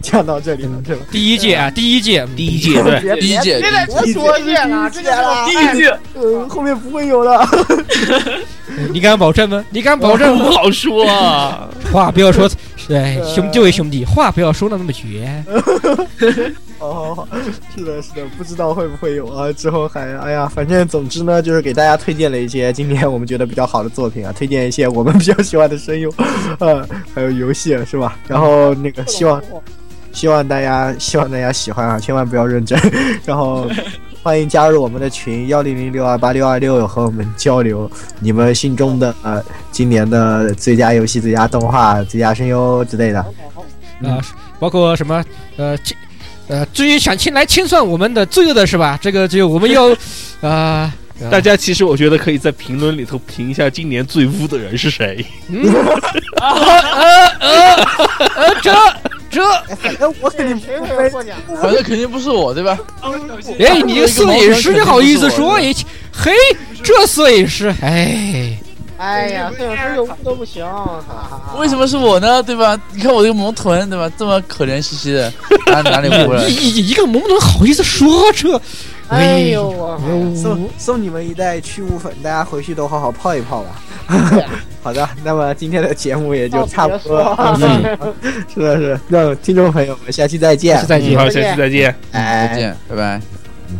S2: 讲到这里了，对吧？
S5: 第一届啊，第一届，
S6: 第一届对，
S2: 别
S7: 第一届，
S3: 别再多说一遍了，这个是我
S4: 第
S3: 爱
S4: 一句
S2: 嗯，后面不会有了。
S5: 嗯你敢保证吗？你敢保证吗？
S6: 不好说啊。
S5: 话不要说， 哎，兄这位兄弟，话不要说的那么绝。
S2: 哦， 是的，是的，不知道会不会有啊？之后还哎呀，反正总之呢，就是给大家推荐了一些今年我们觉得比较好的作品啊，推荐一些我们比较喜欢的声优， 呃，还有游戏是吧？然后那个希望希望大家希望大家喜欢啊，千万不要认真。 然后欢迎加入我们的群幺零零六二八六二六，和我们交流你们心中的呃今年的最佳游戏、最佳动画、最佳声优之类的。
S5: 啊，包括什么呃，清呃，至于想清来清算我们的罪恶的是吧？这个只有我们要 啊、呃，
S6: 大家其实我觉得可以在评论里头评一下今年最污的人是谁。
S5: 嗯这这，
S2: 反正我肯定不
S3: 谁获奖？
S7: 反正肯定不是我，对吧？
S5: 哎，你这摄影师，你好意思
S7: 我
S5: 说？哎，嘿，这摄影师，哎，
S3: 哎呀，摄影师有污都不行，
S5: 啊
S3: 哈
S7: 为什么是我呢？对吧？你看我这个萌臀，对吧？这么可怜兮兮的，哪哪里污 了
S5: 一？一一个萌萌好意思说这，
S3: 哎呦我
S5: 哎呦
S2: 送送你们一袋去污粉，大家回去都好好泡一泡吧。
S5: 啊
S2: 好的，那么今天的节目也就差不多了。是的，是的，那听众朋友们，下期再见
S5: 下次。再
S6: 嗯
S5: 见。
S6: 好，下期再见。
S2: 哎
S7: 再见，拜拜。
S3: 嗯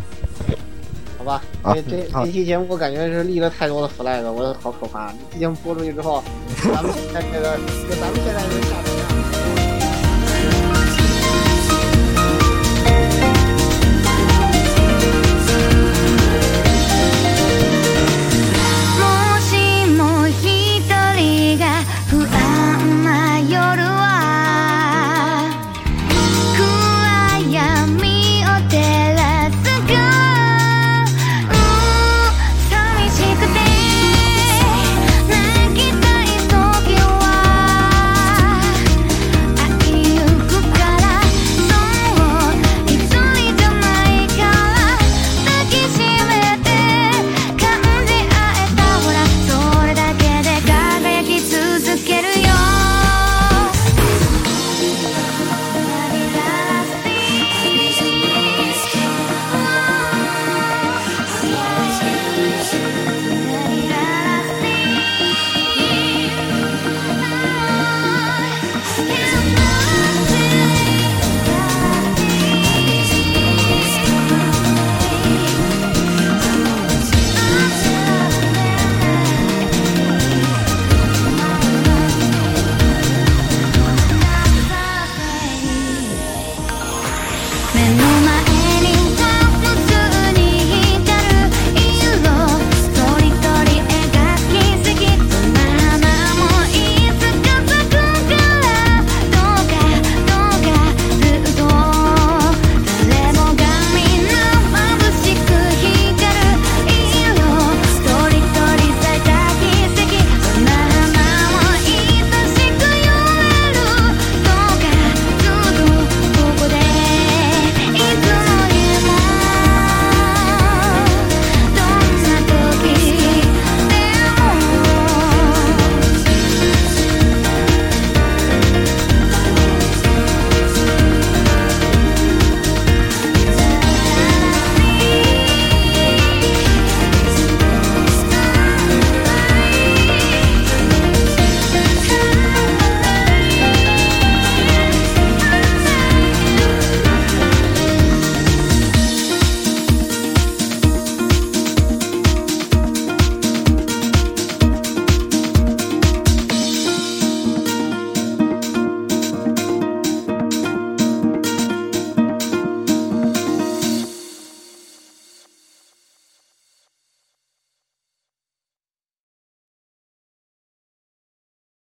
S3: 好吧，
S2: 啊
S3: 这这
S2: 好
S3: 这期节目我感觉是立了太多的 flag，我好可怕。这期节目播出去之后，咱们现在这个，咱们现在就下。